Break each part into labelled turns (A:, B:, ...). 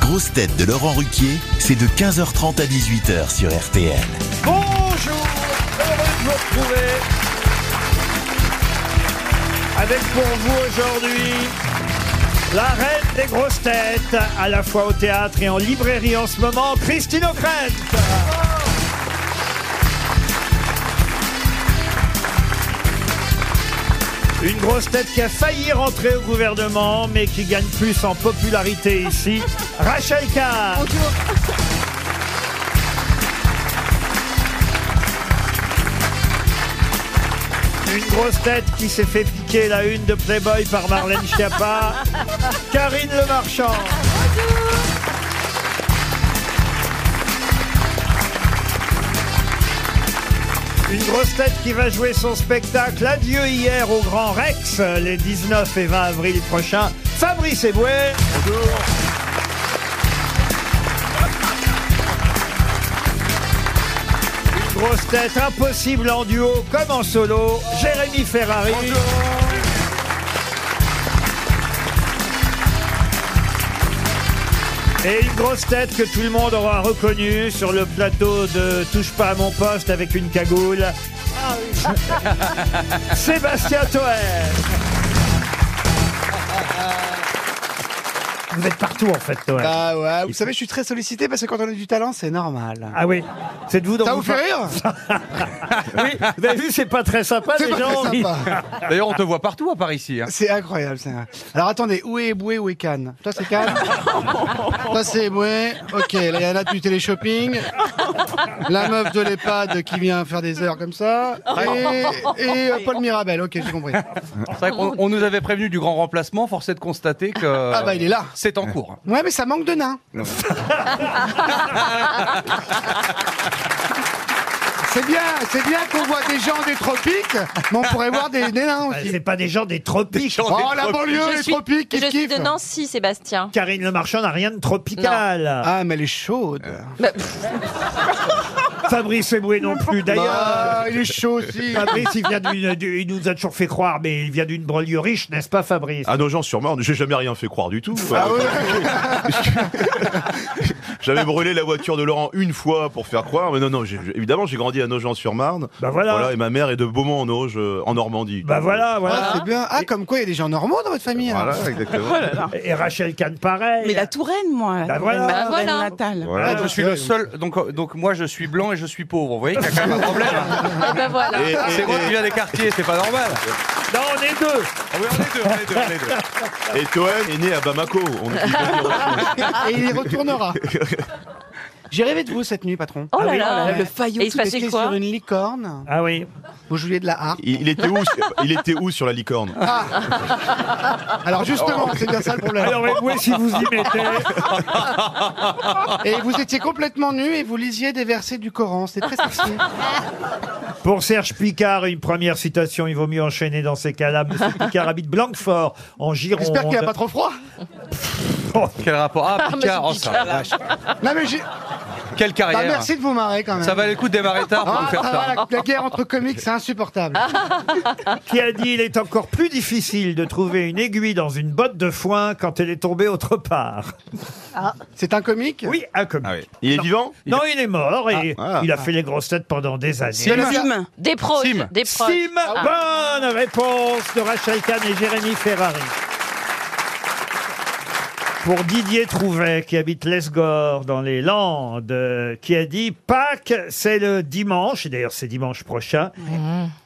A: grosses têtes de Laurent Ruquier, c'est de 15h30 à 18h sur RTL.
B: Bonjour, heureux de vous retrouver. Avec pour vous aujourd'hui la reine des grosses têtes, à la fois au théâtre et en librairie en ce moment, Christine O'Krent. Une grosse tête qui a failli rentrer au gouvernement, mais qui gagne plus en popularité ici, Rachel Kahn. Une grosse tête qui s'est fait piquer la une de Playboy par Marlène Schiappa, Karine Le Marchand. Une grosse tête qui va jouer son spectacle Adieu hier au Grand Rex euh, les 19 et 20 avril prochains. Fabrice Eboué. Bonjour. Une grosse tête impossible en duo comme en solo. Jérémy Ferrari. Et une grosse tête que tout le monde aura reconnue sur le plateau de Touche pas à mon poste avec une cagoule. Sébastien Toer. Vous êtes partout en fait, Toer.
C: Bah ouais, vous savez, je suis très sollicité parce que quand on a du talent, c'est normal.
B: Ah oui, c'est de vous dont
C: Ça
B: vous
C: vous fait
B: par-
C: rire
B: Oui, vous avez vu, c'est pas très sympa
C: C'est
B: les
C: pas
B: gens.
C: très sympa.
D: D'ailleurs, on te voit partout à Paris ici. hein.
C: C'est incroyable, ça. Alors attendez, où est Eboué, où est Cannes Toi, c'est Cannes Toi, c'est Eboué. Ok, là, il y en a du télé-shopping. La meuf de l'EHPAD qui vient faire des heures comme ça. Et, et, euh, Paul Mirabel, ok, j'ai compris.
D: C'est vrai qu'on on nous avait prévenu du grand remplacement, force est de constater que.
C: Ah bah, il est là.
D: C'est en cours.
C: Ouais, mais ça manque de nains. C'est bien, c'est bien qu'on voit des gens des tropiques, mais on pourrait voir des, des nains aussi.
B: Ah, C'est pas des gens des tropiques.
C: Oh, la banlieue,
E: je
C: les
E: suis,
C: tropiques,
E: je
C: qui
E: suis
C: kiffent
E: de Nancy, Sébastien.
B: Karine Le Marchand n'a rien de tropical.
C: Ah, mais elle est chaude
B: Euh.
E: Bah,
B: Fabrice Eboué non plus. D'ailleurs,
C: Bah, il est chaud aussi
B: Fabrice, il, vient d'une- du- il nous a toujours fait croire, mais il vient d'une banlieue riche, n'est-ce pas, Fabrice
E: Ah.
F: À nos gens, sûrement, j'ai jamais rien fait croire du tout.
C: Ah ouais
F: J'avais brûlé la voiture de Laurent une fois pour faire croire, mais non, non, j'ai- j'ai- évidemment, j'ai grandi à Nogent-sur-Marne.
B: Bah voilà.
F: Et ma mère est de Beaumont-en-Auge, euh, en Normandie.
B: Bah voilà,
C: Ah,
B: voilà.
C: c'est bien. Ah, comme quoi, il y a des gens normaux dans votre famille. hein. Oh alors.
F: Voilà, exactement.
B: Et Rachel Kahn, pareil.
G: Mais la Touraine, moi.
B: Bah
G: Ma
B: voilà.
H: Ah,
B: Bah
G: Touraine
E: voilà.
G: natale.
F: Voilà.
D: je suis le seul. Donc, euh, donc moi, je suis blanc et je suis pauvre. Vous voyez qu'il y a quand même un problème.
E: Ah bah voilà.
F: Et-
D: C'est moi qui viens des quartiers, c'est pas normal.
B: Non, on est deux.
D: Ah oui, on est deux, on est deux, on est deux.
F: Et Toen est né à Bamako. On dit-
C: Et il y retournera. J'ai rêvé de vous cette nuit, patron.
D: Ah
E: Oh là
B: oui,
E: là.
G: Le faillot.
E: Et il se
C: Vous
E: passait
C: étiez
E: quoi
C: sur une licorne,
B: Ah oui.
C: vous jouiez de la harpe. Ah.
F: il, il était où Il était où sur la licorne
C: Alors justement, c'est bien ça le problème.
B: Alors Eboué, si vous y mettez.
C: Et vous étiez complètement nu et vous lisiez des versets du Coran. C'est très sexy.
B: Pour Serge Picard, une première citation, il vaut mieux enchaîner dans ces cas-là. Monsieur Picard habite Blanquefort, en Gironde.
C: J'espère qu'il n'y a pas trop froid.
D: Quel rapport Ah, Picard, oh, ça, la vache.
C: Non mais j'ai...
D: Quelle
C: Bah,
D: carrière.
C: merci de vous marrer quand même.
D: Ça valait le coup de démarrer tard pour
C: Ah,
D: nous faire
C: ah,
D: ça.
C: la, la guerre entre comiques, c'est insupportable.
B: qui a dit il est encore plus difficile de trouver une aiguille dans une botte de foin quand elle est tombée autre part.
C: C'est un comique
B: Oui, un comique.
D: Ah oui.
F: Il est vivant
B: Non, il est mort et
F: Ah.
B: il a fait les grosses têtes pendant des années.
C: C'est la-
G: Sim.
E: Des proches.
D: Sim.
E: Des proches. Ah
B: Sim,
I: Ah
B: Ah, bonne réponse de Rachel Kahn et Jérémy Ferrari. Pour Didier Trouvet, qui habite Lesgore, dans les Landes, euh, qui a dit Pâques, c'est le dimanche, et d'ailleurs c'est dimanche prochain.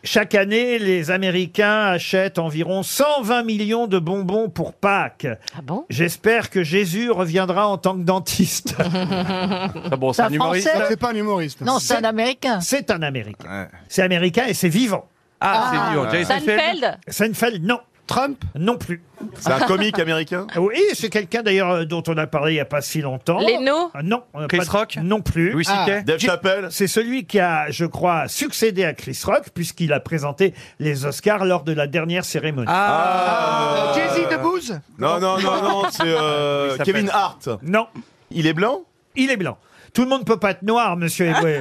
B: Chaque année, les Américains achètent environ 120 millions de bonbons pour Pâques.
E: Ah bon
B: J'espère que Jésus reviendra en tant que dentiste.
D: Ah bon, c'est un humoriste.
C: Non, c'est pas un humoriste.
H: Non, c'est un américain.
B: c'est un Américain. C'est américain et c'est vivant.
D: Ah, c'est dur. Jerry Seinfeld
E: Seinfeld
B: Seinfeld, non.
C: Trump
B: Non plus.
F: C'est un comique américain
B: Oui, c'est quelqu'un d'ailleurs euh, dont on a parlé il n'y a pas si longtemps.
E: Leno
B: Ah, Non. euh,
D: Chris
B: pas de-
D: Rock
B: Non plus.
D: Louis C.K.
F: Ah, Dave Chappelle
B: C'est celui qui a, je crois, succédé à Chris Rock puisqu'il a présenté les Oscars lors de la dernière cérémonie.
D: Ah,
C: Euh, Jay-Z de Booze
F: Non, non, non, non, c'est euh,
D: Il s'appelle-
F: Kevin Hart.
B: Non,
F: Il est blanc
C: Ah.
B: il est blanc. Tout le monde peut pas être noir, monsieur Eboué.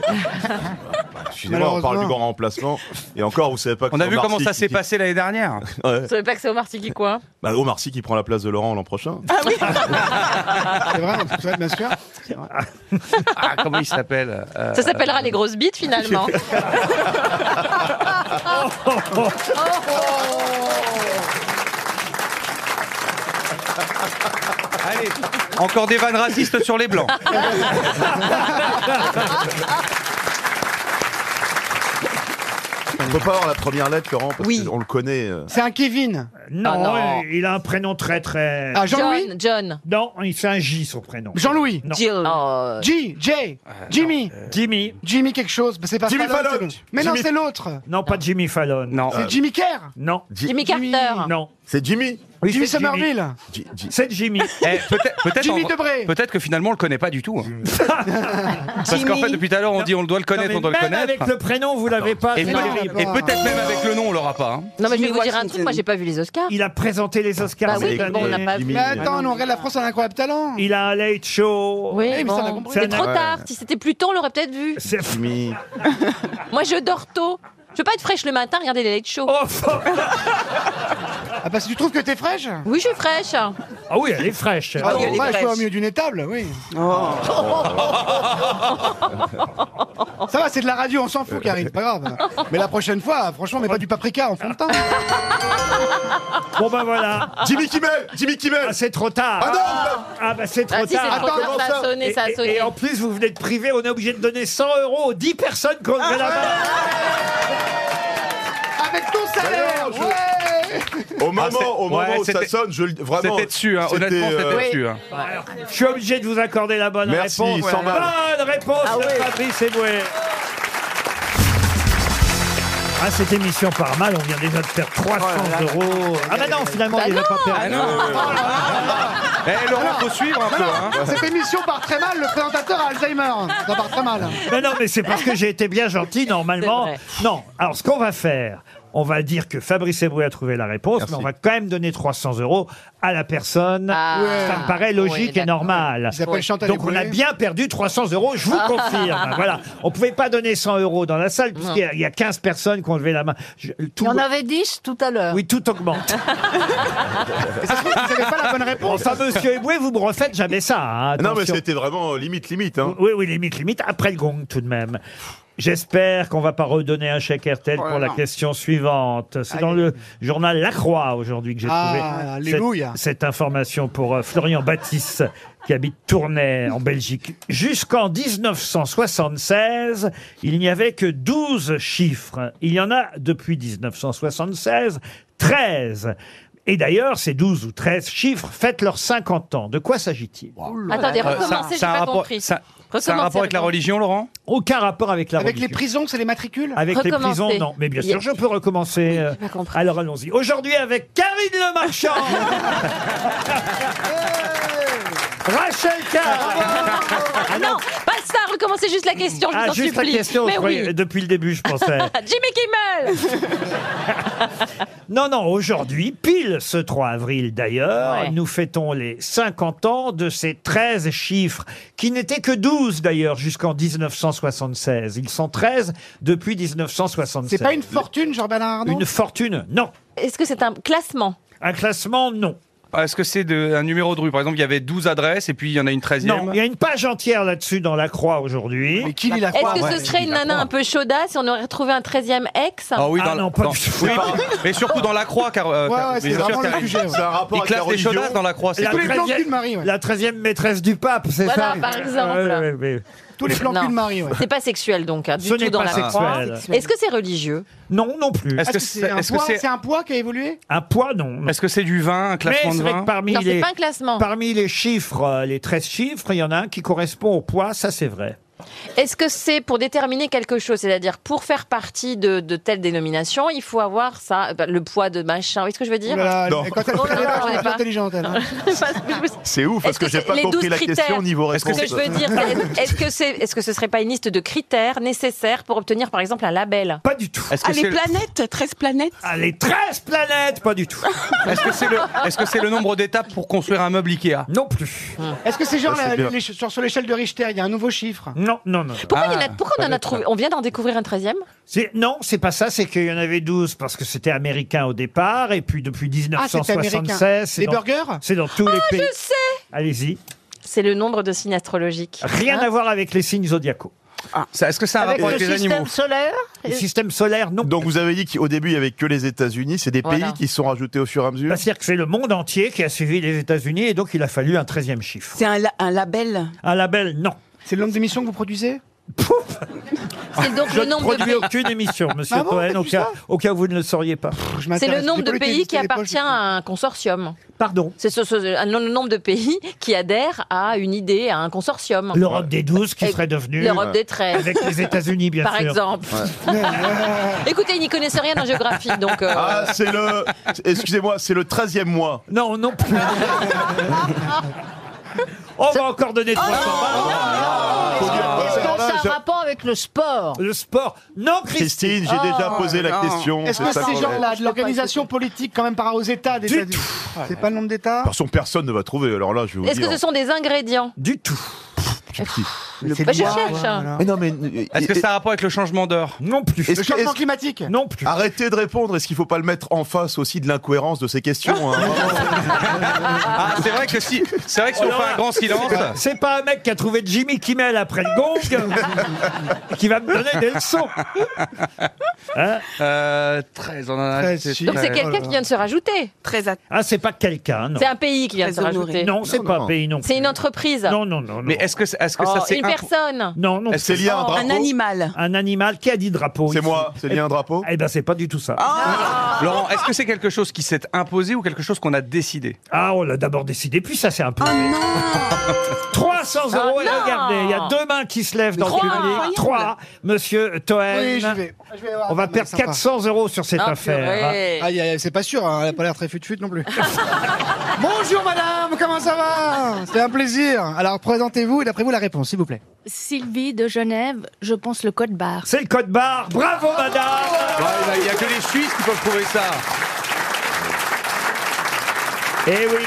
F: Excusez-moi, on parle du
C: Malheureusement.
F: grand remplacement. Et encore, vous savez pas que
D: On a
F: c'est
D: vu
F: Omar
D: comment
F: Sy
D: ça
F: qui-
D: s'est passé l'année dernière.
F: Ouais.
E: Vous savez pas que c'est Omar Sy qui quoi
F: Bah, Omar Sy qui prend la place de Laurent l'an prochain.
E: Ah
C: C'est vrai, c'est vrai, bien sûr.
D: Ah, comment il s'appelle euh,
E: Ça s'appellera les grosses bites finalement.
B: Oh,
D: oh, Allez, encore des vannes racistes sur les blancs.
F: On peut pas avoir la première lettre, Laurent, parce
E: Oui.
F: qu'on le connaît. euh.
C: C'est un Kevin.
B: Ah, Non,
E: non.
B: il a un prénom très très.
C: Ah, Jean-Louis
E: John, John,
B: Non, il fait un J son prénom.
C: Jean-Louis.
B: Non.
E: Jill. Oh,
C: J, J, Jimmy.
B: Jimmy.
C: Jimmy quelque chose. mais C'est pas
F: Jimmy
C: Fallon,
F: Fallon.
C: c'est l'autre. Mais non,
F: Jimmy- Euh,
C: c'est l'autre.
B: Non, pas Jimmy Fallon.
D: Non.
C: C'est Jimmy Kerr.
B: Non.
E: Jimmy
C: Jimmy.
E: Carter.
B: Non.
F: C'est Jimmy.
B: Oui,
C: Jimmy
B: c'est
C: Somerville.
F: J- J-
B: C'est Jimmy.
D: Eh, peut-être, peut-être
C: Jimmy
D: en-
C: Debré.
D: Peut-être que finalement on le connaît pas du tout. hein. Parce qu'en
E: Jimmy.
D: fait depuis tout à l'heure on dit on le doit le
B: Non,
D: connaître,
B: mais
D: on doit le
B: même
D: connaître.
B: avec le prénom, vous l'avez pas.
D: Et,
B: c'est
D: peut-
C: non.
B: terrible.
D: et peut-être même avec le nom on l'aura pas. hein.
E: Non mais je vais
G: Jimmy
E: vous dire un truc,
G: Washington.
E: moi j'ai pas vu les Oscars.
B: Il a présenté les Oscars
E: Bah oui,
B: cette
E: mais bon, on
B: année.
E: n'a pas vu.
F: Jimmy.
C: Mais attends, on regarde la France a un incroyable talent.
B: Il a un late show.
E: Oui,
C: mais ça, on a
E: bon.
C: compris.
E: c'est
B: C'est un-
E: trop tard. Si c'était plus tôt, on l'aurait peut-être vu.
B: C'est-
F: Jimmy.
E: Moi, je dors tôt. Je veux pas être fraîche le matin, regardez les late shows.
B: Oh, fuck.
C: Ah, parce que tu trouves que t'es fraîche
E: Oui, je suis fraîche.
B: Ah oui, elle est fraîche.
C: Ah,
G: oui, elle
C: non,
G: est
C: fraîche,
G: fraîche.
C: toi, au milieu d'une étable, oui. Ça va, c'est de la radio, on s'en fout, Karine, pas grave. Mais la prochaine fois, franchement, mais pas du paprika en fond de teint.
B: Bon ben voilà.
F: Jimmy Kimmel Jimmy Kimmel
B: Ah, c'est trop tard.
F: Ah non
B: Ah bah c'est trop
E: Ah, si, c'est
B: tard.
E: trop tard, ça a
B: Et,
E: sonné, ça a
B: et-
E: sonné.
B: et en plus, vous venez de priver, on est obligé de donner 100 euros aux 10 personnes qu'on devait là-bas.
C: Ah, Avec ton salaire
F: Bah non, je-
C: ouais
F: Au moment,
D: Ah, c'est-
F: au moment
D: ouais,
F: où ça
D: c'était-
F: sonne, je le vraiment.
D: C'était dessus, hein. honnêtement
F: c'était,
D: c'était
F: euh,
D: dessus. hein.
B: Je suis obligé de vous accorder la bonne
F: Merci,
B: réponse.
F: 100 balles.
B: Bonne réponse
I: Ah
B: de Fabrice Eboué. Ah, cette émission part mal, on vient déjà de perdre 300 euros. Ah, bah non, finalement, on les a pas
D: Ah
B: perdus.
D: non.
I: Ah
D: Eh Laurent, faut suivre un peu. hein.
C: Cette émission part très mal, le présentateur a Alzheimer. Ça part très mal.
B: Mais non, mais c'est parce que j'ai été bien gentil, normalement.
E: C'est vrai.
B: Non, alors ce qu'on va faire, on va dire que Fabrice Eboué a trouvé la réponse,
F: Merci.
B: mais on va quand même donner 300 euros à la personne.
E: Ah.
B: Ça me paraît logique
E: Oui,
B: et
E: d'accord.
B: normal.
C: Il s'appelle Chantal
B: Donc on
C: Eboué.
B: a bien perdu 300 euros, je vous confirme. voilà. On pouvait pas donner 100 euros dans la salle, puisqu'il y a- il y a 15 personnes qui ont levé la main. Je- tout-
G: Il y en avait 10 tout à l'heure.
B: Oui, tout augmente.
C: Et ça se trouve, vous n'avez pas la bonne réponse.
B: Enfin, monsieur Eboué, vous me refaites jamais ça. hein,
F: Non, mais
B: attention.
F: c'était vraiment euh, limite, limite. Hein.
B: Oui, oui, limite, limite, après le gong tout de même. J'espère qu'on va pas redonner un chèque RTL pour la question suivante. C'est dans le journal La Croix aujourd'hui que j'ai
C: Ah,
B: trouvé
C: alléluia.
B: cette, cette information pour euh, Florian Baptiste qui habite Tournai en Belgique. Jusqu'en 1976, il n'y avait que 12 chiffres. Il y en a depuis 1976 13. Et d'ailleurs, ces 12 ou 13 chiffres fêtent leurs 50 ans. De quoi s'agit-il
E: Attendez,
D: Euh,
E: recommencez, j'ai
D: ça a un
E: pas
D: rapport-
E: compris.
D: ça- ça a un
E: Recommencez,
D: rapport avec la
E: recommencez.
D: religion, Laurent
B: Aucun rapport avec la
C: Avec les
B: religion.
C: prisons, c'est les matricules
B: Avec les
E: Recommencer.
B: prisons, non. Mais bien sûr, je peux recommencer. euh,
E: pas compris.
B: Alors allons-y. Aujourd'hui avec Karine Le Marchand. Rachel Carr.
E: Ah non, pas ça, recommencez juste la question, je vous en
B: Ah, juste
E: supplie.
B: la question.
E: Mais
B: je
E: oui.
B: croyais- Depuis le début, je pensais.
E: Ah, Jimmy Kimmel
B: non, non. Aujourd'hui, pile ce 3 avril d'ailleurs,
E: Ouais.
B: nous fêtons les 50 ans de ces 13 chiffres qui n'étaient que 12 d'ailleurs jusqu'en 1976. Ils sont 13 depuis 1976.
C: C'est pas une fortune, Jean-Bernard Arnault
B: Une fortune Non.
E: Est-ce que c'est un classement
B: Un classement Non.
D: Ah, Est-ce que c'est de- un numéro de rue Par exemple, il y avait 12 adresses et puis il y en a une 13e.
B: Non, il y a une page entière là-dessus dans La Croix aujourd'hui.
C: Mais qui lit la
E: Est-ce
C: croix
E: que
C: ouais.
E: ce serait une nana un peu chaudasse et on aurait retrouvé un 13e ex
D: Ah oui,
B: Ah
D: dans la-
B: non, pas
D: dans-
B: du tout.
D: Oui, par- mais surtout dans la croix, car. euh,
C: Ouais,
D: car-
C: ouais,
D: mais
C: c'est
D: bien sûr,
C: vraiment
D: car-
C: le sujet. ouais.
F: C'est un rapport
D: Il
F: avec la
D: classe les
F: religion.
D: chaudasses dans la croix. c'est
B: La
C: Tous les
D: tout.
C: plans
B: treizième-
C: cul de Marie, ouais.
B: La 13e maîtresse du pape, c'est
E: Voilà,
B: ça
E: par exemple.
B: Ouais, ouais, ouais.
C: Tous les plans
E: Non.
C: cul de Marie, ouais.
E: C'est pas sexuel donc, hein, du
B: Ce
E: tout
B: n'est
E: dans
B: pas
E: la croix.
B: sexuel.
E: Est-ce que c'est religieux
B: Non, non plus.
D: Est-ce
C: Est-ce
D: que
C: que c'est un,
D: est-ce que
C: poids-
D: c'est-
C: c'est un poids qui a évolué
B: Un poids, non. non.
D: est-ce que c'est du vin, un
B: Mais
D: classement
B: c'est
D: de
B: vrai
D: vin
B: que parmi
E: Non, c'est
B: les,
E: pas un classement.
B: parmi les chiffres, euh, les 13 chiffres, il y en a un qui correspond au poids, ça c'est vrai.
E: Est-ce que c'est pour déterminer quelque chose C'est-à-dire, pour faire partie de, de telle dénomination, il faut avoir ça, euh, bah, le poids de machin. Vous voyez ce que je veux
C: Oh
E: dire
C: là là,
F: Non.
C: Quand elle
E: Oh
C: fait
E: là
C: les
E: là,
C: vaches,
E: j'en ai
C: elle est
E: pas.
C: intelligente, elle. hein.
F: C'est ouf parce
E: Est-ce que
F: que j'ai
E: c'est
F: pas
E: les
F: compris
E: 12
F: la question
E: critères
F: niveau
D: Est-ce que
F: réponse.
E: Ce que je veux dire, c'est- est-ce que c'est, est-ce que ce serait pas une liste de critères nécessaires pour obtenir, par exemple, un label
B: Pas du tout.
D: Est-ce
G: Ah,
D: que
G: les
D: c'est
G: planètes, 13 planètes.
B: Ah, les 13 planètes, pas du tout.
D: est-ce que c'est le, est-ce que c'est le nombre d'étapes pour construire un meuble Ikea Ah,
B: Non plus.
C: Est-ce que c'est genre
F: Ça, c'est
C: la-
F: bien.
C: les- sur sur l'échelle de Richter, il y a un nouveau chiffre
B: Non, Non, non, non. non.
E: Pourquoi, il y en
D: Ah,
E: a- pourquoi on en a
D: peut-être.
E: trouvé On vient d'en découvrir un 13
B: C'est- Non, c'est pas ça, c'est qu'il y en avait 12 parce que c'était américain au départ, et puis depuis
C: Ah, c'est américain.
B: 1976, c'est
C: Les
B: dans,
C: burgers Ah,
B: c'est dans tous les pays.
E: sais
B: Allez-y.
E: C'est le nombre de signes astrologiques.
B: Rien
E: Hein
B: à voir avec les signes zodiacaux.
D: Ah, Ça- Est-ce que ça a un rapport avec les animaux
H: solaire
B: Le système solaire, non.
F: Donc vous avez dit qu'au début il y avait que les États-Unis, c'est des
E: Voilà.
F: pays qui se sont rajoutés au fur et à mesure.
B: Bah, C'est-à-dire que c'est le monde entier qui a suivi les États-Unis, et donc il a fallu un 13e chiffre.
G: C'est un, la- un label.
B: Un label, non.
C: C'est le nombre d'émissions que vous produisez
E: C'est donc
B: Je
E: le
B: ne
E: nombre de
B: produis
E: pays.
B: aucune émission, monsieur
C: Ah bon,
B: Cohen,
C: t'as
B: au
C: vu
B: cas,
C: ça
B: au cas où vous ne le sauriez pas.
C: Pff, je
E: C'est
C: m'intéresse
E: le
C: plus
E: nombre de
C: politique,
E: pays qui
C: c'était les poches,
E: appartient à un consortium.
B: Pardon.
E: C'est ce- ce- un- le nombre de pays qui adhèrent à une idée, à un consortium.
B: L'Europe des 12 qui
E: Et-
B: serait devenue.
E: L'Europe des 13,
B: Avec les États-Unis, bien
E: par
B: sûr.
E: exemple. Écoutez, ils n'y connaissent rien en géographie, donc... euh,
F: Ah, c'est le. Excusez-moi, c'est le 13e mois.
B: Non, non plus. On va encore donner 300 balles.
F: Faut dire, ouais,
H: Est-ce
F: alors
H: que
F: là,
H: ça a
F: je-
H: un rapport avec le sport
B: Le sport. Non, Christine.
F: Christine, j'ai déjà posé la
D: Oh, non.
F: question.
C: Est-ce
F: c'est
C: que
F: ça
C: ces
F: qu'on est.
C: gens-là, de l'organisation politique, quand même, par aux États des
B: Du
C: États-Unis C'est pas le nombre d'États
F: De toute façon, personne ne va trouver. Alors là, je vais vous
E: Est-ce
F: dire.
E: que ce sont des ingrédients
B: Du tout.
C: C'est
E: Bah, je
C: loin,
E: cherche.
C: voilà.
F: Mais non, mais. euh,
D: Est-ce que ça a rapport avec le changement d'heure
B: Non plus.
F: Est-ce
C: Le
F: que-
C: changement
F: est-ce-
C: climatique
B: Non plus.
F: Arrêtez de répondre. Est-ce qu'il faut pas le mettre en face aussi de l'incohérence de ces questions hein
D: Ah, c'est vrai que si, c'est vrai que si on
B: Alors
D: fait
B: Oh là-
D: un grand silence,
B: C'est pas un mec qui a trouvé Jimmy Kimmel après le gong qui va me donner des leçons. Hein
D: euh, 13, on en a.
C: 13,
D: c'est
C: si.
E: Donc Ah, c'est
D: très-
E: quelqu'un qui vient de se rajouter.
G: Très att-
B: ah, c'est pas quelqu'un, non.
E: C'est un pays qui vient de se
G: Très honoré.
E: rajouter.
B: Non, c'est
F: Non,
B: pas
F: non.
B: un pays, non.
E: C'est une entreprise.
B: Non, non, non. non.
D: Mais est-ce que, c'est- est-ce que
E: Oh,
D: ça c'est
E: une
D: impo-
E: personne.
B: Non, Oh, non.
F: Est-ce que c'est lié à un drapeau
G: Un animal.
B: Un animal qui a dit drapeau.
F: C'est
B: ici
F: moi. C'est lié à un drapeau
B: Eh ben, c'est pas du tout ça. Ah,
D: Laurent, est-ce que c'est quelque chose qui s'est imposé ou quelque chose qu'on a décidé
B: Ah, on l'a d'abord décidé, puis ça, c'est un peu.
G: Oh non
B: 300 euros,
E: Ah
B: et
E: non
B: regardez, il y a deux mains qui se lèvent dans
E: Trois,
B: le public.
E: incroyable.
B: Trois, monsieur Toen.
C: Oui, j'y vais. Je vais voir.
B: Euh, On va
C: Attends,
B: perdre
C: sympa.
B: 400 euros sur cette
E: Ah,
B: affaire.
E: purée.
C: Aïe, aïe, aïe, c'est pas sûr, hein, elle a pas l'air très fut non plus. Bonjour madame, comment ça va C'est un plaisir. Alors présentez-vous et d'après vous la réponse, s'il vous plaît.
H: Sylvie de Genève, je pense le code barre.
B: C'est le code barre. Bravo, madame.
D: Ouais, bah, Il n'y a que les Suisses qui peuvent trouver ça.
B: Et Eh oui,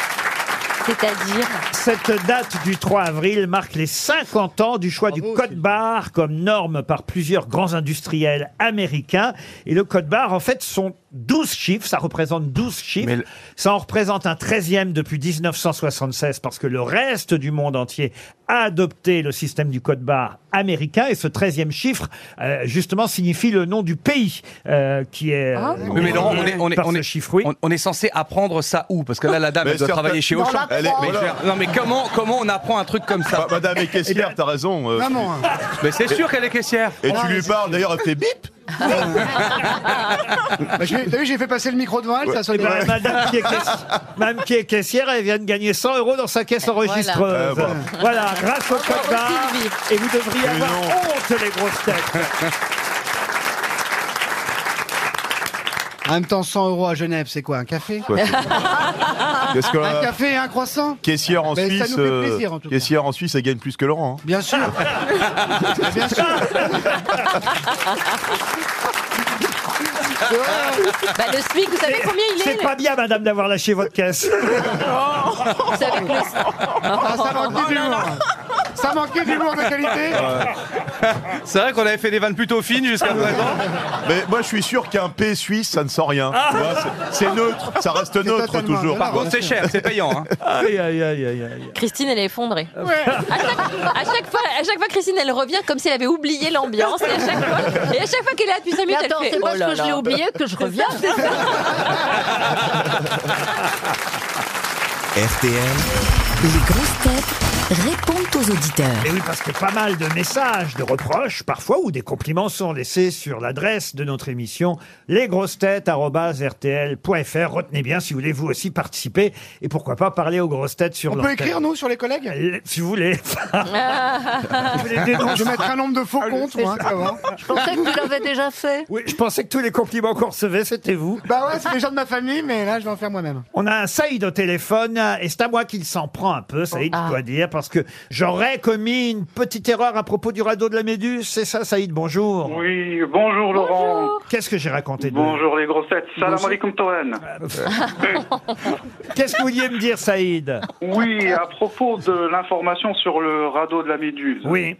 E: C'est-à-dire
B: cette date du 3 avril marque les 50 ans du
D: Ah
B: choix du code barre comme norme par plusieurs grands industriels américains. Et le code barre, en fait, sont 12 chiffres. Ça représente 12 chiffres.
D: Mais le-
B: Ça en représente un 13e depuis 1976 parce que le reste du monde entier a adopté le système du code barre américain. Et ce 13e chiffre, euh, justement, signifie le nom du pays euh, qui est.
E: Ah.
B: euh,
D: Oui, mais Laurent, on est- on est-
B: par
D: on
B: ce
D: est-
B: chiffre, oui.
D: On, on est censé apprendre ça où Parce que là, la dame,
F: Mais
D: elle doit
F: certains-
D: travailler chez
H: Dans
D: Auchan.
H: la
F: Elle est-
H: croix.
F: mais
D: Mais je veux dire, non, mais comment, comment on apprend un truc comme ça
F: Bah, Madame est caissière, t'as raison. euh,
C: Maman, hein.
D: Mais c'est sûr qu'elle est caissière.
F: Et tu lui parles, d'ailleurs, elle fait bip
C: Bah, j'ai- t'as vu, j'ai fait passer le micro devant elle, ça
B: Eh
C: sonne.
B: ben, madame, qui est caiss- madame qui est caissière, elle vient de gagner 100 euros dans sa caisse
F: Euh,
B: enregistreuse.
F: voilà.
B: Voilà, grâce au code
E: au
B: barre.
E: Sylvie.
B: Et vous devriez
F: Mais
B: avoir
F: non.
B: honte, les grosses têtes.
C: En même temps, 100 euros à Genève, c'est quoi Un café
F: Quoi, c'est- Qu'est-ce que
C: Un
F: la
C: café et un croissant
F: caissière en
C: Mais ça
F: Suisse euh,
C: nous fait plaisir, en tout cas.
F: Caissière en Suisse, elle gagne plus que Laurent. hein.
C: Bien sûr. Mais Bien sûr. C'est vrai.
E: bah, le SMIC, vous savez combien il est,
B: C'est
E: le-
B: pas bien, madame, d'avoir lâché votre caisse.
E: Vous savez que le- Oh,
C: Ah, ça manquait d'humour. Ça manquait d'humour de qualité.
D: C'est vrai qu'on avait fait des vannes plutôt fines jusqu'à présent.
F: Mais moi, je suis sûr qu'un P suisse, ça ne sent rien. Tu vois, c'est- c'est neutre, ça reste neutre
C: totalement
F: toujours.
D: Ah.
F: Ah,
D: Par contre, c'est cher, c'est payant. hein.
B: Aïe, aïe, aïe, aïe, aïe.
E: Christine, elle est effondrée. À, chaque, à chaque fois, à chaque fois, Christine, elle revient comme si elle avait oublié l'ambiance. Et, à chaque fois- et à chaque fois qu'elle est là depuis 5
H: Mais
E: minutes,
H: attends,
E: elle fait
H: c'est
E: Oh
H: parce
E: là
H: que je
E: là.
H: l'ai oublié que je reviens.
A: RTL,
J: Les grosses têtes répondent aux auditeurs.
B: Et Eh oui, parce que pas mal de messages, de reproches, parfois, ou des compliments sont laissés sur l'adresse de notre émission, lesgrossetêtes.rtl.fr. Retenez bien si vous voulez vous aussi participer et pourquoi pas parler aux grosses têtes sur
C: On peut
B: l'antenne.
C: écrire, nous, sur les collègues
B: Si vous voulez. Je vous les dénonce.
C: Je vais mettre un nombre de faux comptes, moi, ça va.
H: Je pensais que tu l'avais déjà fait.
B: Oui, je pensais que tous les compliments qu'on recevait, c'était vous.
C: Bah ouais, c'est les gens de ma famille, mais là, je vais en faire moi-même.
B: On a un Saïd au téléphone, et c'est à moi qu'il s'en prend un peu, Saïd, je dois dire, parce que j'aurais commis une petite erreur à propos du radeau de la Méduse. C'est ça, Saïd, bonjour.
K: Oui, bonjour Laurent.
B: Qu'est-ce que j'ai raconté de... Euh,
K: Bonjour les grossettes. Salam alaikum Toan.
B: Qu'est-ce que vous vouliez me dire, Saïd
K: Oui, à propos de l'information sur le radeau de la Méduse.
B: Oui.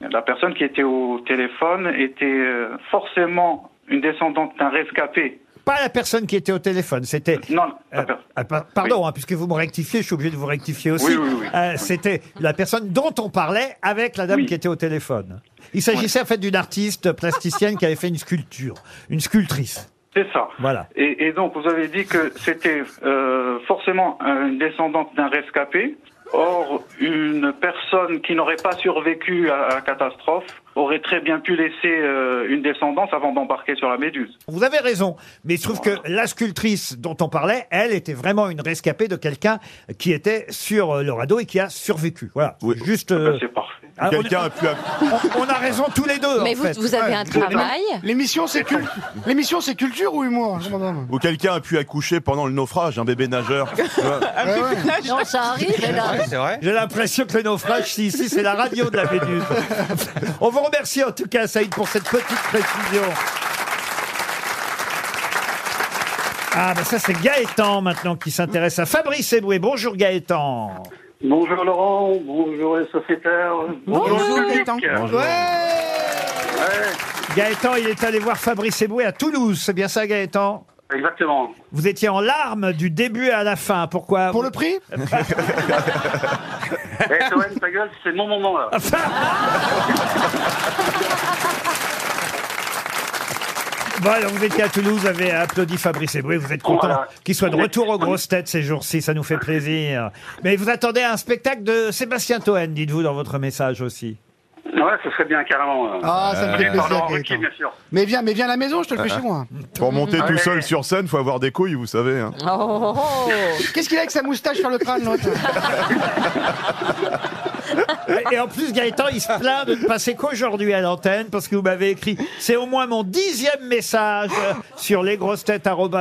K: La personne qui était au téléphone était euh, forcément une descendante d'un rescapé.
B: Pas la personne qui était au téléphone, c'était...
K: Non,
B: Euh, ah, par- pardon, hein, puisque vous me rectifiez, je suis obligé de vous rectifier aussi.
K: Oui, oui, oui.
B: Euh, C'était la personne dont on parlait avec la dame qui était au téléphone. Il s'agissait en fait d'une artiste plasticienne qui avait fait une sculpture, une sculptrice.
K: c'est ça.
B: Voilà.
K: Et, et donc, vous avez dit que c'était euh, forcément une descendante d'un rescapé. Or, une personne qui n'aurait pas survécu à à la catastrophe aurait très bien pu laisser euh, une descendance avant d'embarquer sur la Méduse.
B: Vous avez raison, mais il se trouve que la sculptrice dont on parlait, elle était vraiment une rescapée de quelqu'un qui était sur euh, le radeau et qui a survécu. Voilà. Juste. euh, ah, on-
F: Quelqu'un a pu.
B: On, on a raison tous les deux.
E: Mais
B: en
E: vous-
B: fait.
E: vous avez un travail.
C: L'émission, c'est cul- l'émission, c'est culture ou humour hein, Je m'en demande.
F: Ou quelqu'un a pu accoucher pendant le naufrage, un bébé nageur. Tu vois.
C: Ouais, ouais.
H: Non, ça arrive, hélas.
D: c'est vrai.
B: J'ai l'impression que le naufrage, si, si, c'est la radio de la Vénus. On vous remercie en tout cas, Saïd, pour cette petite précision. Ah, ben ça, c'est Gaëtan maintenant qui s'intéresse à Fabrice Eboué. Bonjour Gaëtan.
K: Bonjour Laurent, bonjour les sociétaires, bonjour, le public. Ouais,
B: Gaëtan, il est allé voir Fabrice Eboué à Toulouse. C'est bien ça, Gaëtan
K: exactement.
B: Vous étiez en larmes du début à la fin. Pourquoi
C: Pour le prix
K: Eh Toen, ta gueule, c'est mon moment là.
B: Bon, alors, vous étiez à Toulouse, vous avez applaudi Fabrice Eboué. Vous êtes content
K: Voilà.
B: qu'il soit de retour aux grosses têtes ces jours-ci. Ça nous fait plaisir. Mais vous attendez un spectacle de Sébastien Toen, dites-vous dans votre message aussi.
K: Ouais, ce serait bien carrément. là.
C: Ah, ça me fait
K: Et par Laurent
C: plaisir,
K: Ruquier,
C: Gaëtan.
K: bien sûr.
C: Mais viens, mais viens à la maison, je te le fais chez moi.
F: Ah. Pour monter tout
K: Ouais.
F: seul sur scène, faut avoir des couilles, vous savez. hein.
E: Oh, oh, oh.
C: Qu'est-ce qu'il a avec sa moustache sur le crâne, l'autre
B: Et- Et en plus, Gaëtan, il se plaint de ne passer qu'aujourd'hui à l'antenne parce que vous m'avez écrit. C'est au moins mon dixième message euh, sur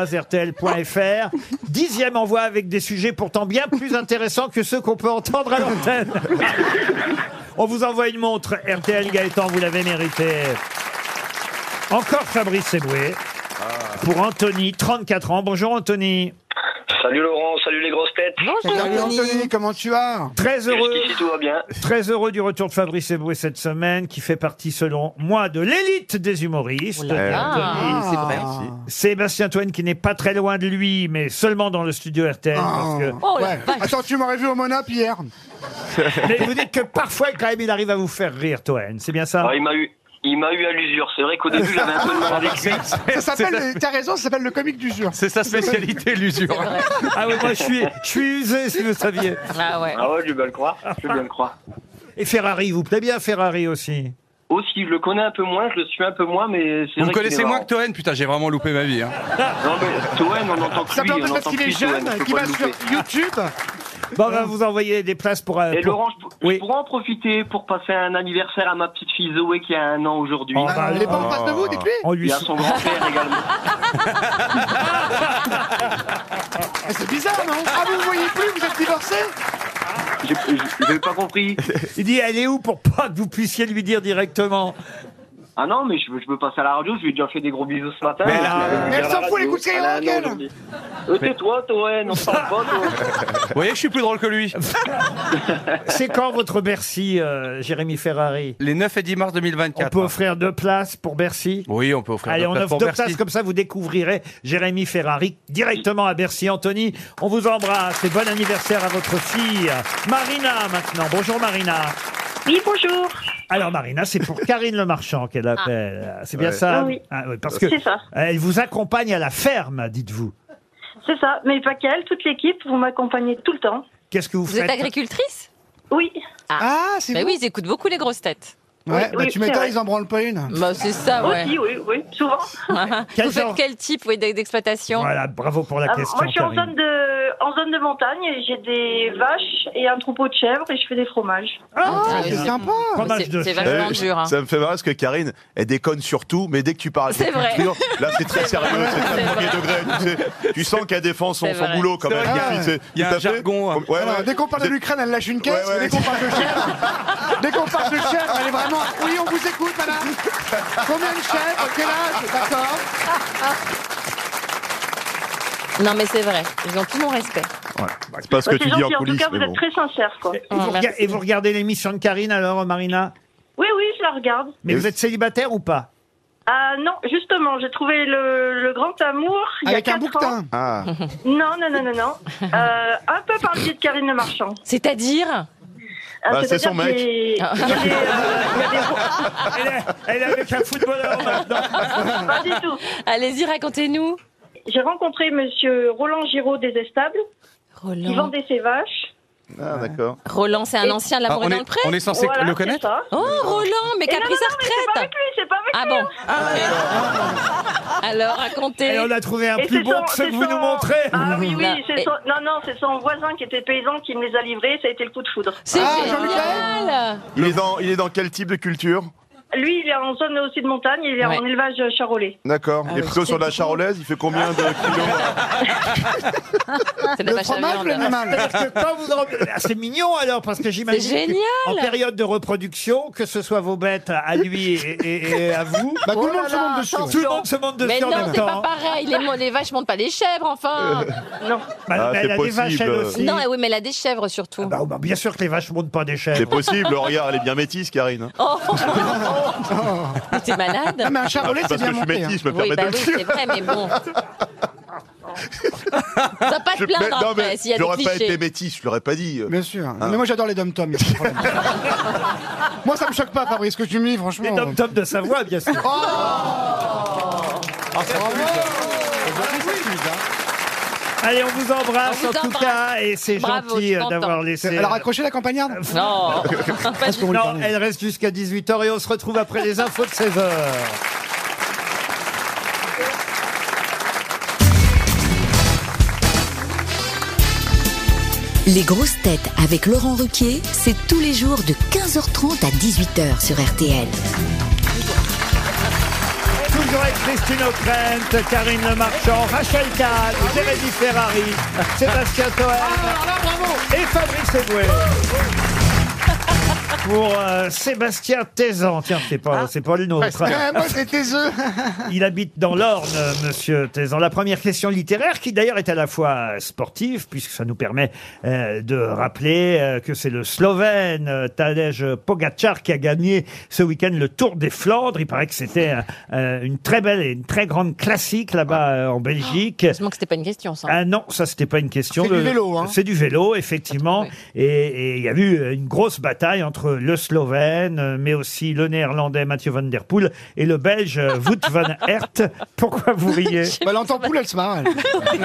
B: lesgrossetêtes.rtl.fr. Dixième envoi avec des sujets pourtant bien plus intéressants que ceux qu'on peut entendre à l'antenne. On vous envoie une montre RTL Gaëtan, vous l'avez mérité. Encore Fabrice Eboué. Pour Anthony, 34 ans. Bonjour Anthony.
L: Salut Laurent, salut les grosses têtes.
C: Salut Anthony, comment tu vas
B: Très heureux.
L: Jusqu'ici tout va bien.
B: Très heureux du retour de Fabrice Eboué cette semaine, qui fait partie, selon moi, de l'élite des
C: Oh
B: humoristes.
E: là.
B: Anthony,
C: Ah, c'est vrai.
B: Sébastien Toen, qui n'est pas très loin de lui, mais seulement dans le studio RTL.
C: Ah.
B: parce que-
E: Oh, la
C: Ouais.
E: vache.
C: Attends, tu m'aurais vu au Monap hier.
B: Mais vous dites que parfois, quand même, il arrive à vous faire rire, Toen. C'est bien ça
L: Ah, il m'a eu, il m'a eu à l'usure. C'est vrai qu'au début j'avais un peu de mal avec lui.
C: Ça s'appelle, le- t'as raison, ça s'appelle le comique du jour.
D: C'est sa spécialité, l'usure.
B: Ah oui, moi, je suis, je suis usé, si vous saviez.
E: Ah ouais.
L: Ah ouais, je vais le croire. Je vais le croire.
B: Et Ferrari, il vous plaît bien, Ferrari aussi
L: Aussi, je le connais un peu moins, je le suis un peu moins, mais c'est vrai
D: Vous me
L: qu'il
D: connaissez
L: est
D: moins
L: marrant.
D: que Toen Putain, j'ai vraiment loupé ma vie. hein.
L: Non mais Toen, on entend que
C: Ça
L: lui,
C: peut
L: Ah on
C: en parce
L: entend
C: qu'il
L: que
C: est
L: lui, Toen,
C: jeune,
L: faut
C: qu'il
L: pas
C: va
L: le
C: sur
L: louper.
C: YouTube.
B: Bon, on va vous envoyer des places pour... euh,
L: Et
B: pour-
L: Laurent, je, je
B: Oui.
L: pourrais en profiter pour passer un anniversaire à ma petite fille Zoé qui a un an aujourd'hui.
B: Oh, bah,
C: Il est pas en face de vous, dites-lui.
B: on
L: Il
B: lui
L: y a son grand-père également.
C: Ah, C'est bizarre, non Ah, vous ne voyez plus, vous êtes divorcé
L: J'ai j'ai- j'ai pas compris.
B: Il dit, elle est où pour pas que vous puissiez lui dire directement
L: Ah non, mais je veux, je veux passer à la radio, je lui ai déjà fait des gros bisous ce matin.
B: Mais là,
L: Je vais
C: Ah, mais elle
L: à la
C: s'en fout,
L: radio.
C: elle écoute
L: a un an
C: Skyrock, elle.
L: aujourd'hui. Euh, Tais-toi, Toen, on se parle pas, Toen.
D: Vous voyez, je suis plus drôle que lui.
B: C'est quand votre Bercy, euh, Jérémy Ferrari
D: Les 9 et 10 mars
B: On
D: 2024.
B: peut offrir deux places pour Bercy
D: Oui, on peut offrir
B: Allez,
D: deux
B: on
D: places
B: offre
D: pour
B: deux
D: Bercy.
B: places, comme ça vous découvrirez Jérémy Ferrari directement à Bercy. Anthony, on vous embrasse et bon anniversaire à votre fille. Marina maintenant. Bonjour Marina.
M: Oui, bonjour.
B: Alors Marina, c'est pour Karine Le Marchand qu'elle appelle. C'est bien
F: Ouais.
B: ça
M: Ah oui.
B: Ah oui, Parce que
M: C'est ça.
B: elle vous accompagne à la ferme, dites-vous.
M: C'est ça. Mais pas qu'elle, toute l'équipe, vous m'accompagnez tout le temps.
B: Qu'est-ce que vous,
E: Vous
B: faites
E: êtes agricultrice
M: Oui.
C: Ah, c'est
E: Bah
C: vous
E: oui, ils écoutent beaucoup les grosses têtes.
C: Ouais,
M: Oui,
C: bah,
M: oui,
C: tu
M: c'est
C: m'étonnes,
M: vrai.
C: ils en branlent pas une.
E: Bah c'est ça, ouais.
M: Aussi, oui, oui, souvent.
B: Quel
E: Vous faites
B: genre
E: quel type oui, d'exploitation
B: Voilà, bravo pour la
M: Ah,
B: question.
M: moi, je suis en
B: Karine.
M: zone, de, en zone de montagne et j'ai des vaches et un troupeau de chèvres et je fais des fromages.
C: Ah,
E: Ah,
C: c'est
E: oui.
C: sympa
B: Fromage
E: C'est-
B: de
E: c'est
B: chèvre.
E: vachement
F: Eh,
E: dur. hein.
F: Ça me fait marrer parce que Karine, elle déconne sur tout, mais dès que tu parles à
E: C'est
F: quelqu'un
E: vrai.
F: de client, là c'est très sérieux, c'est
E: C'est
F: très premier degré. Tu, sais, tu sens qu'elle défend son,
E: C'est
F: son
E: vrai.
F: boulot quand
D: C'est
F: même.
D: vrai
F: Et puis,
C: qu'il
F: c'est-
D: Il y a
F: tout
D: un
F: à fait.
D: jargon, hein.
F: Ouais, ouais.
C: Voilà, Dès qu'on parle de l'Ukraine, elle lâche une caisse.
F: Ouais, ouais.
C: mais Dès qu'on parle de chèvre, dès qu'on parle de chèvre, elle est vraiment. Oui, on vous écoute, madame. Combien de chèvres Quel âge D'accord.
E: Non, mais c'est vrai. Ils ont tout mon respect.
F: C'est pas ce que
M: Ouais,
F: tu
M: c'est
F: dis en
M: gentil. En tout
F: coulisses,
M: cas, vous
F: mais
M: êtes
F: bon.
M: très sincères, quoi.
B: Et vous, rega- et vous regardez l'émission de Karine alors, Marina
M: Oui, oui, je la regarde.
B: Mais vous êtes célibataire ou pas
M: Ah non, justement, j'ai trouvé le, le grand amour il
B: Avec
M: y a
B: un
M: quatre
B: bouquetin.
M: ans.
B: Ah.
M: Non, non, non, non, non. Euh, un peu par le biais de Karine Le Marchand.
E: C'est-à-dire
M: Ah,
E: Bah, c'est
M: c'est-à-dire
E: son
M: que
E: mec.
M: j'ai-
E: Ah.
M: j'ai, euh, il y a des-
B: elle, est, elle est avec un footballeur maintenant.
M: Pas du tout.
E: Allez-y, racontez-nous.
M: J'ai rencontré monsieur Roland Giraud des Estables, qui
E: Roland.
M: vendait ses vaches.
F: Ah, d'accord.
E: Roland, c'est un
M: Et-
E: ancien de la
F: Ah,
E: Bourrée
F: on
E: dans
F: est-
E: le prêtre.
F: on est censé Voilà, le connaître c'est ça.
E: Oh, Roland, mais
M: Et
E: qui a
M: non,
E: pris
M: non,
E: sa
M: non, mais
E: retraite.
M: c'est pas avec lui, c'est pas avec
E: Ah
M: lui,
E: bon
M: hein.
F: Ah,
E: Alors, racontez.
B: Et on a trouvé un
M: Et
B: plus
M: c'est
B: bon
M: son-
B: que ce
M: c'est
B: que vous
M: son-
B: nous montrez.
M: Ah oui, oui,
E: Non,
M: c'est
E: mais-
M: son... non, non, c'est son voisin qui était paysan qui me les a livrés, ça a été le coup de foudre.
E: C'est
M: Ah,
E: génial
F: Il est, dans, il est dans quel type de culture
M: Lui, il est en zone aussi de montagne, il est en élevage charolais.
F: D'accord. il est plutôt sur de la charolaise, il fait combien de kilos
E: C'est la vache à viande.
B: Parce que quand vous en- Ah, C'est mignon alors, parce que j'imagine.
E: C'est génial.
B: que En période de reproduction, que ce soit vos bêtes à- à lui et, et- et à vous.
C: Bah, tout le monde se monte dessus.
B: Tout le monde se monte dessus
E: Mais
B: en
E: non,
B: même
E: c'est pas
B: temps.
E: pareil. Les, mo- les vaches montent pas les chèvres, enfin.
M: Euh, Non.
B: Bah,
F: Ah,
B: mais
F: c'est
B: elle a des vaches elle
F: possible.
B: aussi.
E: Non, eh oui, mais elle a des chèvres surtout.
B: Bah, bah, bien sûr que les vaches montent pas des
F: C'est
B: chèvres.
F: possible, regarde, elle est bien métisse, Karine. hein.
E: Oh, Mais T'es malade
C: Ah, mais un charolais,
F: Ah,
C: c'est
F: parce
C: bien
F: que je suis
C: monté. hein.
F: métis, je me
E: Oui,
F: permets
E: bah
F: de
E: oui,
F: le
E: c'est
F: dire.
E: vrai, mais bon. T'as pas te
F: Je- mais-
E: plaindre
F: non,
E: après,
F: mais
E: s'il y a des
F: j'aurais pas
E: clichés.
F: été métisse, je l'aurais pas dit. euh. Hein.
C: Bien sûr. Mais moi, j'adore les dom-toms. y a pas de problème. moi, ça me choque pas, Fabrice, ce que tu me dis, franchement.
B: Les dom de Savoie, bien
E: Oh.
F: Oh.
B: sûr.
F: Ah, hein.
B: Allez, on vous embrasse
E: On vous
B: en tout
E: embrasse.
B: cas, et c'est
E: Bravo,
B: gentil euh,
E: je t'entends.
B: d'avoir laissé. euh,
C: Elle a raccroché la campagnarde
E: Non,
C: Parce qu'on lui
B: Non,
C: parlait.
B: elle reste jusqu'à 18h et on se retrouve après les infos de 16h.
J: Les grosses têtes avec Laurent Ruquier, c'est tous les jours de 15h30 à 18h sur RTL.
B: Toujours avec Christine O'Krent, Karine Le Marchand, Rachel Kahn, Jérémy Ferrari, Sébastien
E: Ah,
B: Toer et Fabrice Eboué.
E: Oh,
B: Pour euh, Sébastien Tézan, tiens, c'est pas, c'est pas le nôtre.
C: Ah, moi, c'était eux.
B: Il habite dans l'Orne, euh, monsieur Tézan. La première question littéraire, qui d'ailleurs est à la fois euh, sportive, puisque ça nous permet euh, de rappeler euh, que c'est le Slovène euh, Tadej Pogacar qui a gagné ce week-end le Tour des Flandres. Il paraît que c'était euh, euh, une très belle et une très grande classique là-bas euh, en Belgique.
E: Ah. Heureusement que c'était pas une question, ça.
B: Ah non, ça c'était pas une question.
C: C'est du
B: Le-
C: vélo, hein.
B: C'est du vélo, effectivement. Et- Et il y a eu euh, une grosse bataille entre le Slovène, euh, mais aussi le Néerlandais Mathieu van der Poel et le Belge euh, Wout van Aert. Pourquoi vous riez
C: Bah, elle entend poule, elle se marre. Elle,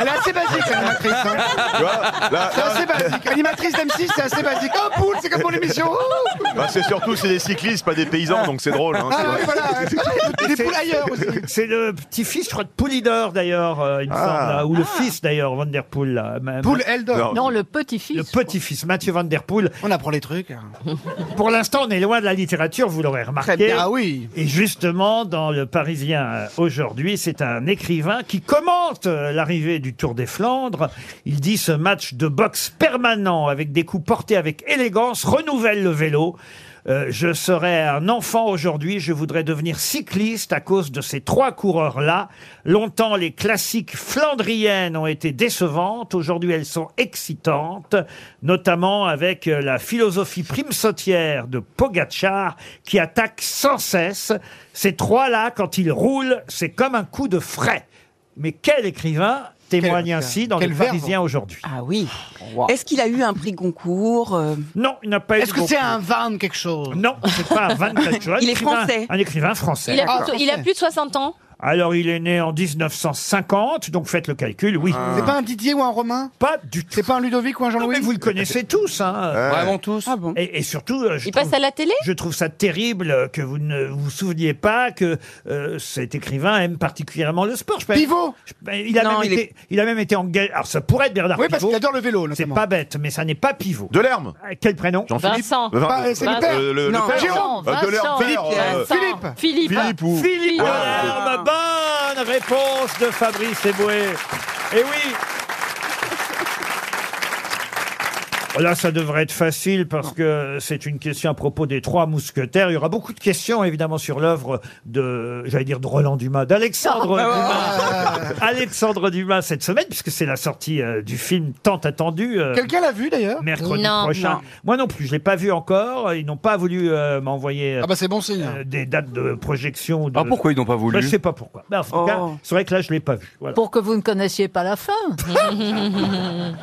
C: Elle est assez basique, l'animatrice. hein.
F: Tu vois, là,
C: C'est assez basique. Animatrice d'M6, c'est assez basique. Oh, poule, c'est comme pour l'émission. Ouh.
F: bah, c'est surtout, c'est des cyclistes, pas des paysans, donc c'est drôle. hein, c'est
C: Ah,
F: vrai.
C: oui, voilà. Il y a Des poules ailleurs aussi.
B: C'est le petit-fils, je crois, de Poulidor, d'ailleurs, euh, il me
F: Ah.
B: semble, là, ou le fils, d'ailleurs, Van der Poel. là. Ma- ma-
C: Poule, elle dort.
F: Non.
H: Non, le
B: Le
H: petit-fils.
B: petit-fils, Mathieu Van Der Poel.
C: On apprend les trucs. hein.
B: Pour l'instant, on est loin de la littérature, vous l'aurez remarqué.
C: Ah oui.
B: Et justement, dans Le Parisien euh, aujourd'hui, c'est un écrivain qui commente euh, l'arrivée du Tour des Flandres. Il dit ce match de boxe permanent avec des coups portés avec élégance renouvelle le vélo. Euh, je serais un enfant aujourd'hui, je voudrais devenir cycliste à cause de ces trois coureurs-là. Longtemps, les classiques flandriennes ont été décevantes. Aujourd'hui, elles sont excitantes, notamment avec euh, la philosophie primesautière de Pogacar qui attaque sans cesse. Ces trois-là, quand ils roulent, c'est comme un coup de frais. Mais quel écrivain témoigne
C: Quel-
B: ainsi dans
C: quel
B: le
C: verbe.
B: Parisien aujourd'hui
G: Ah oui. Est-ce qu'il a eu un prix Goncourt euh,
B: Non, il n'a pas eu
C: Est-ce que
B: beaucoup.
C: c'est un van quelque chose
B: Non, c'est pas un 24 juin, un
G: Il est
B: écrivain-
G: français.
B: Un écrivain français.
E: Il a,
C: D'accord.
E: plus, il a plus de 60 ans.
B: Alors, il est né en 1950, donc faites le calcul, oui.
C: Ah. C'est pas un Didier ou un Romain
B: Pas du tout.
C: C'est pas un Ludovic ou un
B: Non, mais
C: Jean-Louis
B: vous le connaissez tous, hein.
D: Vraiment tous
G: Ah bon
B: Et, et surtout, euh, je
E: Il
B: trouve,
E: passe à la télé
B: je trouve ça terrible que vous ne vous souveniez pas que euh, cet écrivain aime particulièrement le sport. Je peux-
C: Pivot
B: je- ben, il, a
G: Non,
B: même
G: il est-
B: été, il a même été engagé. Alors, ça pourrait être Bernard
C: Oui, parce
B: Pivot.
C: qu'il adore le vélo,
B: C'est
C: notamment.
B: pas bête, mais ça n'est pas Pivot.
F: De l'herbe
B: Euh, Quel prénom
F: Jean-Philippe
E: Vincent.
F: Euh, Vin-
C: Bah, c'est le père.
F: euh, le- le
C: Non,
F: père
H: Jérôme,
F: Euh, De l'herbe,
H: Vincent.
F: père, euh,
E: Vincent.
C: Philippe.
E: Philippe.
F: Philippe ou...
B: Philippe
F: Ouais.
B: Delerme. Bonne réponse de Fabrice Eboué. Et oui Là, ça devrait être facile parce que c'est une question à propos des trois mousquetaires. Il y aura beaucoup de questions, évidemment, sur l'œuvre de, j'allais dire, de Roland Dumas, d'Alexandre
C: Ah.
B: Dumas. Alexandre Dumas cette semaine, puisque c'est la sortie euh, du film tant attendu. euh,
C: Quelqu'un l'a vu d'ailleurs
B: mercredi prochain. Moi non plus, je l'ai pas vu encore. Ils n'ont pas voulu euh, m'envoyer. euh,
C: Ah bah c'est bon signe.
B: des dates de projection. ou de-
D: Ah, pourquoi ils n'ont pas voulu
B: Bah, Je sais pas pourquoi. Bah, en tout cas,
D: Oh.
B: c'est vrai que là je l'ai pas vu. Voilà.
N: Pour que vous ne connaissiez pas la fin.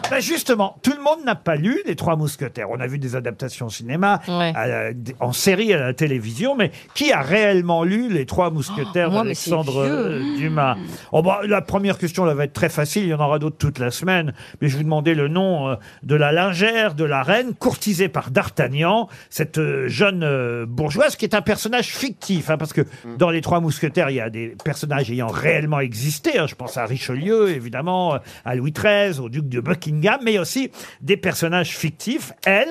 B: Bah, justement, tout le monde n'a pas lu Les Trois Mousquetaires. On a vu des adaptations au cinéma, à la- d- en série, à la télévision, mais qui a réellement lu Les Trois Mousquetaires
O: Oh, moi, mais c'est
B: d'Alexandre
O: vieux.
B: euh, Dumas oh, bah, La première question, là, va être très facile. Il y en aura d'autres toute la semaine. Mais je vous demandais le nom euh, de la lingère de la reine, courtisée par D'Artagnan, cette euh, jeune euh, bourgeoise qui est un personnage fictif. hein, parce que dans Les Trois Mousquetaires, il y a des personnages ayant réellement existé. hein. je pense à Richelieu, évidemment, euh, à Louis XIII, au duc de Buckingham, mais aussi des personnages fictifs. Elle,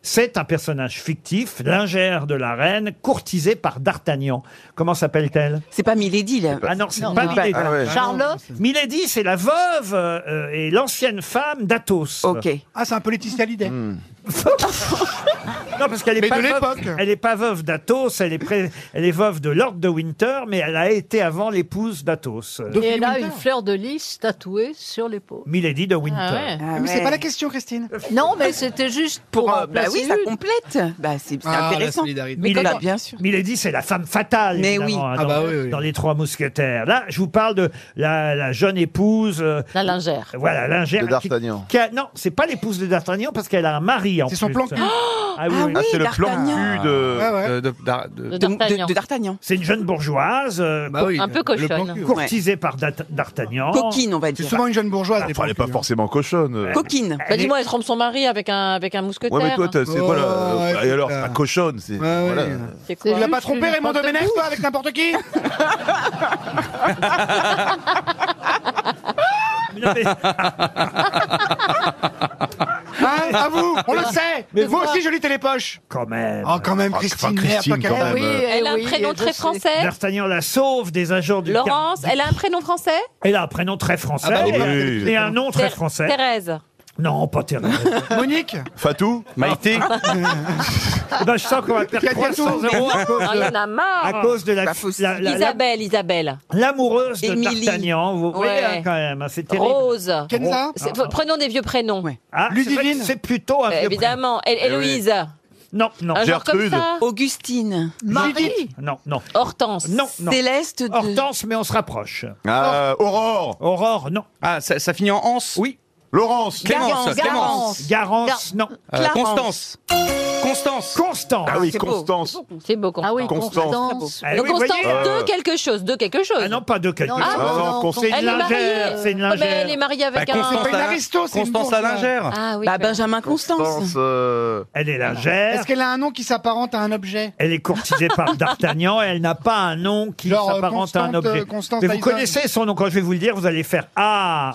B: c'est un personnage fictif, lingère de la reine, courtisée par D'Artagnan. Comment s'appelle-t-elle
G: C'est pas Milady, là.
B: Ah non, c'est
G: Non,
B: pas
G: non.
B: Milady.
G: Ah ouais. Charlotte
B: Milady, c'est la veuve euh, et l'ancienne femme d'Athos.
G: Ok.
C: Ah, c'est un peu Laetitia Hallyday.
G: Hmm.
B: Non, parce qu'elle est
C: Mais
B: pas
C: de
B: veuve-
C: l'époque.
B: Elle est pas veuve d'Athos, elle est, pré- elle est veuve de Lord de Winter, mais elle a été avant l'épouse d'Athos.
N: Et elle a une fleur de lys tatouée sur l'épaule.
B: Milady de Winter.
N: Ah ouais. Ah
G: Mais c'est ouais. pas la
N: question, Christine. Non, mais c'était juste pour.
G: Pour, euh, bah
N: remplacer
G: oui, ça
N: une.
G: complète. Bah, c'est
B: Ah,
C: Ah,
G: c'est intéressant. Mais
B: Milady-
G: comme- bien sûr.
B: Milady, c'est la femme fatale.
G: Mais
B: évidemment,
G: oui.
B: hein,
G: Ah
B: dans,
G: bah oui, oui.
B: dans les Trois Mousquetaires. Là, je vous parle de la, la jeune épouse. euh,
N: La lingère.
B: Voilà, l'ingère.
F: De D'Artagnan.
B: qui- qui a- non, c'est pas l'épouse de D'Artagnan parce qu'elle a un mari en
F: C'est
B: plus.
F: son plan cul.
B: Ah oui, oui.
F: Ah, c'est le plan cul de.
D: de- de- d'Ar- de-
G: De- de- de D'Artagnan.
B: C'est une jeune bourgeoise, euh,
G: Bah oui, Un peu le- cochonne. le plan cul,
B: courtisée par Dat- D'Artagnan.
G: Coquine, on va
F: dire.
C: C'est souvent une jeune bourgeoise.
F: Enfin, elle n'est pas forcément cochonne.
G: Coquine.
E: Bah, dis-moi, hein. elle trompe son mari avec un, avec un mousquetaire.
F: Ouais, mais toi, t'as- c'est
C: Oh,
F: voilà. euh,
C: ouais,
F: Et alors, c'est pas cochonne, c'est. voilà.
B: Euh,
E: C'est quoi
C: Il l'a pas trompé Raymond Domenech, toi, avec n'importe qui Ah,
B: Non, mais-
F: Ah,
C: Hein À vous, on le sait
B: Mais
C: Mais vous
B: quoi
C: aussi, je lis les poches
B: Quand même.
C: Oh, quand même,
F: Ah,
C: Christine,
F: enfin, Christine,
C: merde, pas
F: quand
C: qu'elle-
B: Eh
F: même.
E: oui, Elle a un oui, prénom je très sais. français.
B: D'Artagnan la sauve des agents du
E: Laurence,
B: car-
E: elle a un prénom français
B: Elle a un prénom très français
C: Ah bah oui,
B: et,
F: oui, oui.
B: et un nom très
E: Thé-
B: français.
E: Thérèse.
B: Non, pas Thérèse.
C: Monique
F: Fatou Maïté
B: Eh ben, je sens qu'on va perdre
C: Katia
B: 300
C: Tour.
B: euros à cause
E: Ah, il y en
B: de,
E: a marre.
B: à cause de la, la- la- la-
E: Isabelle, Isabelle.
B: l'amoureuse de
E: Émilie.
B: D'Artagnan. Vous voyez,
E: Ouais.
B: hein, quand même, hein, c'est terrible.
E: Rose.
C: Kenza
E: C'est- faut- Prenons des vieux prénoms.
B: Ah, c'est vrai
C: Ludivine
B: que C'est plutôt Oh, un
E: Euh,
B: vieux
E: Évidemment.
B: Eh
E: Hé- Héloïse.
B: prénom. Non, non.
E: Un genre comme
F: Gertrude.
E: ça.
G: Augustine.
N: Marie.
B: Non, non.
E: Hortense.
B: Non, non.
G: Céleste de...
B: Hortense, mais on se rapproche.
F: Ah, Aurore
B: Aurore, non.
D: Ah, ça, ça finit en anse
B: Oui.
F: Laurence
D: Clémence.
G: Garance, Garance.
D: Clémence.
B: Garance, non.
D: Euh,
G: Clarence.
D: Constance. Constance.
B: Constance.
F: Ah oui,
G: c'est beau.
F: Constance
E: C'est beau, Constance.
N: Ah oui,
F: Constance.
N: Constance.
B: Eh
E: Donc,
B: oui,
E: Constance,
B: voyez.
E: de quelque chose, de quelque chose.
B: Ah non, pas de quelque
N: Non,
B: chose. Oh,
N: ah
F: non, non,
B: C'est une
E: elle est
B: lingère.
E: mariée.
B: C'est une
E: Ah, mais elle est
B: lingère.
E: mariée avec
D: Bah,
E: un.
C: C'est pas une
D: la-
C: aristo, c'est une
D: Constance la
C: bourgeoise.
D: lingère.
E: Ah oui.
G: Bah,
E: d'accord.
G: Benjamin Constance.
F: Constance. euh,
B: Elle est lingère.
C: Est-ce qu'elle a un nom qui s'apparente à un objet
B: Elle est courtisée par D'Artagnan et elle n'a pas un nom qui
C: Genre, euh,
B: s'apparente à un
C: Constante,
B: objet.
C: euh, Constance
B: Mais vous
C: Tyson.
B: connaissez son nom. Quand je vais vous le dire, vous allez faire Ah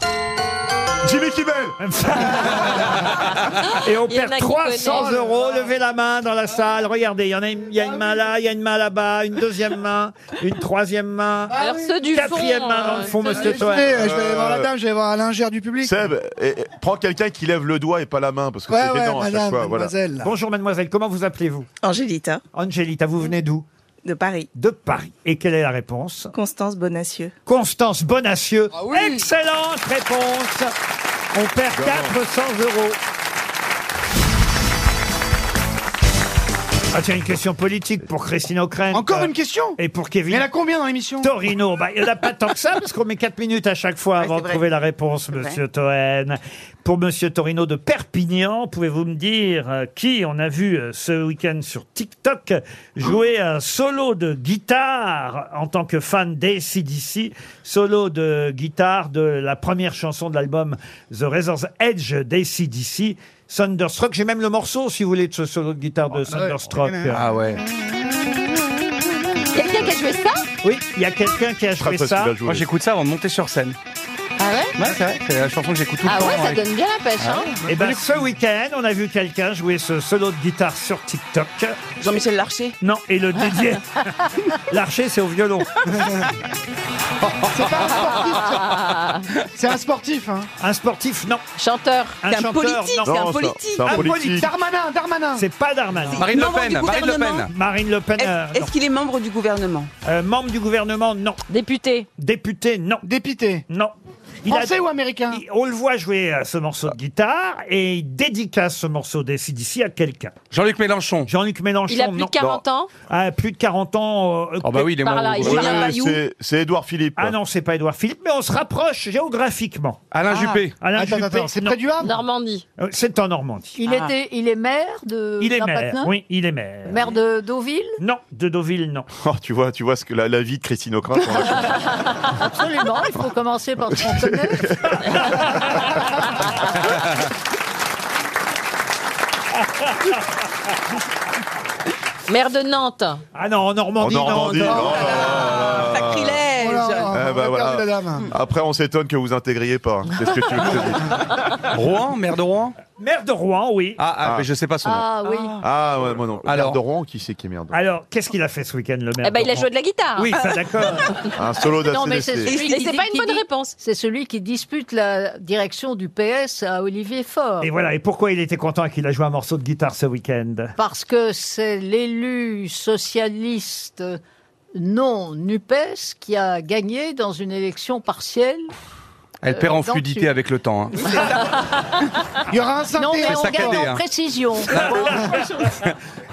F: Jimmy Kimmel
B: Et on
E: Il y en
B: perd
E: a qui
B: 300
E: connaissent.
B: euros. Levez la main dans la salle. Regardez, il y en a une, il y a une main là, il y a une main là-bas, une deuxième main, une troisième main.
C: Ah
E: Alors, ceux du fond.
B: Quatrième main dans le
E: euh,
B: fond,
E: ceux
B: monsieur
E: du-
B: Toen.
C: euh, Je vais je vais aller voir la dame, je vais aller voir l'ingère du public.
F: Euh, Seb, eh, eh, prends quelqu'un qui lève le doigt et pas la main, parce que
C: Ouais,
F: c'est
C: ouais,
F: gênant à chaque
C: madame,
F: fois. Voilà.
C: mademoiselle.
B: Bonjour mademoiselle, comment vous appelez-vous
P: Angélita,
B: Angelita, vous venez d'où
P: de Paris.
B: De Paris. Et quelle est la réponse
P: Constance Bonacieux.
B: Constance Bonacieux.
C: Ah oui.
B: Excellente réponse. On perd 400 euros. Ah tiens, une question politique pour Christine O'Crane.
C: Encore une question
B: Et pour
C: Mais elle
B: Kevin
C: a combien dans l'émission
B: Torino. Bah, il n'y en a pas tant que ça, parce qu'on met 4 minutes à chaque fois avant
P: c'est
B: de
P: vrai.
B: trouver la réponse,
P: vrai.
B: monsieur Toen. Pour monsieur Torino de Perpignan, pouvez-vous me dire euh, qui on a vu euh, ce week-end sur TikTok jouer un solo de guitare en tant que fan d'ACDC Solo de guitare de la première chanson de l'album The Razor's Edge d'ACDC. Thunderstruck, j'ai même le morceau, si vous voulez, de ce solo de guitare de Thunderstruck.
D: Ah ouais.
E: Quelqu'un qui a joué ça
B: Oui, il y a quelqu'un qui a
F: Très,
B: joué
F: très
B: ça.
F: facile à jouer.
D: Moi j'écoute ça avant de monter sur scène.
E: Ah ouais
D: Ouais, c'est vrai, c'est la chanson que j'écoute tout le temps. avec- Ah ouais.
B: Et ben, ce week-end, on a vu quelqu'un jouer ce solo de guitare sur TikTok. Jean-Michel Larcher Non, et le dédié. Larcher, c'est au violon.
C: C'est pas un sportif. C'est un sportif, hein.
B: Un sportif, non.
E: Chanteur.
C: C'est un politique, c'est un Non, c'est un- politique. c'est un politique.
G: Darmanin, Darmanin.
B: C'est pas Darmanin.
G: Marine Membre Le Pen, du Marine Le gouvernement. Pen.
B: Marine Le Pen. euh,
G: Est-ce
B: non.
G: qu'il est membre du gouvernement
B: Euh, membre du gouvernement, non.
E: Député.
B: Député, non.
C: Député.
B: Non.
C: Français
B: ou américain On le voit jouer à ce morceau de guitare et il dédicace ce morceau des CDC à quelqu'un.
D: Jean-Luc Mélenchon.
B: Jean-Luc Mélenchon.
E: Il a plus de
B: non.
E: 40 ans
B: Ah, plus de 40 ans. euh,
D: Ah bah oui, il est
B: par
D: mort
B: là,
D: au-
B: il est
D: Oui,
B: mort.
D: oui,
B: Bayou.
D: c'est-
F: C'est Edouard Philippe.
B: Ah non, c'est pas Édouard Philippe, mais on se rapproche géographiquement.
D: Alain
B: Ah.
D: Juppé.
B: Alain
C: Attends,
B: Juppé.
C: attends, c'est
B: non.
C: près du Havre
E: Normandie. Ah.
B: Euh, C'est en Normandie.
N: Il, était, il est maire de.
B: Il est
N: d'un
B: maire.
N: patin
B: Oui, il est maire.
N: Maire de Deauville
B: Non, de Deauville, non.
F: Oh, tu vois, tu vois ce que la, la vie de Christine O'Crane.
N: Absolument, il faut commencer par ce qu'on connaît.
E: Maire de Nantes.
B: Ah non, en Normandie,
F: en Normandie.
B: non.
F: oh là là.
E: Sacrilège. Oh là là,
F: Eh ben
C: on va
F: voilà.
C: perdre la dame.
F: Après, on s'étonne que vous intégriez pas. Qu'est-ce que tu veux que je te dise
D: Rouen, maire de Rouen
B: Maire de Rouen, oui.
D: Ah, ah, mais je sais pas son nom.
E: Ah oui.
F: Ah, ouais, moi non. Maire de Rouen, qui c'est qui est maire de Rouen
B: Alors, qu'est-ce qu'il a fait ce week-end, le maire
E: Eh ben,
B: de
E: il a
B: Rouen
E: joué de la guitare.
B: Oui, ça d'accord.
F: Un solo
N: Non, mais c'est
F: d'ACDC.
N: celui
E: Mais
N: qui
E: c'est
N: dit-
E: pas une
N: qui
E: bonne
N: dit-
E: réponse.
N: C'est celui qui dispute la direction du PS à Olivier Faure.
B: Et voilà, et pourquoi il était content qu'il a joué un morceau de guitare ce week-end
N: Parce que c'est l'élu socialiste non NUPES qui a gagné dans une élection partielle.
D: Elle perd en
N: Euh, dans
D: fluidité
N: tu-
D: avec le temps. hein.
C: Il y aura un synthé.
N: Non, mais
D: C'est
N: on
D: saccadé,
N: gagne en
D: hein.
N: précision.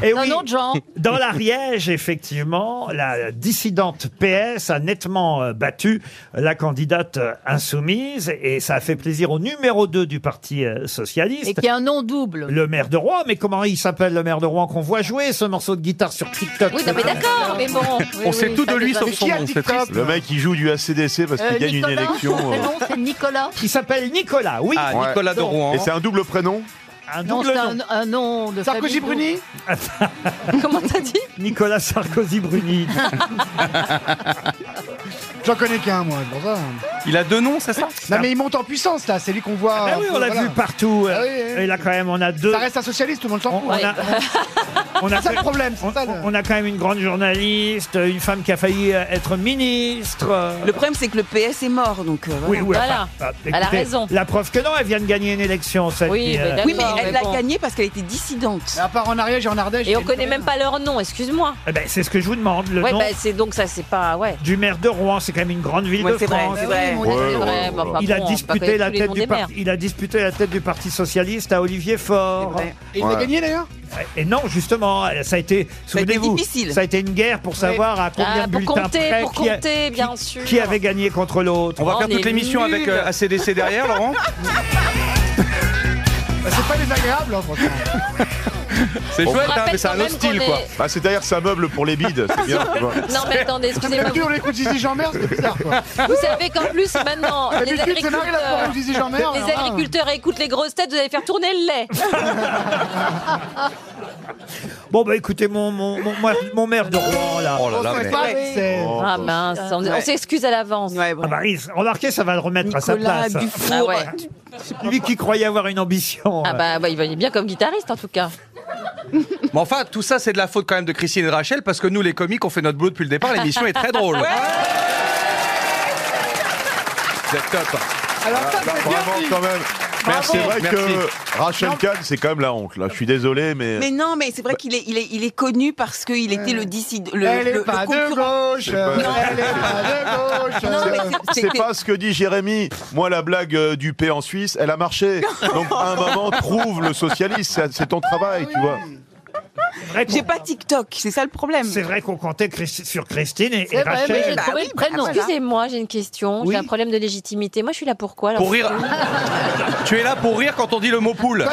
B: Et
N: D'un autre genre.
B: Eh Dans l'Ariège, effectivement, la dissidente PS a nettement euh, battu la candidate euh, insoumise et ça a fait plaisir au numéro 2 du Parti euh, socialiste.
N: Et qui a un nom double.
B: Le maire de Rouen, mais comment il s'appelle le maire de Rouen qu'on voit jouer ce morceau de guitare sur TikTok
E: Oui, non, mais d'accord, mais bon.
B: Oh,
D: On sait tout de lui sauf son nom, c'est triste.
F: Le mec, il joue du ACDC parce qu'il
N: Euh,
F: gagne une
N: Nicolas, son
F: élection. euh.
N: prénom, c'est Nicolas.
B: Qui s'appelle Nicolas, oui.
D: Ah,
F: Ouais.
D: Nicolas de Rouen.
F: Et c'est un double prénom
B: Un
N: Non,
B: double
N: c'est
B: nom.
N: un, un nom de
C: Sarkozy
N: famille double.
C: Bruni
E: Comment t'as dit
B: Nicolas Sarkozy-Bruni.
C: J'en connais qu'un, moi, c'est pour ça. Non,
D: Il a deux noms, c'est ça
C: mais il monte en puissance, là. C'est lui qu'on voit.
B: Ah oui, on l'a
C: voilà.
B: vu partout.
C: Ah oui, oui.
B: Et là, quand même, on a deux.
C: Ça reste un socialiste, tout le monde s'en
B: On,
C: fout.
B: on a, on a
C: C'est ça le
B: quand-
C: problème, c'est
B: on-
C: ça. le-
B: on a quand même une grande journaliste, une femme qui a failli euh, être ministre. euh,
G: Le problème, c'est que le PS est mort, donc. euh,
B: Oui,
G: voilà.
B: oui,
E: Voilà.
B: enfin, ah,
E: Elle a raison.
B: La preuve que non, elle vient de gagner une élection, cette euh.
E: Oui,
B: qui,
E: mais d'accord.
G: Oui, mais elle
E: mais
G: l'a
E: bon.
G: gagné parce qu'elle était dissidente.
C: Mais À part en Ariège et en Ardèche.
E: Et on
C: c'est
E: connaît
C: une-
E: même pas leur nom, excuse-moi.
B: Eh ben, c'est ce que je vous demande, le
E: Ouais,
B: nom
E: bah, c'est donc ça, c'est pas. Ouais.
B: du maire de Rouen. C'est quand même une grande ville
G: Ouais,
B: de
G: c'est vrai,
B: France.
G: c'est vrai.
E: C'est
F: ouais,
E: vrai, mais
F: ouais,
E: enfin,
B: Il a,
E: Bah, bon, on va pas
B: disputé
E: connaître
B: la
E: tous les
B: tête
E: noms
B: du
E: des
B: parti-
E: maires.
B: il a disputé la tête du Parti Socialiste à Olivier Faure.
G: C'est vrai.
C: Et il l'a
F: Ouais.
C: gagné, d'ailleurs
B: Et non, justement, ça a été,
G: a été
B: souvenez-vous,
G: difficile.
B: ça a été une guerre pour savoir à combien
E: Ah,
B: de
E: pour
B: bulletins
E: compter,
B: près
E: pour
B: qui, a-
E: compter, bien sûr.
B: qui avait gagné contre l'autre.
D: On va
E: Oh,
D: faire
E: on
D: toute
E: est
D: l'émission
E: nuls.
D: avec euh, ACDC derrière, Laurent
C: Bah, C'est pas désagréable, hein, franchement.
D: C'est
F: On
D: chouette, hein,
E: rappelle
D: mais c'est
E: quand
D: un
E: même
D: hostile,
E: qu'on
D: quoi.
E: est-
F: Bah, C'est-à-dire que ça meuble pour les bides, c'est bien. tu vois.
E: Non, mais attendez, excusez-moi.
C: D'habitude, on écoute Zizi Jean-Mer, c'est bizarre, quoi.
E: Vous savez qu'en plus, maintenant, les
C: D'habitude, c'est Marie la
E: agriculteurs.
C: forum Zizi Jean-Mer.
E: Les agriculteurs écoutent les grosses têtes, vous allez faire tourner le lait.
F: Ah,
B: Bon, bah écoutez, mon, mon, mon, moi- mon maire de Rouen, là.
D: Oh là là, mais-
C: C'est
F: Oh,
E: Ah
F: bah.
E: mince, on on
G: Ouais.
E: s'excuse à l'avance.
G: Ouais,
B: Ah
G: bref.
B: bah, il- remarquez, ça va le remettre à
G: Nicolas
B: sa place.
G: Dufour.
E: Ah ouais.
B: Lui qui croyait avoir une ambition.
E: Ah
B: euh.
E: bah, bah, il va bien comme guitariste en tout cas.
D: Mais enfin, tout ça, c'est de la faute quand même de Christine et de Rachel, parce que nous, les comiques, on fait notre boulot depuis le départ. L'émission est très drôle. C'est top.
C: Alors, ça,
F: Là,
C: c'est bien
F: vraiment,
C: dit.
F: quand même. Mais
D: Bravo.
F: c'est vrai
D: Merci.
F: que Rachel Kahn, c'est quand même la honte. Là. Je suis désolé, mais.
G: Mais non, mais c'est vrai qu'il est, il est, il est connu parce qu'il était le dissident. Le,
C: Elle
G: le-
C: est
G: le
C: pas de
G: concurrent.
C: gauche.
F: pas-
C: Elle est pas de gauche.
G: Non, mais c'est-
F: C'est
G: c'était-
F: pas ce que dit Jérémy. Moi, la blague euh, du P en Suisse, elle a marché. Donc, à un moment, trouve le socialiste. C'est- C'est ton travail, tu vois.
B: C'est vrai qu'on-
G: J'ai pas TikTok, c'est ça le problème.
B: C'est vrai qu'on comptait Christi- sur Christine et, et
N: C'est vrai, mais
E: Ah,
N: j'ai
B: Rachel.
G: Bah
N: trouvé
G: oui,
N: le
G: bah
N: prénom.
G: voilà.
E: Excusez-moi, j'ai une question.
B: Oui.
E: J'ai un problème de légitimité. Moi, je suis là pour quoi alors
D: Pour rire. tu es là pour rire quand on dit le mot poule.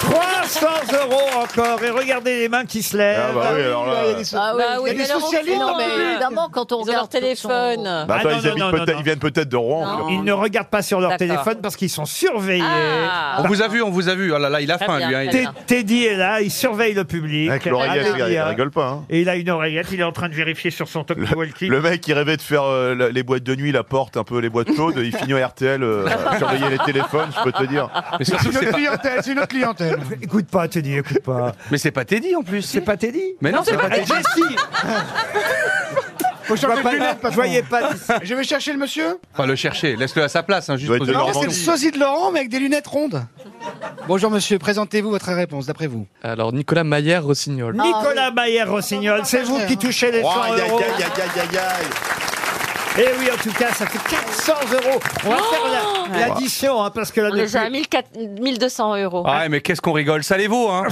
B: Trois 400 euros encore. Et regardez les mains qui se lèvent.
F: Ah bah oui, alors là-
N: Ah oui,
E: Bah oui,
N: il y a
E: mais
N: des
E: alors, on
N: socialistes
E: fait
N: non,
E: non,
N: mais
E: mais-
N: évidemment quand on
E: Ils ont
N: regarde
E: leur téléphone.
F: Bah, attends,
B: Ah, non,
F: ils,
B: non,
F: habitent
B: non,
F: peut-être-
B: non,
F: ils viennent peut-être de Rouen.
B: Ils ne regardent pas sur leur
F: D'accord.
B: téléphone parce qu'ils sont surveillés.
E: Ah.
D: On vous a vu, on vous a vu. Oh là là, il a
B: Très
D: faim,
B: bien,
D: lui. hein, il-
B: très bien. Teddy est là, il surveille le public.
F: Avec l'oreillette,
B: Ah,
F: regarde,
B: Teddy,
F: il
B: hein.
F: rigole pas. hein.
B: Et il a une oreillette, il est en train de vérifier sur son talkie-walkie.
F: Le mec qui rêvait de faire euh, la- les boîtes de nuit, la porte, un peu les boîtes chaudes, il finit au RTL, euh, à surveiller les téléphones, je peux te dire.
D: Mais surtout,
C: C'est
D: c'est
C: notre
D: pas-
C: clientèle, c'est notre clientèle.
B: Écoute pas, Teddy, écoute pas.
D: Mais c'est pas Teddy en plus. C'est
B: pas Teddy.
D: Mais non, c'est pas
B: Eh
D: Teddy.
B: ben si.
C: Faut
B: Je vois
C: changer de
B: pas-
C: lunettes, patron.
B: je voyais pas d'ici.
C: Je vais chercher le monsieur
D: Enfin, le chercher. Laisse-le à sa place, hein, juste
F: Doit être
D: poser
F: de
D: une
C: Non, c'est le
D: question.
C: sosie de Laurent, mais avec des lunettes rondes. Bonjour monsieur, présentez-vous votre réponse, d'après vous.
O: Alors, Nicolas Maillère Rossignol.
B: Nicolas
E: Ah,
B: Maillère-Rossignol, c'est vous qui touchez les 100
F: Oh, aïe, aïe,
B: euros.
F: aïe, aïe, aïe, aïe.
B: Et oui, en tout cas, ça fait 400 euros. On va
E: Oh
B: faire la- l'addition, hein, parce que là,
E: On est
B: depuis-
E: déjà à 1400 1200 euros.
D: Ah ouais, mais qu'est-ce qu'on rigole, ça les vaut, hein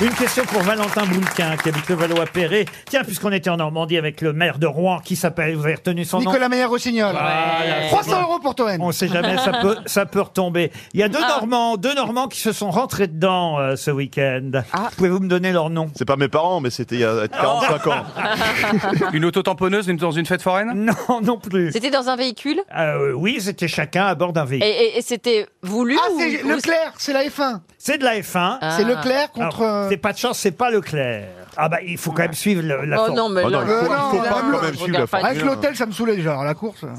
B: Une question pour Valentin Boulquin, qui habite le Valois-Perret. Tiens, puisqu'on était en Normandie avec le maire de Rouen, qui s'appelle, vous avez retenu son nom
C: Nicolas Meyer rossignol
B: Voilà.
C: 300 euros pour Toen.
B: On sait jamais, ça peut, ça peut retomber. Il y a deux
E: Ah.
B: Normands, deux Normands qui se sont rentrés dedans euh, ce week-end.
E: Ah.
B: Pouvez-vous me donner leur nom
F: C'est pas mes parents, mais c'était il y a 45 ans.
D: Une auto-tamponneuse une- dans une fête foraine
B: Non, non plus.
E: C'était dans un véhicule
B: Euh, oui, c'était chacun à bord d'un
E: Et,
B: véhicule.
E: et- et c'était voulu
C: Ah,
E: ou-
C: c'est
E: ou-
C: Leclerc, c'est la F1.
B: C'est de la Ah. F1.
E: Ah.
C: C'est Leclerc contre. euh,
B: Alors, C'est pas de chance, c'est pas Leclerc. Ah bah, il faut quand même suivre le- la
E: Oh
B: for-
E: non, mais
F: Oh non,
E: là-
F: il faut,
C: Euh,
F: il
C: non,
F: faut
C: la
F: pas
C: Formule-
F: quand même suivre la
E: Regarde pas.
F: Formule
C: Avec
F: 1.
C: l'hôtel, ça me saoulait déjà, alors la course.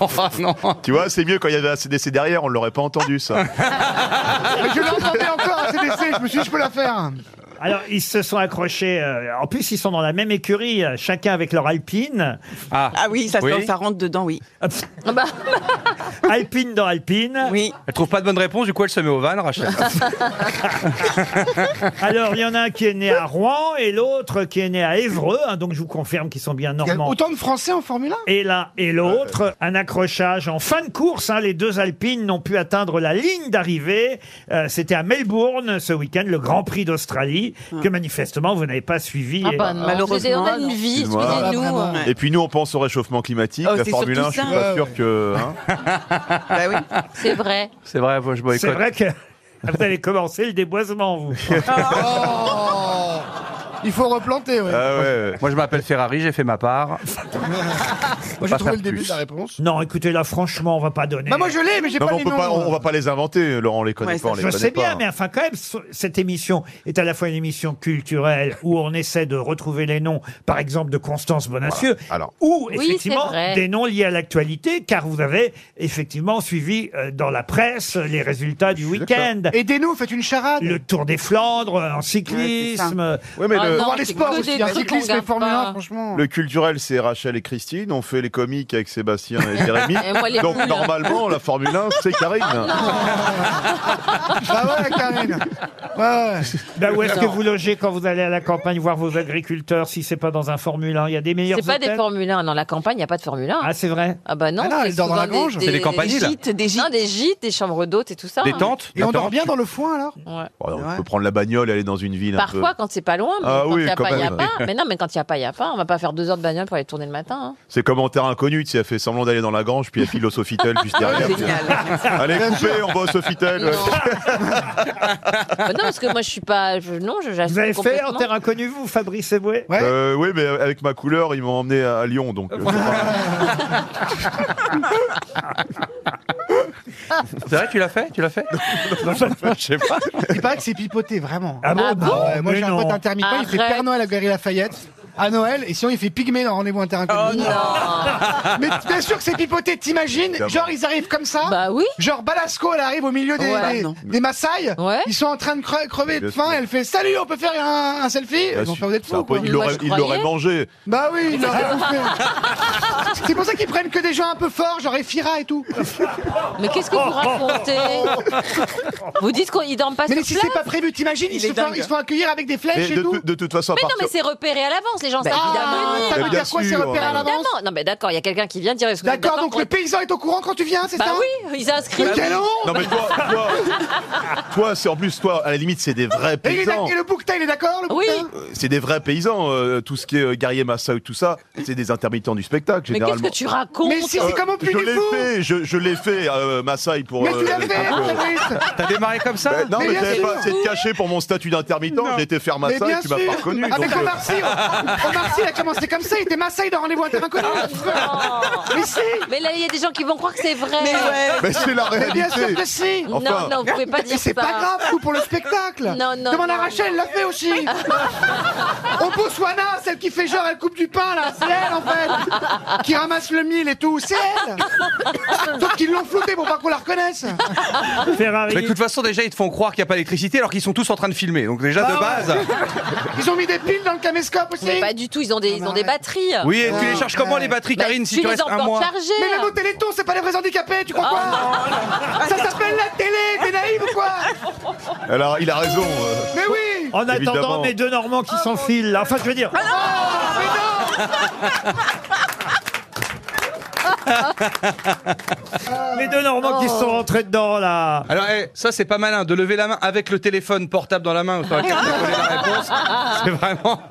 D: Oh non
F: Ah, Tu vois, c'est mieux quand il y avait ACDC derrière, on l'aurait pas entendu ça.
C: Mais je l'entendais encore à CDC, je me suis dit, je peux la faire.
B: Alors, ils se sont accrochés. euh, en plus, ils sont dans la même écurie, euh, chacun avec leur Alpine. Ah,
D: Ah,
G: Ah oui, ça,
D: Oui.
G: ça rentre dedans, oui. Ah bah.
B: Alpine dans Alpine.
G: Oui.
D: elle trouve pas de bonne réponse, du coup elle se met au van, Rachel.
B: Alors, il y en a un qui est né à Rouen et l'autre qui est né à Évreux. hein, donc, je vous confirme qu'ils sont bien
C: Il y a
B: normands.
C: autant de Français en Formule 1
B: Et l'un et l'autre, un accrochage en fin de course. hein, les deux Alpines n'ont pu atteindre la ligne d'arrivée. Euh, C'était à Melbourne ce week-end, le Grand Prix d'Australie, que manifestement vous n'avez pas suivi.
E: Ah
B: Et-
E: bah non,
G: Malheureusement,
E: on a une
G: non.
E: vie,
F: Excuse-moi.
E: excusez-nous.
G: Vraiment.
F: Et puis nous, on pense au réchauffement climatique,
G: Oh,
F: la
G: c'est
F: Formule 1,
G: surtout
F: je suis
G: ça.
F: pas sûr que. hein.
G: Bah oui.
E: C'est vrai.
D: C'est vrai, moi, je
B: C'est
D: boycotte.
B: vrai que vous avez commencé le déboisement, vous.
C: Oh Il faut replanter, ouais.
F: Ah ouais.
D: Moi je m'appelle Ferrari, j'ai fait ma part.
C: moi, j'ai
D: pas
C: trouvé
D: faire
C: le début
D: plus.
C: de la réponse.
B: Non, écoutez, là, franchement, on va Eh, pas donner.
C: Bah, moi, je l'ai, mais j'ai
F: Non,
C: pas
F: mais
C: les
F: on, peut pas,
C: noms.
F: on va pas les inventer, Laurent, on les connaît
G: Ouais,
F: pas, on
G: ça,
F: les
B: Je
F: connaît
B: sais bien,
F: pas.
B: mais enfin, quand même, so- cette émission est à la fois une émission culturelle où on essaie de retrouver les noms, par exemple, de Constance Bonacieux,
F: Alors,
B: ou
E: Oui,
B: effectivement
E: c'est vrai.
B: des noms liés à l'actualité, car vous avez effectivement suivi euh, dans la presse les résultats du week-end.
C: Aidez-nous, faites une charade.
B: Le Tour des Flandres euh, en
G: Ouais, c'est ça.
B: cyclisme. euh,
F: ouais, mais
E: Ah
F: le,
E: non,
C: Faut voir les
E: c'est
C: sports
E: que
C: aussi,
E: des
C: hein,
E: trucs qu'on
C: cyclisme et
E: regarde
C: Formule 1,
E: pas.
C: franchement.
F: le culturel, c'est Rachel et Christine, on fait les comiques avec Sébastien et Jérémy.
E: Et moi, les
F: Donc
E: poules.
F: normalement, la Formule 1, c'est Karine.
C: Ah ouais, Karine. Ouais, ouais.
B: ben, où est-ce que
E: Non.
B: vous logez quand vous allez à la campagne voir vos agriculteurs si c'est pas dans un Formule 1 Il y a des meilleurs
E: C'est pas des
B: hôtels
E: Formule 1. Dans la campagne, il n'y a pas de Formule 1.
B: Ah, c'est vrai.
E: Ah bah non,
C: Ah non,
E: c'est
C: elle dort dans la
E: souvent
C: grange.
D: C'est des campagnes, là.
G: Gîtes, des gîtes.
E: Non, des gîtes, des chambres d'hôtes et tout ça.
D: Des
E: hein.
D: tentes
C: Et on
D: La
C: dort
D: tente.
C: bien dans le foin, alors
E: Ouais.
F: Bon, on
C: Ouais.
F: peut prendre la bagnole et aller dans une ville un peu.
E: Parfois, quand c'est pas loin, mais
F: Ah
E: quand
F: oui,
E: il n'y a
F: quand
E: pas, il n'y a
F: même.
E: pas. Mais non, mais quand il n'y a pas, il n'y a pas. On va pas faire deux heures de bagnole pour aller tourner le matin. hein.
F: C'est commentaire inconnu, tu sais, elle fait semblant d'aller dans la grange, puis elle file au Sofitel juste derrière.
G: Génial.
F: Allez, coupez, on va au Sofitel. ouais.
E: Bah non, parce que moi, je suis pas. je- non, je j'assume
B: Vous avez fait en
E: complètement.
B: terre inconnue, vous, Fabrice Eboué
C: Ouais.
F: Euh, oui, mais avec ma couleur, ils m'ont emmené à à Lyon, donc. euh, c'est pas-
D: C'est vrai, tu l'as fait Tu l'as fait Je sais pas.
C: Il paraît que c'est pipoté, vraiment.
B: Ah bon,
E: Ah
B: bah,
C: Ah ouais, moi
B: mais
C: j'ai un
B: non.
C: pote intermittent, il fait
E: Arrête.
C: Père Noël à Galerie Lafayette à Noël, et sinon il fait Pygmée dans Rendez-vous
E: Oh
C: Interinconnu. Oh Mais bien sûr que c'est pipoté, t'imagines
F: Évidemment.
C: Genre ils arrivent comme ça,
E: Bah oui.
C: genre Balasco elle arrive au milieu des,
G: Ouais.
C: des,
G: Non.
C: des Maasai,
E: Ouais.
C: ils sont en train de cre- crever
F: Bien
C: de faim,
F: sûr.
C: elle fait Salut, on peut faire un, un selfie Ils vont faire vous êtes
F: C'est un
C: fous
F: peu-
C: quoi.
F: Il
E: Moi,
F: l'aurait
E: je
F: il l'aurait
E: croyais.
F: mangé.
C: Bah oui, ils l'auraient bouffé. C'est pour ça qu'ils prennent que des gens un peu forts, genre Efira et tout.
E: Mais qu'est-ce que vous racontez Vous dites qu'ils dorment pas
C: Mais
E: sur
C: si
E: place
C: c'est pas prévu, t'imagines, ils,
G: est
C: se font-
G: dingue.
C: ils se font accueillir avec des
F: Mais
C: flèches et
F: de,
C: tout.
F: tout- de toute façon, à
E: Mais non,
F: partir-
E: mais c'est repéré à l'avance. les gens savent.
C: Ah, ça veut dire quoi, c'est repéré à l'avance
E: Évidemment. Non, mais d'accord, il y a quelqu'un qui vient dire. est-ce que vous êtes
C: D'accord, donc
E: pour-
C: le paysan est au courant quand tu viens, c'est
E: Bah
C: ça
E: oui, ils ont inscrit.
C: Mais quel honte
F: Non mais toi, toi, toi, c'est en plus toi, à la limite, c'est des vrais
C: Et, il est
F: paysans.
C: d'ac- et le bouquetin, il est d'accord le
E: Oui.
C: bouquetin
F: Euh, C'est des vrais paysans, euh, tout ce qui est euh, guerrier massa ou tout ça, c'est des intermittents du spectacle
E: Mais qu'est-ce
F: généralement.
E: que tu racontes
C: Mais si, c'est comme au
F: je l'ai
C: Punifou.
F: fait, je, je l'ai fait, euh, Massaï pour.
C: Mais tu
F: euh,
C: l'as
F: les
C: fait,
F: concours.
C: Fabrice
D: T'as démarré comme ça
F: Ben non,
C: Mais
F: mais,
C: bien
F: t'avais
C: sûr.
F: pas assez de cachet pour mon statut d'intermittent. J'ai été faire
C: Mais
F: Massa
C: bien
F: et tu m'as
C: sûr.
F: pas reconnu.
C: Avec
F: donc, euh,
C: Omar Sy, Omar Sy, il a commencé comme ça, il était Maasai dans Rendez-vous à un terrain connu. Mais si
E: Mais là, il y a des gens qui vont croire que c'est vrai.
P: Mais ouais.
F: Mais c'est la
C: Mais
F: réalité.
C: bien sûr que si
E: Non,
F: Enfin.
E: non, vous pouvez pas dire
C: Et c'est
E: ça.
C: pas grave, tout pour le spectacle
E: Non, non,
C: Demande à
E: non.
C: Rachel, elle l'a fait aussi Au Botswana, celle qui fait genre, elle coupe du pain, là, c'est elle, en fait Qui ramasse le mille et tout, c'est elle Sauf qu'ils l'ont floutée pour pas qu'on la reconnaisse
B: Ferrari.
D: Mais de toute façon, déjà, ils te font croire qu'il n'y a pas d'électricité alors qu'ils sont tous en train de filmer. Donc, déjà,
B: Ah
D: de base.
C: Ils ont mis des piles dans le caméscope aussi
E: Mais pas du tout, ils ont des, ils ont des batteries.
D: Oui, et tu
C: Ouais.
D: les charges comment les batteries,
E: Bah,
D: Karine, si
E: tu
D: tu
E: les
D: restes un
E: emportes
D: mois
E: chargées.
C: Mais même au téléthon, c'est pas les vrais handicapés,
F: Oh
C: tu crois
I: Oh.
C: quoi Ça s'appelle la télé, t'es naïf ou quoi
F: Alors, il a raison. euh.
C: Mais oui
B: En attendant,
F: Évidemment.
B: mes deux Normands
E: Oh,
B: qui s'enfilent, là. Enfin, je veux dire. mes deux Normands qui se
C: Oh.
B: sont rentrés dedans, là.
D: Alors, eh, ça, c'est pas malin de lever la main avec le téléphone portable dans la main. Enfin, quand vous voulez la réponse, c'est vraiment.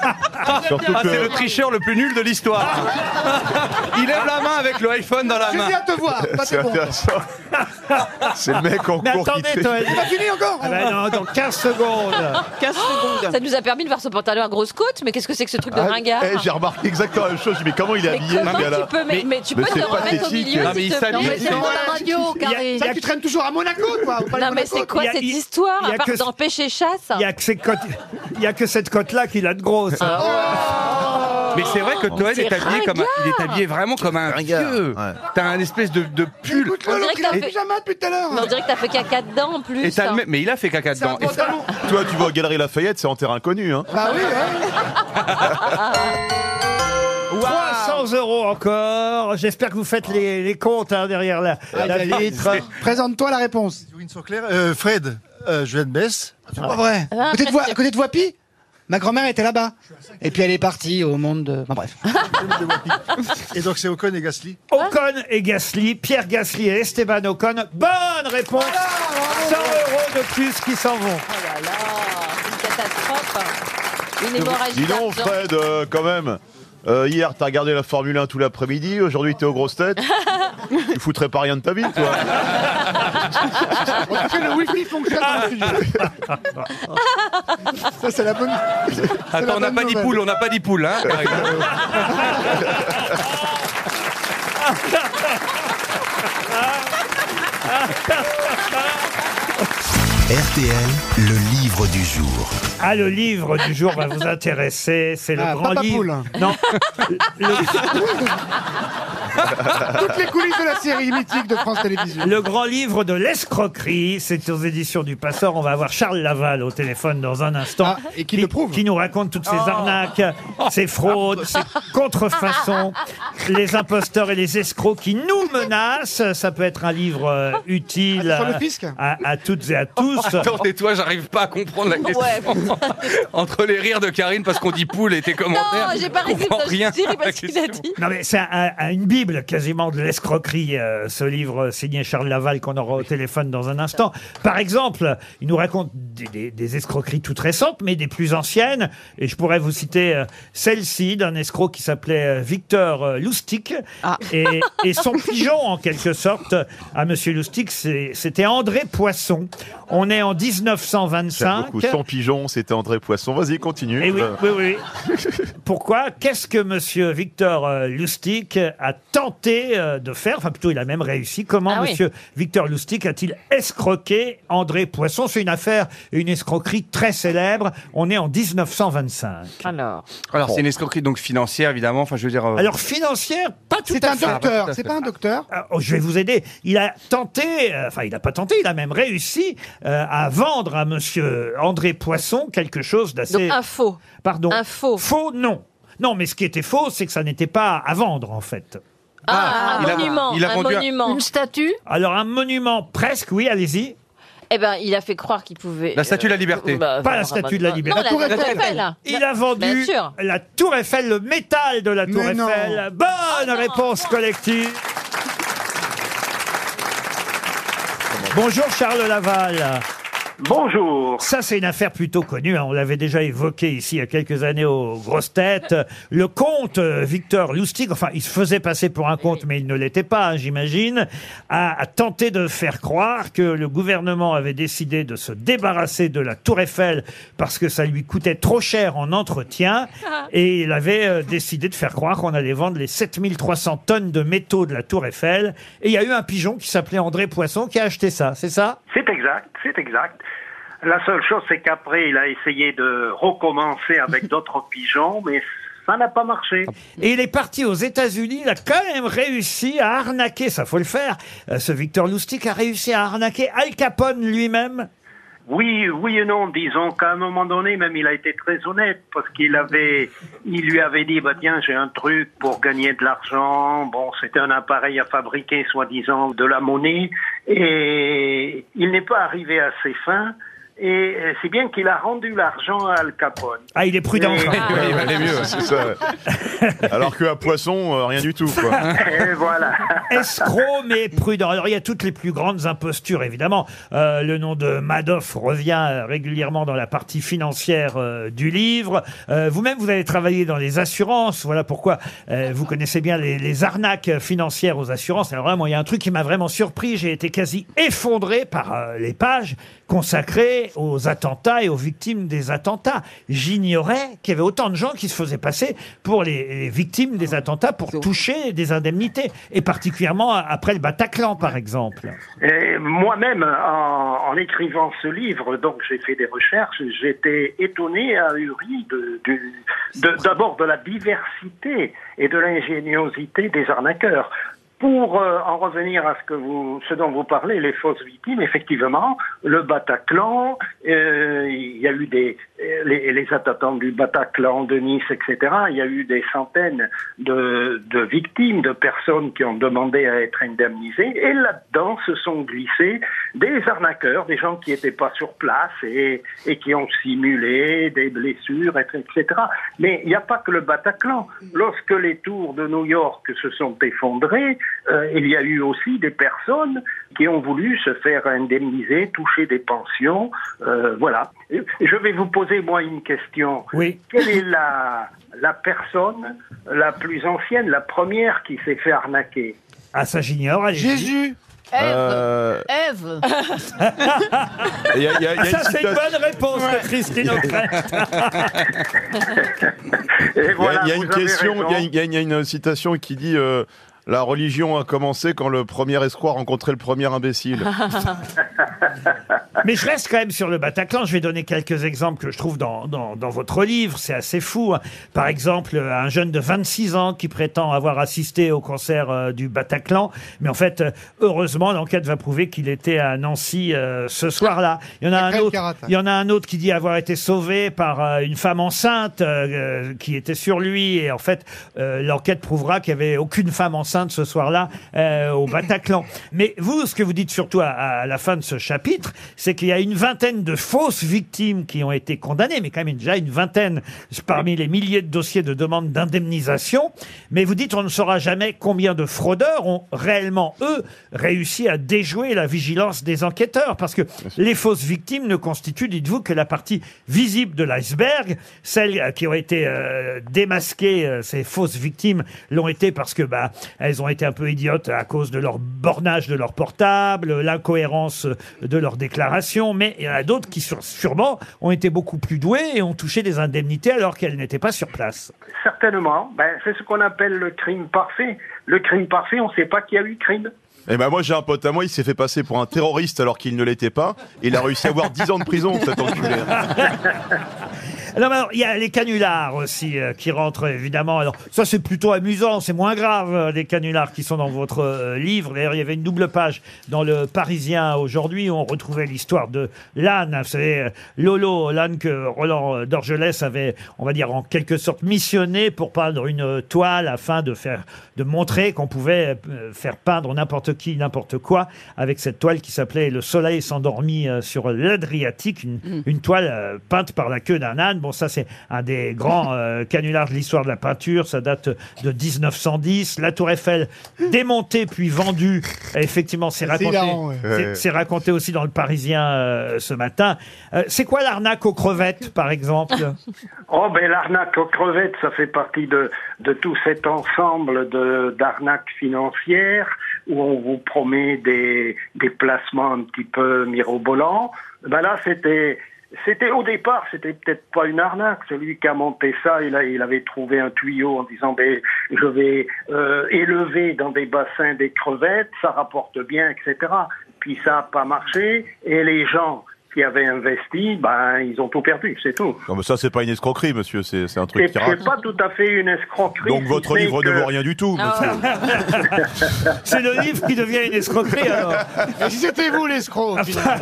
F: Surtout
D: Ah, c'est
F: que-
D: le tricheur le plus nul de l'histoire. Il lève la main avec le iPhone dans la
C: Je
D: main.
C: viens te voir, bah,
F: C'est
C: c'est bon.
F: intéressant. C'est le mec en
B: Mais
F: cours qui
B: attendez,
F: te fait-
B: Toen.
C: On a fini encore
B: Ah ben non, dans 15 secondes.
P: 15 secondes.
E: Ça nous a permis de voir ce pantalon à grosse côte, mais qu'est-ce que c'est que ce truc de
F: Ah,
E: ringard
F: eh, J'ai remarqué exactement la même chose. Je dis, mais comment il est
E: Mais
F: habillé,
E: comment
F: ce gars-là
E: tu peux, mais, mais tu
F: Mais
E: peux
F: c'est
E: te remettre au
F: pathétique.
E: milieu
C: Ah,
D: Non, mais
E: s'il
D: il
E: te plaît.
D: s'habille.
N: Non, mais c'est
D: Non,
N: pour la radio, Karine.
B: Il y
C: Ça, tu traînes toujours à Monaco, toi au palais
E: Non, mais
C: Monaco.
E: c'est quoi
B: Il y a-
E: cette
B: il-
E: histoire,
B: il y a
E: à part
B: que-
E: d'empêcher chasse
B: Il n'y a, que ces côtes- il y a que cette côte-là qu'il a de grosse. hein.
Q: Ah
D: Mais c'est vrai que Toen
E: C'est
D: est habillé comme un- il est habillé vraiment comme un
F: Ringard,
D: vieux.
F: ouais.
D: T'as un espèce de, de pull.
C: Écoute, Lolo,
E: dirait
C: qu'il
E: que t'as
C: a fait
E: fait-
C: pyjama depuis tout à l'heure.
E: Mais on dirait que t'as fait caca dedans en plus. hein.
D: Et t'as le même- mais il a fait caca
C: C'est un
D: dedans. Et ça-
C: pantalon.
F: Toi, tu vas aux Galeries Lafayette, c'est en terrain inconnu. Hein.
C: Bah oui, ouais.
B: 300 euros encore. J'espère que vous faites les, les comptes hein, derrière la,
Q: Ah,
R: Ah,
B: la vitre.
C: Présente-toi la réponse.
R: euh,
Q: Fred, je viens de Metz.
C: Ah, C'est
B: Ah.
C: pas vrai.
E: Ah,
C: À côté de, Voi- à côté de Voipy Ma grand-mère était là-bas. Et puis elle est partie au monde de. Enfin, bref.
Q: Et donc c'est Ocon et Gasly.
B: Ocon et Gasly, Pierre Gasly et Esteban Ocon. Bonne réponse.
Q: Ah,
B: 100 euros de plus qui s'en vont.
E: Oh là là, une catastrophe. hein. Une hémorragie.
F: Dis donc,
E: d'argent.
F: Fred, euh, quand même. Euh, hier, t'as regardé la Formule 1 tout l'après-midi. Aujourd'hui, t'es aux grosses têtes. tu foutrais pas rien de ta vie, toi.
C: On a fait le wifi fonctionne dans le studio. Ça, c'est la bonne. c'est la
D: Attends, on n'a
C: bonne
D: pas dit
C: nouvelle.
D: poule, on n'a pas dit poule. Hein, Karine.
A: RTL, le livre du jour.
B: Ah, le livre du jour va vous intéresser. C'est le
C: Ah,
B: grand
C: Papa
B: livre.
C: Poule.
B: Non. le,
C: Toutes les coulisses de la série mythique de France Télévisions.
B: Le grand livre de l'escroquerie, c'est aux éditions du Passeur. On va avoir Charles Laval au téléphone dans un instant.
C: Ah, et qui le prouve. Oh.
B: Qui nous raconte toutes ces arnaques, ces fraudes, ces contrefaçons, les imposteurs et les escrocs qui nous menacent. Ça peut être un livre euh, utile
C: Ah, sur le
B: euh,
C: fisc
B: à, à toutes et à tous.
D: Attends, et toi, j'arrive pas à comprendre la question. Entre les rires de Karine parce qu'on dit poule et tes commentaires.
E: Non, j'ai pas
D: je
E: réussi
D: comprends rien
E: je dirais
D: à la
E: parce qu'il a
D: question.
E: dit.
B: Non mais c'est un- un- une bible quasiment de l'escroquerie, euh, ce livre signé Charles Laval qu'on aura au téléphone dans un instant. Par exemple, il nous raconte des, des- des escroqueries toutes récentes, mais des plus anciennes. Et je pourrais vous citer euh, celle-ci d'un escroc qui s'appelait euh, Victor euh, Loustic.
E: Ah.
B: Et, et son pigeon, en quelque sorte, à Monsieur Loustic, c'est- c'était André Poisson. On est en
F: J'aime
B: 1925.
F: beaucoup. Son pigeon, c'était André Poisson. Vas-y, continue.
B: Eh oui,
F: Euh,
B: oui, oui. Pourquoi Qu'est-ce que Monsieur Victor euh, Lustig a tenté euh, de faire Enfin, plutôt, il a même réussi. Comment
E: Ah oui.
B: Monsieur Victor Lustig a-t-il escroqué André Poisson C'est une affaire, une escroquerie très célèbre. On est en 1925.
E: Alors,
D: Alors, c'est une escroquerie donc financière, évidemment. Enfin, je veux dire. euh,
B: Alors financière, pas tout
C: C'est
B: à
C: un
B: fait.
C: docteur,
D: Ah,
C: c'est pas un docteur.
B: Ah, oh, je vais vous aider. Il a tenté, euh, enfin il n'a pas tenté, il a même réussi euh, à vendre à Monsieur André Poisson quelque chose
E: donc
B: d'assez.
E: un faux.
B: Pardon.
E: Un faux.
B: Faux, non. Non, mais ce qui était faux, c'est que ça n'était pas à vendre, en fait.
E: Ah,
D: il
E: un
D: a-
E: monument.
D: il a
E: un
D: vendu un-
E: monument.
N: Une statue
B: Alors, un monument, presque, oui, allez-y.
E: Eh ben, il a fait croire qu'il pouvait.
D: La Statue de la Liberté.
B: Pas la statue de la liberté.
E: euh, bah, Non, la Tour Eiffel.
B: Il a vendu
E: Bah, Bien sûr.
B: la Tour Eiffel, le métal de la Tour
E: Mais non. Ah
B: Eiffel. Bonne réponse collective. Bonjour Charles Laval.
K: Bonjour.
B: Ça, c'est une affaire plutôt connue. hein. On l'avait déjà évoqué ici il y a quelques années aux grosses têtes. Le comte euh, Victor Lustig, enfin, il se faisait passer pour un comte, mais il ne l'était pas, hein, j'imagine, a, a tenté de faire croire que le gouvernement avait décidé de se débarrasser de la Tour Eiffel parce que ça lui coûtait trop cher en entretien. Et il avait euh, décidé de faire croire qu'on allait vendre les 7300 tonnes de métaux de la Tour Eiffel. Et il y a eu un pigeon qui s'appelait André Poisson qui a acheté ça, c'est ça
S: C'est exact, c'est exact. La seule chose, c'est qu'après, il a essayé de recommencer avec d'autres pigeons, mais ça n'a pas marché.
B: Et il est parti aux États-Unis, il a quand même réussi à arnaquer, ça faut le faire. Euh, Ce Victor Lustig a réussi à arnaquer Al Capone lui-même.
S: Oui, oui et non. Disons qu'à un moment donné, même il a été très honnête parce qu'il avait, il lui avait dit, bah tiens, j'ai un truc pour gagner de l'argent. Bon, c'était un appareil à fabriquer, soi-disant, de la monnaie. Et il n'est pas arrivé à ses fins. Et euh, c'est bien qu'il a rendu l'argent à Al Capone.
B: Ah, il est prudent.
S: Et-
F: il valait mieux, c'est ça. ouais. Alors qu'à Poisson, euh, rien du tout. Quoi.
S: Et voilà.
B: Escroc mais prudent. Alors il y a toutes les plus grandes impostures évidemment. Euh, le nom de Madoff revient euh, régulièrement dans la partie financière euh, du livre. Euh, Vous-même vous avez travaillé dans les assurances. Voilà pourquoi euh, vous connaissez bien les, les arnaques financières aux assurances. Alors vraiment il y a un truc qui m'a vraiment surpris. J'ai été quasi effondré par euh, les pages consacrées aux attentats et aux victimes des attentats. J'ignorais qu'il y avait autant de gens qui se faisaient passer pour les, les victimes des attentats pour toucher des indemnités, et particulièrement après le Bataclan, par exemple.
S: Et moi-même, en, en écrivant ce livre, donc j'ai fait des recherches, j'étais étonné, ahuri, de, du- de- d'abord de la diversité et de l'ingéniosité des arnaqueurs. Pour euh, en revenir à ce que vous, ce dont vous parlez, les fausses victimes, effectivement, le Bataclan, euh, il y a eu des euh, les, les attentats du Bataclan, de Nice, etc. Il y a eu des centaines de, de victimes, de personnes qui ont demandé à être indemnisées. Et là-dedans se sont glissés des arnaqueurs, des gens qui n'étaient pas sur place et, et qui ont simulé des blessures, et- etc. Mais il n'y a pas que le Bataclan. Lorsque les tours de New York se sont effondrées, euh, il y a eu aussi des personnes qui ont voulu se faire indemniser, toucher des pensions. euh, voilà. Je vais vous poser, moi, une question.
B: Oui.
S: Quelle est la, la personne la plus ancienne, la première qui s'est fait arnaquer
B: Ah, ça j'ignore. allez-y.
S: Jésus
F: Euh,
N: Ève
F: Il y a- il y a- il y a
B: Ça,
F: une
B: c'est une
F: citation-
B: bonne réponse de Christine O'Krent.
S: Et
F: Il y a-
S: voilà,
F: il y a
S: vous
F: une
S: avez
F: question, il y a
S: raison.
F: une- il y, a une- il y a une citation qui dit euh, La religion a commencé quand le premier escroc rencontrait le premier imbécile.
B: Mais je reste quand même sur le Bataclan. Je vais donner quelques exemples que je trouve dans, dans, dans votre livre. C'est assez fou. hein. Par exemple, euh, un jeune de 26 ans qui prétend avoir assisté au concert euh, du Bataclan. Mais en fait, euh, heureusement, l'enquête va prouver qu'il était à Nancy euh, ce soir-là. Il y en a un autre.
C: carate.
B: Il y en a un autre qui dit avoir été sauvé par euh, une femme enceinte euh, euh, qui était sur lui. Et en fait, euh, l'enquête prouvera qu'il n'y avait aucune femme enceinte ce soir-là euh, au Bataclan. Mais vous, ce que vous dites surtout à, à la fin de ce chapitre, c'est qu'il y a une vingtaine de fausses victimes qui ont été condamnées, mais quand même déjà une vingtaine parmi les milliers de dossiers de demande d'indemnisation. Mais vous dites on ne saura jamais combien de fraudeurs ont réellement, eux, réussi à déjouer la vigilance des enquêteurs. Parce que les fausses victimes ne constituent, dites-vous, que la partie visible de l'iceberg. Celles euh, qui ont été euh, démasquées, euh, ces fausses victimes, l'ont été parce que bah, elles ont été un peu idiotes à cause de leur bornage de leur portable, l'incohérence de leur déclaration. Mais il y en a d'autres qui, sur- sûrement, ont été beaucoup plus douées et ont touché des indemnités alors qu'elles n'étaient pas sur place.
S: Certainement. Ben, c'est ce qu'on appelle le crime parfait. Le crime parfait, on ne sait pas qu'il y a eu crime.
F: Et ben moi j'ai un pote à moi, il s'est fait passer pour un terroriste alors qu'il ne l'était pas. Il a réussi à avoir 10 ans de prison, cet enculé.
B: Non, mais alors, il y a les canulars aussi euh, qui rentrent, évidemment. Alors, ça, c'est plutôt amusant, c'est moins grave, euh, les canulars qui sont dans votre euh, livre. D'ailleurs, il y avait une double page dans le Parisien aujourd'hui où on retrouvait l'histoire de l'âne. Vous savez, euh, Lolo, l'âne que Roland euh, Dorgelès avait, on va dire, en quelque sorte missionné pour peindre une euh, toile afin de faire, de montrer qu'on pouvait euh, faire peindre n'importe qui, n'importe quoi avec cette toile qui s'appelait Le soleil s'endormit euh, sur l'Adriatique, une, une toile euh, peinte par la queue d'un âne. Bon, ça, c'est un des grands euh, canulars de l'histoire de la peinture. Ça date de 1910. La Tour Eiffel démontée puis vendue. Effectivement, c'est
C: C'est
B: raconté.
C: hilarant, ouais.
B: c'est-
C: Ouais.
B: c'est raconté aussi dans le Parisien euh, ce matin. Euh, c'est quoi l'arnaque aux crevettes, par exemple
S: Oh, ben l'arnaque aux crevettes, ça fait partie de, de tout cet ensemble de d'arnaques financières où on vous promet des, des placements un petit peu mirobolants. Ben là, c'était... C'était au départ, c'était peut-être pas une arnaque. Celui qui a monté ça, il, a- il avait trouvé un tuyau en disant ben, je vais euh, élever dans des bassins des crevettes, ça rapporte bien, etc. Puis ça n'a pas marché et les gens qui avaient investi, ben ils ont tout perdu, c'est tout.
F: Non, mais ça, c'est pas une escroquerie, monsieur, c'est c'est un
S: C'est
F: truc qui
S: c'est
F: rate.
S: pas tout à fait une escroquerie.
F: Donc
S: si
F: votre
S: ce n'est
F: livre ne
S: que-
F: vaut rien du tout, monsieur.
B: C'est le livre qui devient une escroquerie, alors.
C: Et si c'était vous, l'escroc au final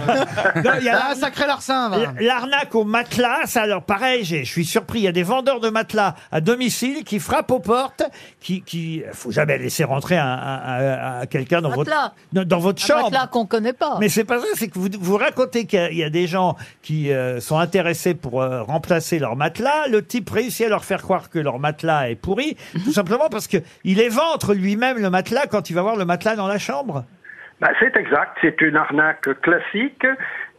B: Non, il y a-
C: Ah, sacré larcin, va.
B: L- L'arnaque au matelas, ça, alors pareil, j'ai- je suis surpris. Il y a des vendeurs de matelas à domicile qui frappent aux portes, qui, qui faut jamais laisser rentrer un, un- un- un- quelqu'un dans votre,
N: Matelas.
B: dans- dans votre
N: Un
B: chambre.
N: matelas qu'on connaît pas.
B: Mais c'est pas ça, c'est que vous, vous racontez qu'il y a- il y, a des gens qui euh, sont intéressés pour euh, remplacer leur matelas. Le type réussit à leur faire croire que leur matelas est pourri, tout simplement parce que il éventre lui-même le matelas quand il va voir le matelas dans la chambre.
S: Bah, c'est exact, c'est une arnaque classique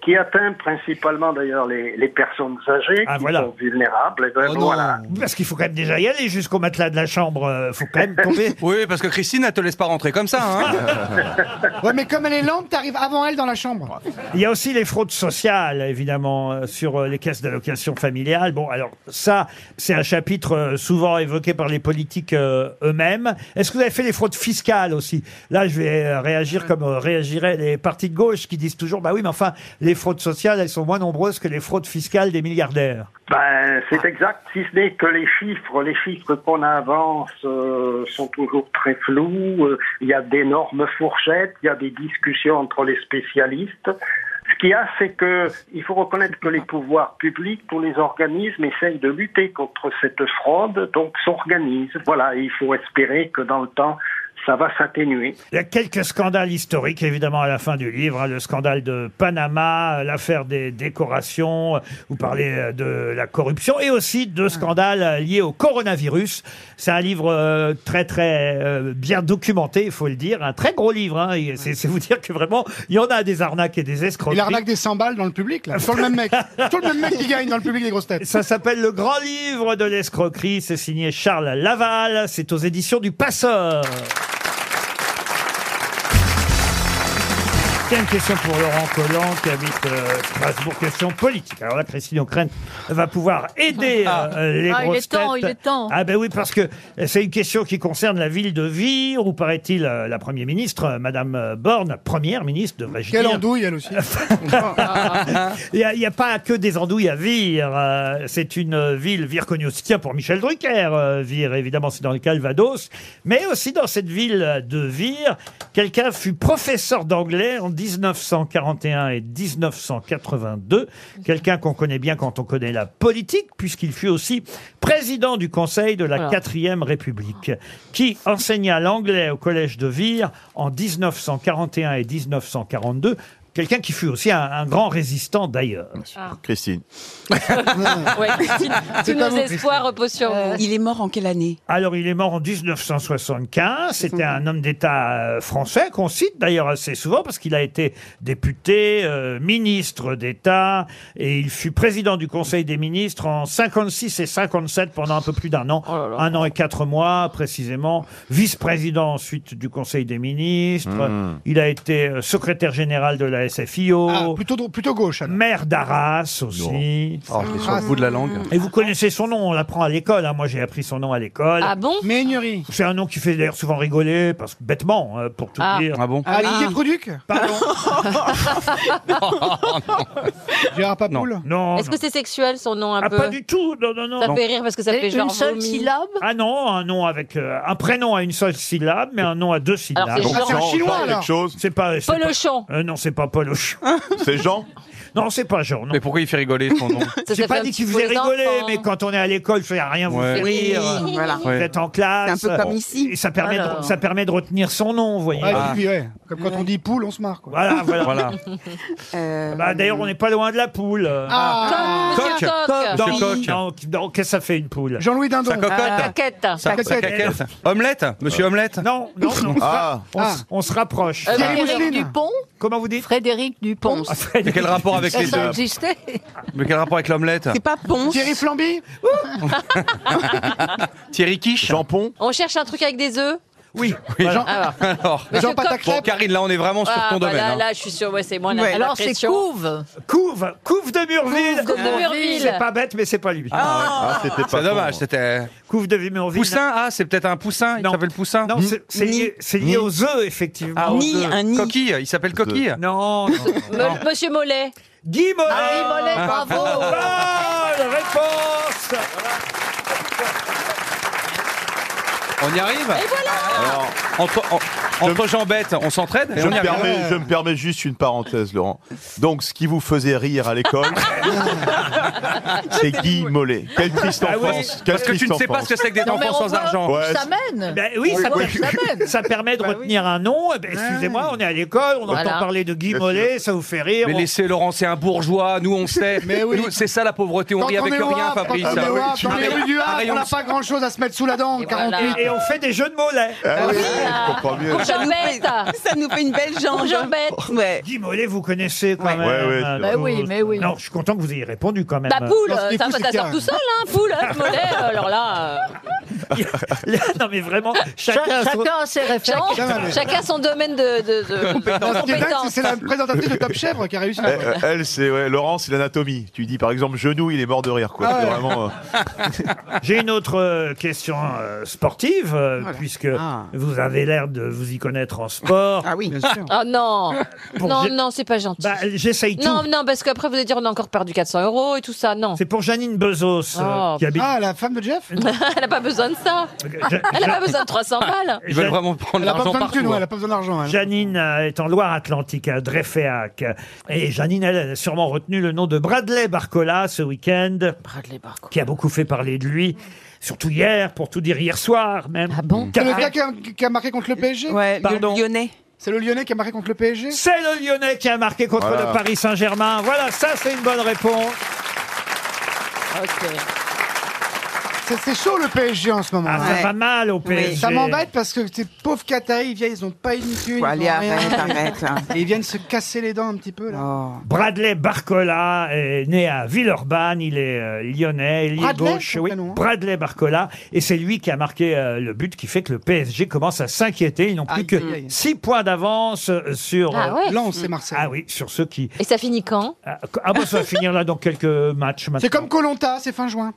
S: qui atteint principalement d'ailleurs les, les personnes âgées
B: Ah,
S: qui sont vulnérables. Et ben,
B: Oh
S: voilà.
B: Parce qu'il faut quand même déjà y aller jusqu'au matelas de la chambre. euh, faut quand même tomber.
D: Oui, parce que Christine, elle te laisse pas rentrer comme ça. Hein
C: Ouais, mais comme elle est lente, t'arrives avant elle dans la chambre.
B: Il y a aussi les fraudes sociales, évidemment, euh, sur euh, les caisses d'allocation familiale. Bon, alors ça, c'est un chapitre euh, souvent évoqué par les politiques euh, eux-mêmes. Est-ce que vous avez fait les fraudes fiscales aussi Là, je vais euh, réagir comme euh, réagiraient les partis de gauche qui disent toujours, bah oui, mais enfin, les fraudes sociales, elles sont moins nombreuses que les fraudes fiscales des milliardaires.
S: Ben, c'est exact, si ce n'est que les chiffres, les chiffres qu'on avance euh, sont toujours très flous. Euh, Il y a d'énormes fourchettes, il y a des discussions entre les spécialistes. Ce qu'il y a, c'est que il faut reconnaître que les pouvoirs publics, tous les organismes essayent de lutter contre cette fraude, donc s'organisent. Voilà, et il faut espérer que dans le temps, ça va s'atténuer.
B: Il y a quelques scandales historiques, évidemment, à la fin du livre. hein. le scandale de Panama, euh, l'affaire des décorations. euh, Vous parlez euh, de la corruption et aussi de scandales euh, liés au coronavirus. C'est un livre euh, très, très euh, bien documenté, il faut le dire. Un très gros livre. hein. Et C'est c'est vous dire que vraiment, il y en a des arnaques et des
C: Et
B: escroqueries.
C: l'arnaque des 100 balles dans le public, là. Sur le même mec. Sur le même mec qui gagne dans le public des grosses têtes.
B: Ça s'appelle Le Grand Livre de l'escroquerie. C'est signé Charles Laval. C'est aux éditions du Passeur. Tiens, Une question pour Laurent Collant qui habite euh, Strasbourg. Question politique. Alors là, Christine O'Crane va pouvoir aider euh, les
N: Ah, il est
B: grosses
N: temps,
B: têtes.
N: il est temps.
B: Ah ben oui, parce que c'est une question qui concerne la ville de Vire, où paraît-il euh, la Première ministre, euh, Madame euh, Borne, Première ministre, devrais-je dire.
C: Quelle andouille, elle aussi.
B: Il n'y a, pas que des andouilles à Vire. euh, c'est une euh, ville, Vire connue aussi tiens, pour Michel Drucker. euh, Vire, évidemment, c'est dans le Calvados. Mais aussi dans cette ville euh, de Vire, quelqu'un fut professeur d'anglais en 1941 et 1982. Quelqu'un qu'on connaît bien quand on connaît la politique, puisqu'il fut aussi président du Conseil de la Quatrième République, qui enseigna l'anglais au Collège de Vire en 1941 et 1942. Quelqu'un qui fut aussi un, un grand résistant d'ailleurs.
F: Christine.
E: Ouais, Christine,
C: C'est
E: tous
C: pas
E: nos
C: vous,
E: espoirs reposent sur
B: Euh,
E: vous.
G: Euh, Il est mort en quelle année
B: Alors, il est mort en 1975. C'était un homme d'État euh, français qu'on cite d'ailleurs assez souvent parce qu'il a été député, euh, ministre d'État et il fut président du Conseil des ministres en 56 et 57 pendant un peu plus d'un an, un an et quatre mois précisément. Vice-président ensuite du Conseil des ministres.
F: Mmh.
B: Il a été euh, secrétaire général de la SFIO.
C: plutôt, plutôt gauche.
B: Maire d'Arras aussi.
D: Oh, je l'ai sur le bout de la langue.
B: Et vous connaissez son nom, on l'apprend à l'école. hein. Moi, j'ai appris son nom à l'école.
E: Ah bon
B: Meignery. C'est un nom qui fait d'ailleurs souvent rigoler, parce que bêtement, euh, pour tout
C: Ah.
B: dire.
C: Ah bon Ah, Olivier Produc
B: Pardon
C: Gérard Papoul
B: Non.
E: Est-ce que c'est sexuel son nom un
B: Ah,
E: peu
B: pas du tout, non, non, non.
E: Ça fait rire parce que ça fait genre vomi.
B: Ah non, un nom avec euh, un prénom à une seule syllabe, mais un nom à deux syllabes.
E: c'est Ah, c'est Jean. un Chinois, alors.
B: C'est pas. c'est
E: Polochon.
B: pas- euh, non, c'est pas Polochon. C'est Jean. Non, c'est pas Jean.
D: Mais pourquoi il fait rigoler son nom
B: J'ai pas dit qu'il faisait rigoler, mais quand on est à l'école, il n'y a rien vous
D: Ouais.
B: fait rire.
D: Oui, voilà.
B: Vous
D: Ouais.
B: êtes en classe.
D: C'est un peu comme
B: Bon.
D: ici.
B: Et ça permet, de,
D: Alors.
B: ça permet de retenir son nom, vous voyez.
C: Ah, et puis, ouais. Comme quand on dit poule, on se marre. Quoi.
B: Voilà, voilà. Bah, D'ailleurs, on n'est pas loin de la poule.
C: Ah. Coq, Monsieur Coq. Coq.
B: Dans-
C: Monsieur Coq.
B: dans- dans- Qu'est-ce que ça fait une poule
C: Jean-Louis Dindon.
D: Sa cocotte.
E: Ah, Sa-
D: Sa
B: Caquette.
D: caquette. Omelette Monsieur Omelette
B: Non, non, non.
D: Ah.
B: On, s- on se rapproche.
N: Euh, Frédéric Dupont
B: Comment vous dites
N: Frédéric Dupont.
D: Mais quel rapport avec
N: ça,
D: les
N: ça
D: deux
N: existait
D: Mais quel rapport avec l'omelette
N: pas Ponce.
C: Thierry Flamby
D: Thierry Quiche Jampon
E: On cherche un truc avec des œufs
B: Oui.
E: Voilà.
D: Alors,
E: Ah. Monsieur Jean Coq.
D: Bon, Karine, là, on est vraiment sur
E: Ah,
D: ton
E: bah
D: domaine.
E: Là,
D: hein.
E: là, je suis sûr, ouais, c'est moi. la-
N: Ouais.
E: la
N: Alors, c'est
E: pression.
N: couve.
B: Couve, couve de Murville.
E: Couve de Murville.
B: C'est pas bête, mais c'est pas lui.
D: Ah, c'était pas. C'est dommage, c'était.
B: Couve de Murville.
D: Poussin, ah, c'est peut-être un poussin. Il s'appelle poussin.
B: Non, c'est- c'est lié, c'est lié aux œufs, effectivement.
D: Ah, aux œufs. Coquille, il s'appelle coquille.
B: Non. non.
E: Me- Monsieur Mollet.
B: Guy Mollet.
E: Ah, Guy Mollet, bravo.
B: Bonne réponse.
D: On y arrive Et voilà Entre, en- entre gens bêtes, on s'entraide et
F: Je
D: on y
F: me,
D: arrive.
F: permets, je me permets juste une parenthèse, Laurent. Donc, ce qui vous faisait rire à l'école, c'est Guy Mollet. Quelle triste
D: Ah oui,
F: enfance. quelle
D: parce que tu
F: triste
D: ne sais pas
F: enfance.
D: ce que c'est que d'être
N: Non, mais
D: enfant
N: on
D: sans
N: voit
D: argent.
N: où ça mène.
B: Ben oui,
N: On
B: ça,
N: voit où
B: per-
N: ça mène.
B: ça permet de retenir un nom. Eh ben, Excusez-moi, on est à l'école, on
D: Voilà.
B: entend parler de Guy
D: Bien
B: Mollet, ça vous fait rire.
D: Mais
B: on-
D: laissez Laurent, c'est un bourgeois, nous on sait.
C: Mais oui.
D: Nous, c'est ça la pauvreté, on
C: Quand
D: rit
C: on
D: avec
C: est au
D: rien,
C: Havre,
D: Fabrice.
C: quand on est au Havre, dans
D: Un
C: les
D: rayon-
C: rues du
D: un
C: Havre,
D: rayon
C: on n'a
D: de-
C: pas grand chose à se mettre sous la dent Euh, en 48.
B: Et on fait des jeux de mots, là.
F: Ah oui,
E: Voilà.
F: je comprends mieux.
E: Bonjour, bête.
P: Ça nous fait une belle jambe.
E: Bonjour, bête.
P: Ouais.
B: Guy Mollet, vous connaissez quand même.
F: Ouais, ouais,
B: hein,
N: Bah
B: tous.
N: oui, mais oui.
B: Non, je suis content que vous ayez répondu quand même.
E: Ta Bah, poule,
C: Non, ce qui est
E: ça,
C: fou,
E: ça
C: c'est
E: sort
C: qu'il y a-
E: tout seul, hein, poule, œuf, mollet. euh, Alors là, euh,
B: non, mais vraiment,
N: Cha-
B: chacun. a son-
N: Chacun a ses références.
E: chacun, chacun son domaine de, de, de
C: Non, ce qui est dingue, c'est-
E: compétence.
C: c'est la présentatrice de Top Chèvre qui a réussi.
F: Eh, euh, Elle, c'est ouais, Laurent, c'est l'anatomie. Tu dis par exemple genou, il est mort de rire. Quoi.
C: Ah
F: C'est
C: ouais.
F: vraiment. euh,
B: J'ai une autre euh, question euh, sportive, euh, puisque vous avez l'air de vous y connaître en sport.
P: Ah oui.
E: Oh non,
B: Pour
E: non,
B: Gé-
E: non, c'est pas gentil.
B: Bah, J'essaye tout.
E: non, non, parce qu'après vous allez dire on a encore perdu 400 euros et tout ça. Non,
B: C'est pour Janine Bezos, euh,
E: Oh.
B: qui habite.
C: Ah, la femme de Jeff
E: elle n'a pas besoin de ça.
B: Ja-
E: Elle n'a
B: Ja-
E: pas besoin de 300 balles.
D: Ils veulent
B: Ja-
D: vraiment prendre
C: Elle a pas
D: l'argent
C: besoin de
D: partout.
C: thunes, ouais, elle
D: hein.
C: a pas besoin d'argent. elle.
B: Janine euh, est en Loire-Atlantique, à Dreyféac. Et Janine, elle, elle a sûrement retenu le nom de Bradley Barcola ce week-end,
E: Bradley Barcourt.
B: qui a beaucoup fait parler de lui, surtout hier, pour tout dire, hier soir même.
E: Ah bon
B: Qui a
C: C'est le
B: fait-
C: gars qui a, qui a marqué contre le PSG
P: Ouais,
B: Pardon.
P: le lyonnais.
C: C'est le Lyonnais qui a marqué contre le PSG
B: C'est le Lyonnais qui a marqué contre
F: Voilà.
B: le Paris Saint-Germain. Voilà, ça c'est une bonne réponse.
E: Ok.
C: C'est c'est chaud le PSG en ce moment.
B: Ah,
C: hein.
B: ça
P: Ouais.
B: va mal au
P: Oui.
B: PSG.
C: Ça m'embête parce que ces pauvres Qataris, ils viennent, ils ont pas une thune.
P: Faut
C: ils
P: aller,
C: ont rien.
P: arrête, arrête. là.
C: Et ils viennent se casser les dents un petit peu là.
P: Oh.
B: Bradley Barcola est né à Villeurbanne, il est euh, lyonnais, il est
C: Bradley,
B: gauche,
C: son
B: oui.
C: prénom, hein.
B: Bradley Barcola, et c'est lui qui a marqué euh, le but qui fait que le PSG commence à s'inquiéter. Ils n'ont plus
C: Aïe, aïe,
B: que
C: aïe.
B: 6 points d'avance euh, sur.
E: Ah
B: euh,
E: ouais.
C: Lens c'est Marseille.
B: ah oui, sur ceux qui.
E: Et ça finit quand
B: Ah, ah, bon, ça va finir là dans quelques matchs maintenant.
C: C'est comme Colonta, c'est fin juin.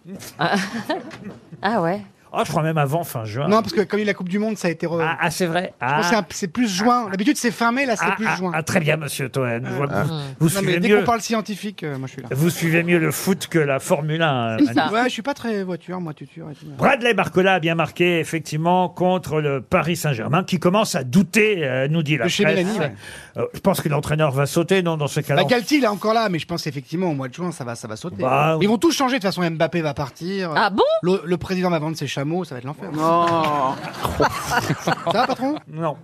E: Ah ouais.
B: Ah, je crois même avant fin juin.
C: Non, parce que comme il y a la Coupe du Monde, ça a été. Re...
B: Ah, ah, c'est vrai.
C: Je pense que c'est
B: Ah,
C: un- c'est plus juin. D'habitude, c'est fin mai, là, c'est
B: ah,
C: plus
B: ah,
C: juin. Ah.
B: ah, très bien, monsieur Toen. Je vois que vous, vous
C: non, mais
B: suivez
C: dès
B: mieux.
C: qu'on parle scientifique, euh, moi je suis là.
B: Vous suivez mieux le foot que la Formule 1. euh,
E: ça.
C: Ouais, je suis pas très voiture, moi, tuture et tout.
B: Bradley Barcola a bien marqué, effectivement, contre le Paris Saint-Germain, qui commence à douter, euh, nous dit la
C: De chez
B: presse.
C: Mélanie, ouais.
B: Euh, je pense que l'entraîneur va sauter, non, dans ce cas-là.
C: Bah, Galti, il est encore là, mais je pense effectivement au mois de juin, ça va, ça va sauter.
B: Bah, oui.
C: Ils vont tout changer. De toute façon, Mbappé va partir.
E: Ah bon
C: le, le président va vendre ses chameaux, ça va être l'enfer.
P: Oh.
C: Ça va, patron
B: Non.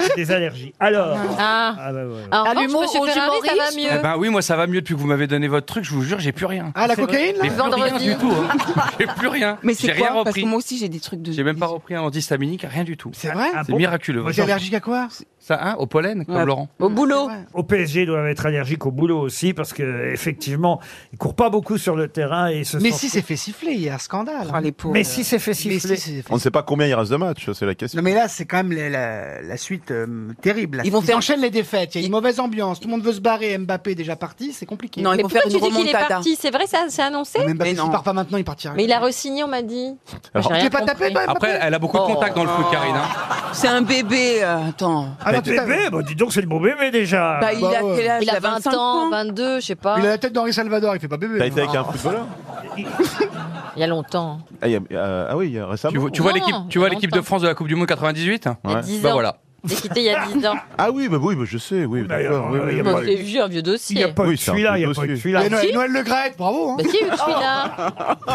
B: J'ai des allergies. Alors.
E: Ah.
B: Ah, bah, ouais, ouais.
E: Alors,
N: À l'humour-
E: monsieur
N: aux
E: Ferrari, ça va
N: humoristes
D: Eh
E: mieux.
D: ben oui, moi ça va mieux depuis que vous m'avez donné votre truc, je vous jure, j'ai plus rien.
C: Ah, la cocaïne, là
D: J'ai plus rien
E: Vendredi.
D: du tout. hein. J'ai plus rien.
P: Mais
D: J'ai
P: c'est
D: rien
P: quoi Parce
D: repris.
P: que moi aussi j'ai des trucs de.
D: J'ai même pas repris un antihistaminique, rien du tout.
C: C'est vrai
B: Ah
D: C'est
B: bon
D: miraculeux.
C: T'es allergique à quoi
D: Ça, hein, au pollen, comme
P: Ouais.
D: Laurent.
E: Au boulot.
B: Au PSG, ils doivent être allergiques au boulot aussi, parce que effectivement, ils courent pas beaucoup sur le terrain et ils se
C: Mais
B: sont-
C: si, s'est fait siffler, il y a un scandale. hein.
P: Enfin, Oh, les pauvres.
B: Mais si c'est fait siffler.
F: On ne sait pas combien il reste de matchs, c'est la question.
T: Non mais là, c'est quand même la, la- la suite euh, terrible. là.
C: Ils, enchaînent les défaites, il y a une mauvaise ambiance, tout le monde veut se barrer, Mbappé est déjà parti, c'est compliqué.
E: mais pourquoi tu dis qu'il est parti C'est vrai, ça c'est annoncé
C: Mais Mbappé, s'il part pas maintenant, il partira.
E: Mais il a re-signé, on m'a dit.
F: Alors-
E: J'ai rien
C: Tu l'as pas tapé,
E: compris. Oh.
C: bah, Mbappé
D: Après, elle a beaucoup de contacts dans le foot,
C: Ah,
D: Karine. hein.
P: C'est un bébé, euh, attends.
B: Alors, bébé, bah, dis donc, c'est le bon bébé déjà.
P: Bah, il a quel âge
E: Il a
P: 25
E: 20 ans, 22, je sais pas.
C: Il a la tête d'Henri Salvador, il fait pas bébé. hein.
F: T'as été avec un footballeur
E: Il y a longtemps. hein.
F: ah, il y a- euh, ah oui, il y a récemment.
D: Tu vois, tu vois
E: Non,
D: l'équipe,
E: il
D: tu
E: y
D: vois
E: a
D: l'équipe
E: longtemps.
D: de France de la Coupe du Monde 98
E: Il y a 10
D: Bah
E: ans.
D: voilà.
E: J'ai quitté il y a 10 ans.
F: Ah oui, bah oui, bah je sais, oui. d'accord,
D: euh,
F: oui, oui,
E: Bah,
F: oui.
E: C'est vieux, un vieux dossier.
B: Il n'y a pas eu
F: Oui,
B: de
F: c'est un
B: celui-là,
F: peu
B: il n'y a pas eu de
F: dossier.
B: celui-là.
C: Et Noël, Noël Le Graët, bravo hein.
E: Bah, si, il y a eu que celui-là.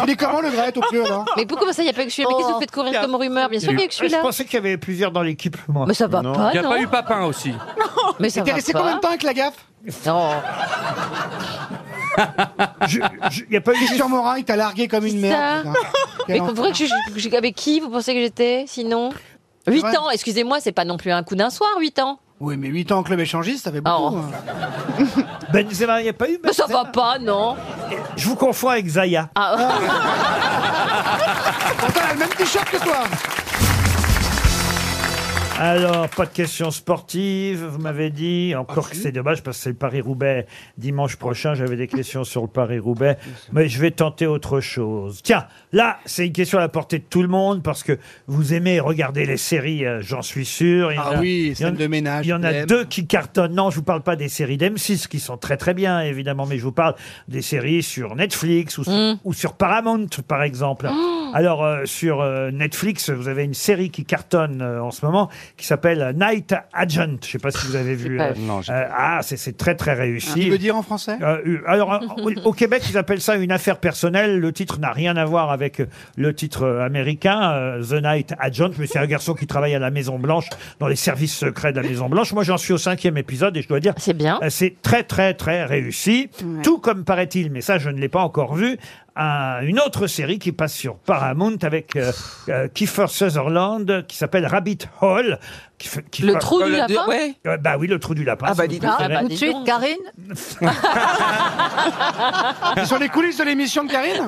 C: Il est comment Oh, Le Graët au pur là
E: Mais pourquoi ça, il n'y a pas eu que celui-là Mais qu'est-ce que vous faites courir comme rumeur Bien sûr qu'il y a eu que
B: Je
E: celui-là.
B: pensais qu'il y avait plusieurs dans l'équipe, moi.
E: Mais ça va
B: Non.
E: pas,
D: Il n'y a
E: non
D: pas eu Papin aussi.
E: Mais ça
C: T'es
E: va
C: resté
E: pas.
C: combien de temps avec la gaffe
E: Non.
B: Il n'y a pas eu
C: Christian Morin, il t'a largué comme une
E: ça.
C: merde. putain. Quel
E: Mais vous
C: enfer.
E: que je, je- je- avec qui vous pensez que j'étais sinon 8
C: Ouais.
E: ans, excusez-moi, c'est pas non plus un coup d'un soir, 8 ans.
C: Oui, mais 8 ans en club échangiste, ça fait beaucoup. hein.
B: Ben, Benzema, il n'y a pas eu
E: Mais Bah, ça
B: Benzema.
E: va pas, non
B: Je vous confonds avec Zaya.
E: Ah,
C: Pourtant, elle a le même t-shirt que toi.
B: Alors, pas de questions sportives, vous m'avez dit.
C: Ah,
B: Encore que c'est dommage parce que c'est le Paris-Roubaix. Dimanche prochain, j'avais des questions sur le Paris-Roubaix. Mais je vais tenter autre chose. Tiens, là, c'est une question à la portée de tout le monde parce que vous aimez regarder les séries, euh, j'en suis sûr. Il y en
C: Ah
B: a-
C: oui,
B: il y en-
C: scène de ménage.
B: Il y en a
C: t'aimes.
B: deux qui cartonnent. Non, je vous parle pas des séries d'M6 qui sont très très bien, évidemment, mais je vous parle des séries sur Netflix ou, sur- ou sur Paramount, par exemple.
E: Ah.
B: Alors, euh, sur euh, Netflix, vous avez une série qui cartonne euh, en ce moment qui s'appelle Night Agent. Je sais pas si vous avez vu.
E: pas
B: euh,
E: vu.
D: Non, j'ai-
B: euh, ah, c'est- c'est très très
C: Ah, Tu
B: réussi.
C: veux dire en français
B: Euh, euh, alors, euh, au- au Québec, ils appellent ça une affaire personnelle. Le titre n'a rien à voir avec le titre euh, américain, euh, The Night Agent, mais c'est un garçon qui travaille à la Maison Blanche, dans les services secrets de la Maison Blanche. Moi, j'en suis au cinquième épisode et je dois dire,
E: c'est bien.
B: euh, c'est très, très, très réussi. Tout comme paraît-il, mais ça, je ne l'ai pas encore vu, un- une autre série qui passe sur Paramount avec euh, euh, Kiefer Sutherland qui s'appelle Rabbit Hole. qui fait- qui
P: Le
B: fa-
P: trou
D: Euh,
P: du
D: le-
P: lapin
D: ouais.
B: Euh, bah oui, le trou du lapin.
P: Ah bah
B: si vous
P: dis donc.
B: préférez.
E: bah,
N: Tout de
E: dis
N: suite,
E: donc.
N: Karine
C: C'est sur les coulisses de l'émission de Karine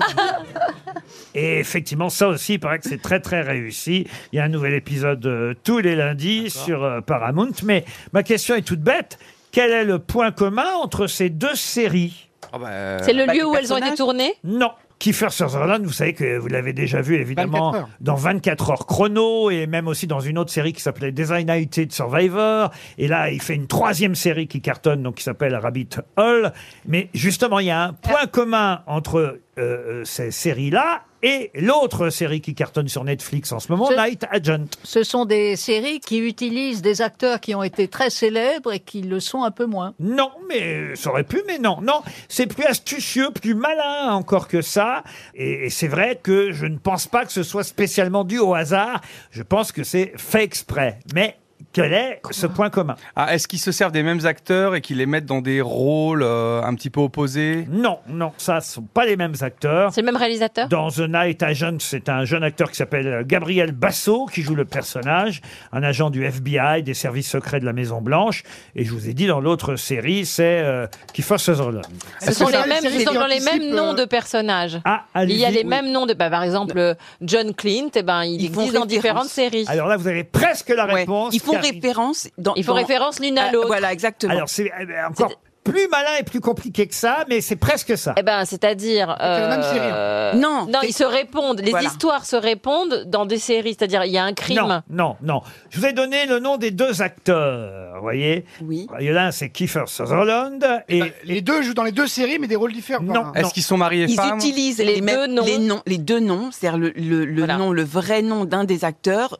B: Et effectivement, ça aussi, il paraît que c'est très très réussi. Il y a un nouvel épisode euh, tous les lundis sur euh, Paramount. Mais ma question est toute bête. Quel est le point commun entre ces deux séries
D: Ah bah, euh,
E: C'est le
P: bah,
E: lieu
P: les
E: où elles ont été
P: personnages.
E: tournées
B: Non. Kiefer Sutherland, vous savez que vous l'avez déjà vu évidemment
C: 24 heures.
B: dans 24 heures chrono et même aussi dans une autre série qui s'appelait Designated Survivor. Et là, il fait une troisième série qui cartonne, donc qui s'appelle Rabbit Hole. Mais justement, il y a un point commun entre euh, euh, ces séries-là et l'autre série qui cartonne sur Netflix en ce moment,
N: C'est-
B: Night Agent.
N: Ce sont des séries qui utilisent des acteurs qui ont été très célèbres et qui le sont un peu moins.
B: Non, mais ça aurait pu, mais non. Non, c'est plus astucieux, plus malin encore que ça. Et, et c'est vrai que je ne pense pas que ce soit spécialement dû au hasard. Je pense que c'est fait exprès. Mais quel est ce point commun
D: ah, est-ce qu'ils se servent des mêmes acteurs et qu'ils les mettent dans des rôles euh, un petit peu opposés
B: Non, non, ça, ce sont pas les mêmes acteurs.
E: C'est le même réalisateur
B: Dans The Night Agent, c'est un jeune acteur qui s'appelle euh, Gabriel Basso qui joue le personnage, un agent du FBI, des services secrets de la Maison Blanche. Et je vous ai dit, dans l'autre série, c'est euh, Kiefer Sutherland.
E: Ce sont
C: que ça,
E: les
C: les
E: mêmes,
C: séries
E: ce sont
C: qui
E: dans les
C: anticipent,
E: mêmes
C: euh,
E: noms de personnages.
B: Ah,
E: Il y a
B: allez-y.
E: les mêmes noms de, bah, par exemple, euh, John Clint, eh ben, il
P: Ils font
E: existe dans
P: référence.
E: différentes séries.
B: Alors là, vous avez presque la
P: Ouais.
B: réponse.
P: Ils font
B: Karine.
P: référence dans.
E: Ils font
P: dans-
E: référence l'une à
P: Ah,
E: l'autre.
P: Voilà, exactement.
B: Alors c'est eh ben, encore plus malin et plus compliqué que ça, mais c'est presque ça.
E: Eh ben, c'est-à-dire.
C: C'est la même série.
B: hein.
E: Non,
P: Non,
E: Euh, non,
P: c'est-
E: ils se répondent. Les
P: Voilà.
E: histoires se répondent dans des séries. C'est-à-dire, il y a un crime.
B: Non, non, non. Je vous ai donné le nom des deux acteurs, vous voyez.
P: Oui.
B: Il y en a un, c'est Kiefer Sutherland et
C: Eh ben, Les deux jouent dans les deux séries, mais des rôles différents.
B: Non.
D: Est-ce qu'ils sont mariés et
P: Ils
D: femmes
P: utilisent
E: Les
P: les, mêmes-
E: deux noms.
P: les noms, les deux noms, c'est-à-dire le, le- le
E: Voilà.
P: nom, le vrai nom d'un des acteurs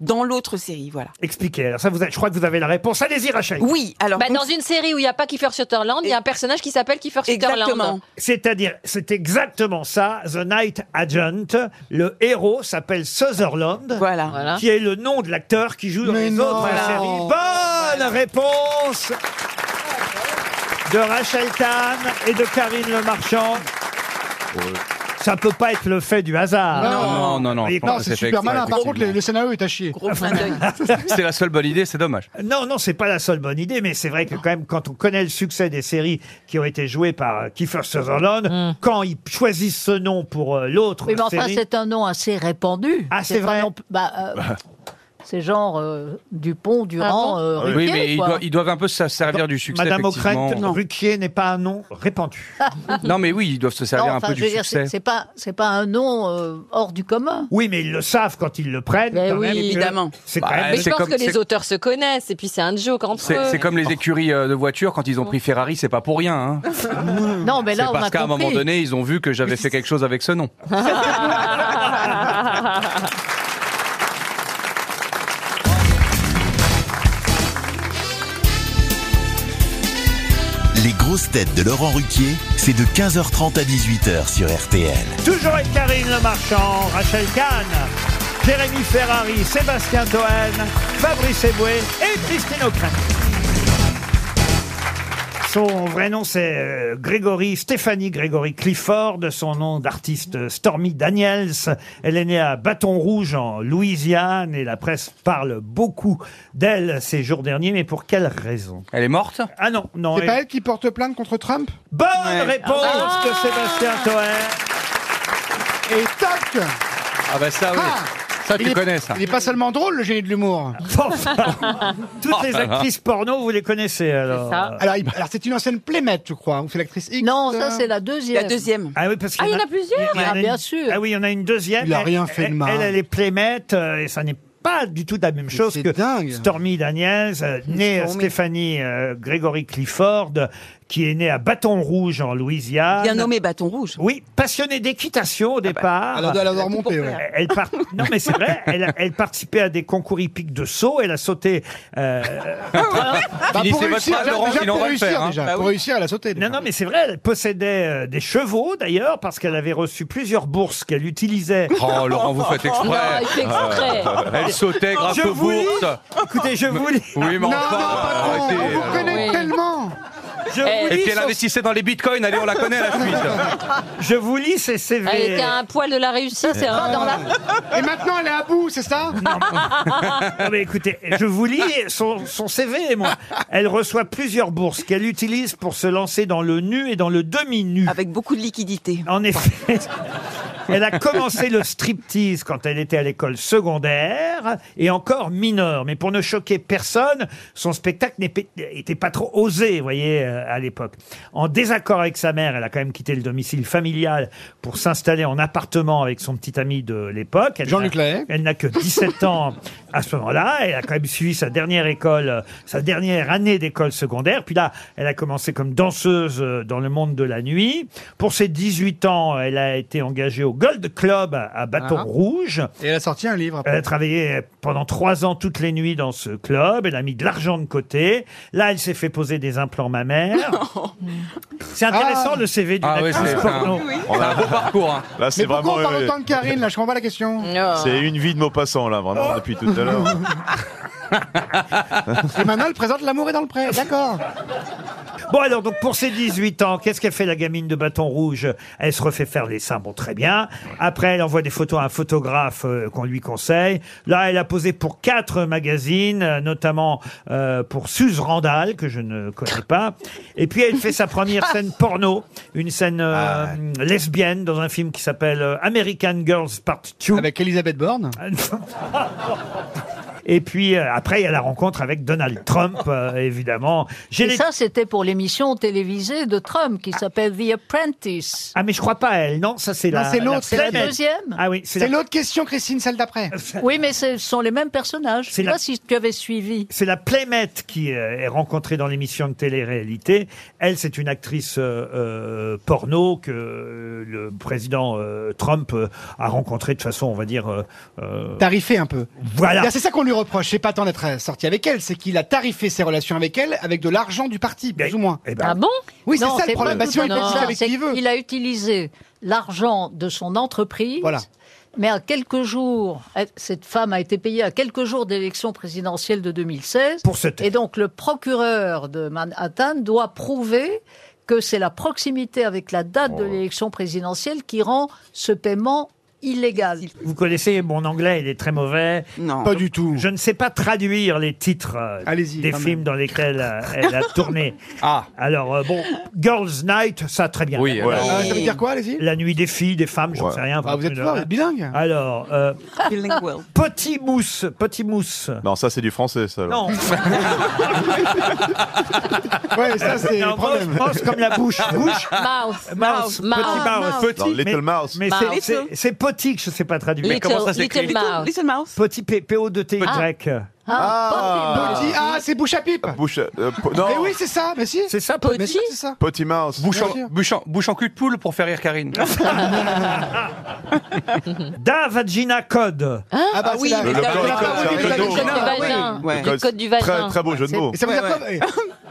P: dans l'autre série, voilà.
B: expliquez. Alors ça, vous, avez- je crois que vous avez la réponse. Allez-y, Rachel.
P: Oui, alors
E: Bah,
P: donc,
E: dans une série où il n'y a pas Kiefer Sutherland, il y a un personnage qui s'appelle Kiefer Sutherland.
P: exactement.
B: C'est-à-dire, c'est exactement ça. The Night Agent. Le héros s'appelle Sutherland.
P: Voilà.
E: Voilà.
B: Qui est le nom de l'acteur qui joue dans
C: Mais
B: les
C: non.
B: autres
C: Voilà.
B: séries. Bonne réponse de Rachel Kahn et de Karine Le Marchand. Ça peut pas être le fait du hasard.
D: Non, non, non, non,
B: Et-
D: je pense que
B: c'est
D: c'est fait
C: Super
D: exprès,
C: malin. Par contre,
D: effectivement.
C: le, le scénario est à chier.
D: C'était la seule bonne idée, c'est dommage.
B: Non, non, c'est pas la seule bonne idée, mais c'est vrai que quand même, quand on connaît le succès des séries qui ont été jouées par euh, Kiefer Sutherland, quand ils choisissent ce nom pour euh, l'autre
N: Hmm. Oui, mais enfin,
B: série,
N: c'est un nom assez répandu.
B: Ah, c'est
N: un
B: vrai
N: nom- bah, euh, C'est genre euh, Dupont, Durand, euh,
D: Ah Oui,
N: Ruquier,
D: mais ils
N: quoi.
D: doivent, ils doivent un peu se servir du succès.
B: Madame
D: effectivement.
B: Ockrent, Ruquier n'est pas un nom répandu.
D: Non, mais oui, ils doivent se servir
N: Non,
D: un
N: enfin,
D: peu
N: je
D: du
N: veux dire,
D: succès.
N: c'est- C'est pas, c'est pas un nom euh, hors du commun.
B: Oui, mais ils le savent quand ils le prennent.
E: Mais
B: quand
E: Eh oui,
B: même, que
E: évidemment.
B: C'est
D: Bah,
B: quand même-
E: Mais je
D: c'est
E: pense
D: comme-
E: que les
D: c'est-
E: auteurs se connaissent et puis c'est un joke entre eux.
D: C'est c'est comme
N: Oh.
D: les écuries euh, de voitures quand ils ont pris Ferrari, c'est pas pour rien. hein.
N: Non, mais
D: C'est
N: là, on a
D: parce qu'à un moment
N: compris.
D: donné, ils ont vu que j'avais fait quelque chose avec ce nom.
I: Ah.
A: Les grosses têtes de Laurent Ruquier, c'est de 15h30 à 18h sur RTL.
B: Toujours avec Karine Le Marchand, Rachel Kahn, Jérémy Ferrari, Sébastien Toen, Fabrice Eboué et Christine O'Krent. Son vrai nom, c'est euh, Grégory, Stéphanie Grégory Clifford, son nom d'artiste euh, Stormy Daniels. Elle est née à Baton Rouge, en Louisiane, et la presse parle beaucoup d'elle ces jours derniers, mais pour quelle raison
D: Elle est morte
B: Ah non, non.
C: C'est
B: elle-
C: pas elle qui porte plainte contre Trump
B: Bonne
D: Ouais.
B: réponse
C: Ah.
B: de Sébastien Toen.
C: Et tac
D: Ah bah ça, oui.
C: Ah
D: ça, tu
C: Il est-
D: connais ça.
C: Il est pas seulement drôle, le génie de l'humour.
B: Toutes
D: Ah.
B: les actrices porno, vous les connaissez alors
C: Alors, il- alors, c'est une ancienne playmate, je crois, ou c'est l'actrice X
N: Non,
C: euh,
N: ça, c'est la deuxième.
P: La deuxième.
B: Ah oui, parce
E: Ah,
B: qu'il
E: il y en a plusieurs
B: il y en a
N: Ah,
B: une-
N: bien sûr.
B: Ah oui, il y en a une deuxième.
C: Il a
B: Elle-
C: rien fait de
B: elle-
C: mal.
B: Elle, elle est playmate euh, et ça n'est pas du tout la même chose
C: c'est
B: que
C: dingue.
B: Stormy Daniels, euh, née euh,
P: Stormy.
B: Stéphanie euh, Gregory Clifford, qui est née à Baton Rouge en Louisiane.
P: Bien nommé Bâton Rouge.
B: Oui, passionnée d'équitation au
E: Ah bah,
B: départ.
C: Elle doit l'avoir monté, ouais.
B: Elle part- Non, mais c'est vrai, elle, elle participait à des concours hippiques de saut, elle a sauté. euh,
C: Bah, pour
D: Finissez votre
C: réussir,
D: phrase,
C: déjà,
D: Laurent,
C: déjà,
D: sinon on va
C: pour
D: le
C: réussir,
D: faire, hein.
C: déjà.
D: Bah
C: Pour
D: oui.
C: réussir, elle a sauté.
B: Non,
C: déjà.
B: non, mais c'est vrai, elle possédait euh, des chevaux d'ailleurs, parce qu'elle avait reçu plusieurs bourses qu'elle utilisait.
D: Oh, Laurent, vous faites exprès.
E: Non, il fait exprès.
D: Euh, elle sautait grave
B: Je vous lis.
D: bourse.
B: Écoutez, je vous lis.
D: Oui, mais
C: Non, non,
D: enfin,
C: patron,
D: arrêtez,
C: on vous
D: alors.
C: connaît
E: oui.
C: tellement
B: Je
E: Eh,
B: vous
D: Et
B: lis,
D: puis elle
B: son-
D: investissait dans les bitcoins, allez, on la connaît la suite.
B: je vous lis ses CV.
E: Elle était à un poil de la réussite, c'est un dans la.
C: Et maintenant, elle est à bout, c'est ça
B: Non, mais écoutez, je vous lis son, son CV, moi. Elle reçoit plusieurs bourses qu'elle utilise pour se lancer dans le nu et dans le demi-nu.
P: Avec beaucoup de liquidité.
B: En effet. Elle a commencé le striptease quand elle était à l'école secondaire et encore mineure. Mais pour ne choquer personne, son spectacle n'était pas trop osé, vous voyez, euh, à l'époque. En désaccord avec sa mère, elle a quand même quitté le domicile familial pour s'installer en appartement avec son petit ami de l'époque. Elle
C: Jean-Luc
B: n'a-
C: Lahaye.
B: Elle n'a que 17 ans à ce moment-là. Elle a quand même suivi sa dernière école, euh, sa dernière année d'école secondaire. Puis là, elle a commencé comme danseuse euh, dans le monde de la nuit. Pour ses 18 ans, elle a été engagée au Gold Club à- à Bâton
C: Ah.
B: Rouge.
C: Et elle a sorti un livre
B: Elle a
C: après.
B: travaillé pendant trois ans toutes les nuits dans ce club. Elle a mis de l'argent de côté. Là, elle s'est fait poser des implants mammaires. C'est intéressant
C: Ah.
B: le CV d'une
D: Ah oui,
B: actrice
D: c'est
B: porno.
D: un, on a un beau parcours. hein.
F: Là, c'est
C: Mais pourquoi
F: vraiment.
C: on parle
F: euh,
C: autant de Karine, là Je comprends pas la question.
F: C'est une vie de mot passant, là,
C: Oh.
F: vraiment, depuis tout à l'heure.
C: Et maintenant, elle présente L'amour est dans le pré, d'accord.
B: Bon alors donc pour ses 18 ans, qu'est-ce qu'elle fait la gamine de bâton rouge Elle se refait faire des seins, bon très bien. Après elle envoie des photos à un photographe euh, qu'on lui conseille. Là elle a posé pour quatre magazines, euh, notamment euh, pour Suze Randall que je ne connais pas. Et puis elle fait sa première scène porno, une scène euh,
C: Ah
B: lesbienne dans un film qui s'appelle euh, American Girls Part 2.
C: Avec Elisabeth Borne.
B: Et puis euh, après il y a la rencontre avec Donald Trump euh, évidemment. J'ai
N: Et
B: les-
N: ça, c'était pour l'émission télévisée de Trump qui s'appelle The Apprentice.
B: Ah mais je crois pas à elle, non, ça c'est
C: Non,
B: la
C: c'est l'autre,
N: C'est la
B: planète.
N: deuxième
B: Ah oui, c'est
C: C'est
B: la,
C: l'autre question, Christine, celle d'après.
N: Oui, mais ce sont les mêmes personnages. Je
B: C'est
N: sais
B: la-
N: pas si tu avais suivi.
B: c'est la Playmate qui euh, est rencontrée dans l'émission de télé-réalité. Elle, c'est une actrice euh, euh, porno que euh, le président euh, Trump euh, a rencontrée de façon, on va dire, euh, euh,
C: Tarifé un peu.
B: voilà.
C: Là, Eh C'est ça qu'on lui reproche, c'est pas tant d'être euh, sorti avec elle, c'est qu'il a tarifé ses relations avec elle avec de l'argent du parti, plus ou moins.
B: Eh ben,
E: Ah bon
C: Oui, c'est
N: Non,
C: ça le problème.
N: pas
C: Bah, sinon,
N: tout à
C: il peut
N: fait
C: se faire
N: ça.
C: avec qui
N: C'est
C: il veut.
N: qu'il a utilisé l'argent de son entreprise.
C: Voilà.
N: Mais à quelques jours, elle- cette femme a été payée à quelques jours d'élection présidentielle de 2016.
B: Pour se taire.
N: Et donc le procureur de Manhattan doit prouver que c'est la proximité avec la date
C: Oh.
N: de l'élection présidentielle qui rend ce paiement illégal.
B: Vous connaissez mon anglais, il est très mauvais. Non.
N: Pas
B: du tout. Je ne sais pas traduire les titres euh, des
N: quand
B: films dans lesquels euh, elle a tourné. ah. Alors, euh, bon, Girls Night, ça très bien.
C: Oui, alors- Euh, ça veut dire quoi, allez-y
B: La nuit des filles, des femmes, j'en sais rien.
C: Ah, vous êtes
B: une-
C: fort, vous êtes bilingue.
B: Alors, euh, Petit Mousse, Petit Mousse.
F: Non, ça c'est du français, ça.
B: Non.
C: Ouais, ça, c'est
B: Non,
C: le problème.
B: mouse, mouse comme la bouche. Bouche.
E: Mouse.
B: Mouse.
E: Mouse.
B: Petit
E: Ah,
B: mouse.
E: mouse. Non,
B: mais,
E: little mouse.
B: Mais
E: Mouse.
B: c'est- c'est- c'est petit que je ne sais pas traduire.
E: Mais comment ça Little- s'écrit little mouse.
B: Little mouse. Petit P- P-O-D-T-Y.
C: Ah,
F: Ah.
C: petit- ah, c'est bouche à pipe.
F: Bouche. euh, po- non.
C: Mais oui, c'est ça, mais si.
B: Eh C'est ça,
C: Mais si, c'est ça.
F: Petit mouse.
D: Bouche en,
C: Bien sûr.
D: bouche en- bouche en cul de poule pour faire rire Karine.
B: Da Vagina Code.
C: Ah bah oui,
E: oui,
F: Le- le
E: d'accord.
F: code,
E: Ah,
F: c'est un
E: oui,
F: code
E: le
F: d'eau.
E: code du
F: Ah, oui.
E: vagin.
F: Ouais.
E: Le code du vagin.
F: Très, très beau jeu de mots.
C: Et Ah, ça veut dire quoi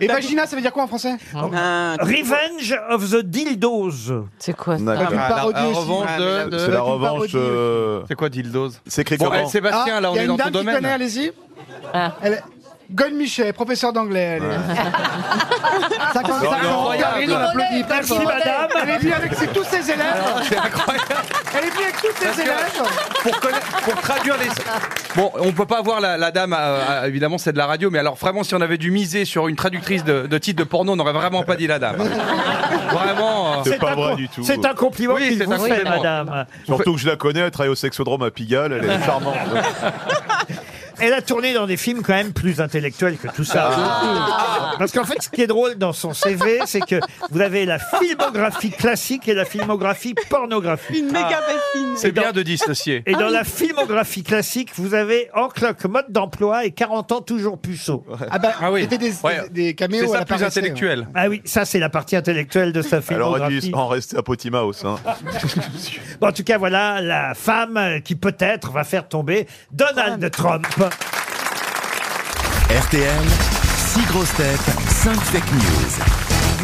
C: Et vagina, ça veut dire quoi en français
E: Hum.
B: Euh, Revenge of the Dildos.
E: C'est quoi
F: ça D'accord.
C: Une parodie
D: La
T: Ah,
C: aussi.
D: revanche de-
C: Ouais, mais
F: C'est
D: de-
C: ça doit
F: la
C: être une
F: revanche.
C: parodie.
F: euh,
D: C'est quoi Dildos
F: C'est écrit
D: Bon,
F: comment
D: eh, Sébastien,
C: Ah,
D: là, on
C: il y a
D: est
C: une
D: dans
C: dame
D: ton
C: qui
D: domaine.
C: connaît, allez-y.
E: Ah.
C: Elle est- Gold Michet, professeur d'anglais. Elle est. 55 ans,
D: Incroyable.
C: Karine, on l'applaudit.
B: Merci,
C: très fort.
B: madame.
C: Elle est venue avec ses- tous ses
I: Ah,
C: élèves. Elle est venue avec tous
D: Parce
C: ses
D: que-
C: élèves.
D: pour, conna- pour traduire les. Bon, on peut pas voir la, la dame, euh, euh, évidemment, c'est de la radio, mais alors vraiment, si on avait dû miser sur une traductrice de, de titre de porno, on n'aurait vraiment pas dit la dame. Vraiment. euh,
F: C'est pas
B: un
F: vrai
B: com-
F: du tout.
B: C'est un compliment
D: Oui,
B: qu'il
D: c'est
B: vous
D: un
B: fait,
D: compliment.
B: madame.
F: Surtout que je la connais, elle travaille au sexodrome à Pigalle, elle est charmante.
B: Elle a tourné dans des films quand même plus intellectuels que tout ça.
C: Ah.
B: Parce qu'en fait, ce qui est drôle dans son CV, c'est que vous avez la filmographie classique et la filmographie pornographique. Ah.
P: Une méga Ah bassine.
D: C'est bien de dissocier.
B: Et dans la filmographie classique, vous avez En cloque, mode d'emploi et 40 ans toujours puceau.
C: Ah bah,
D: Ah oui.
C: c'était des,
D: Ouais.
C: des, des caméos.
D: C'est ça plus
C: elle apparaissait, hein.
D: intellectuel.
B: Ah oui, ça c'est la partie intellectuelle de sa
F: Elle aurait
B: filmographie.
F: dû en rester à Potimaos. Hein.
B: Bon, en tout cas, voilà la femme euh, qui peut-être va faire tomber Donald Trump.
A: RTL, 6 grosses têtes, 5 fake news.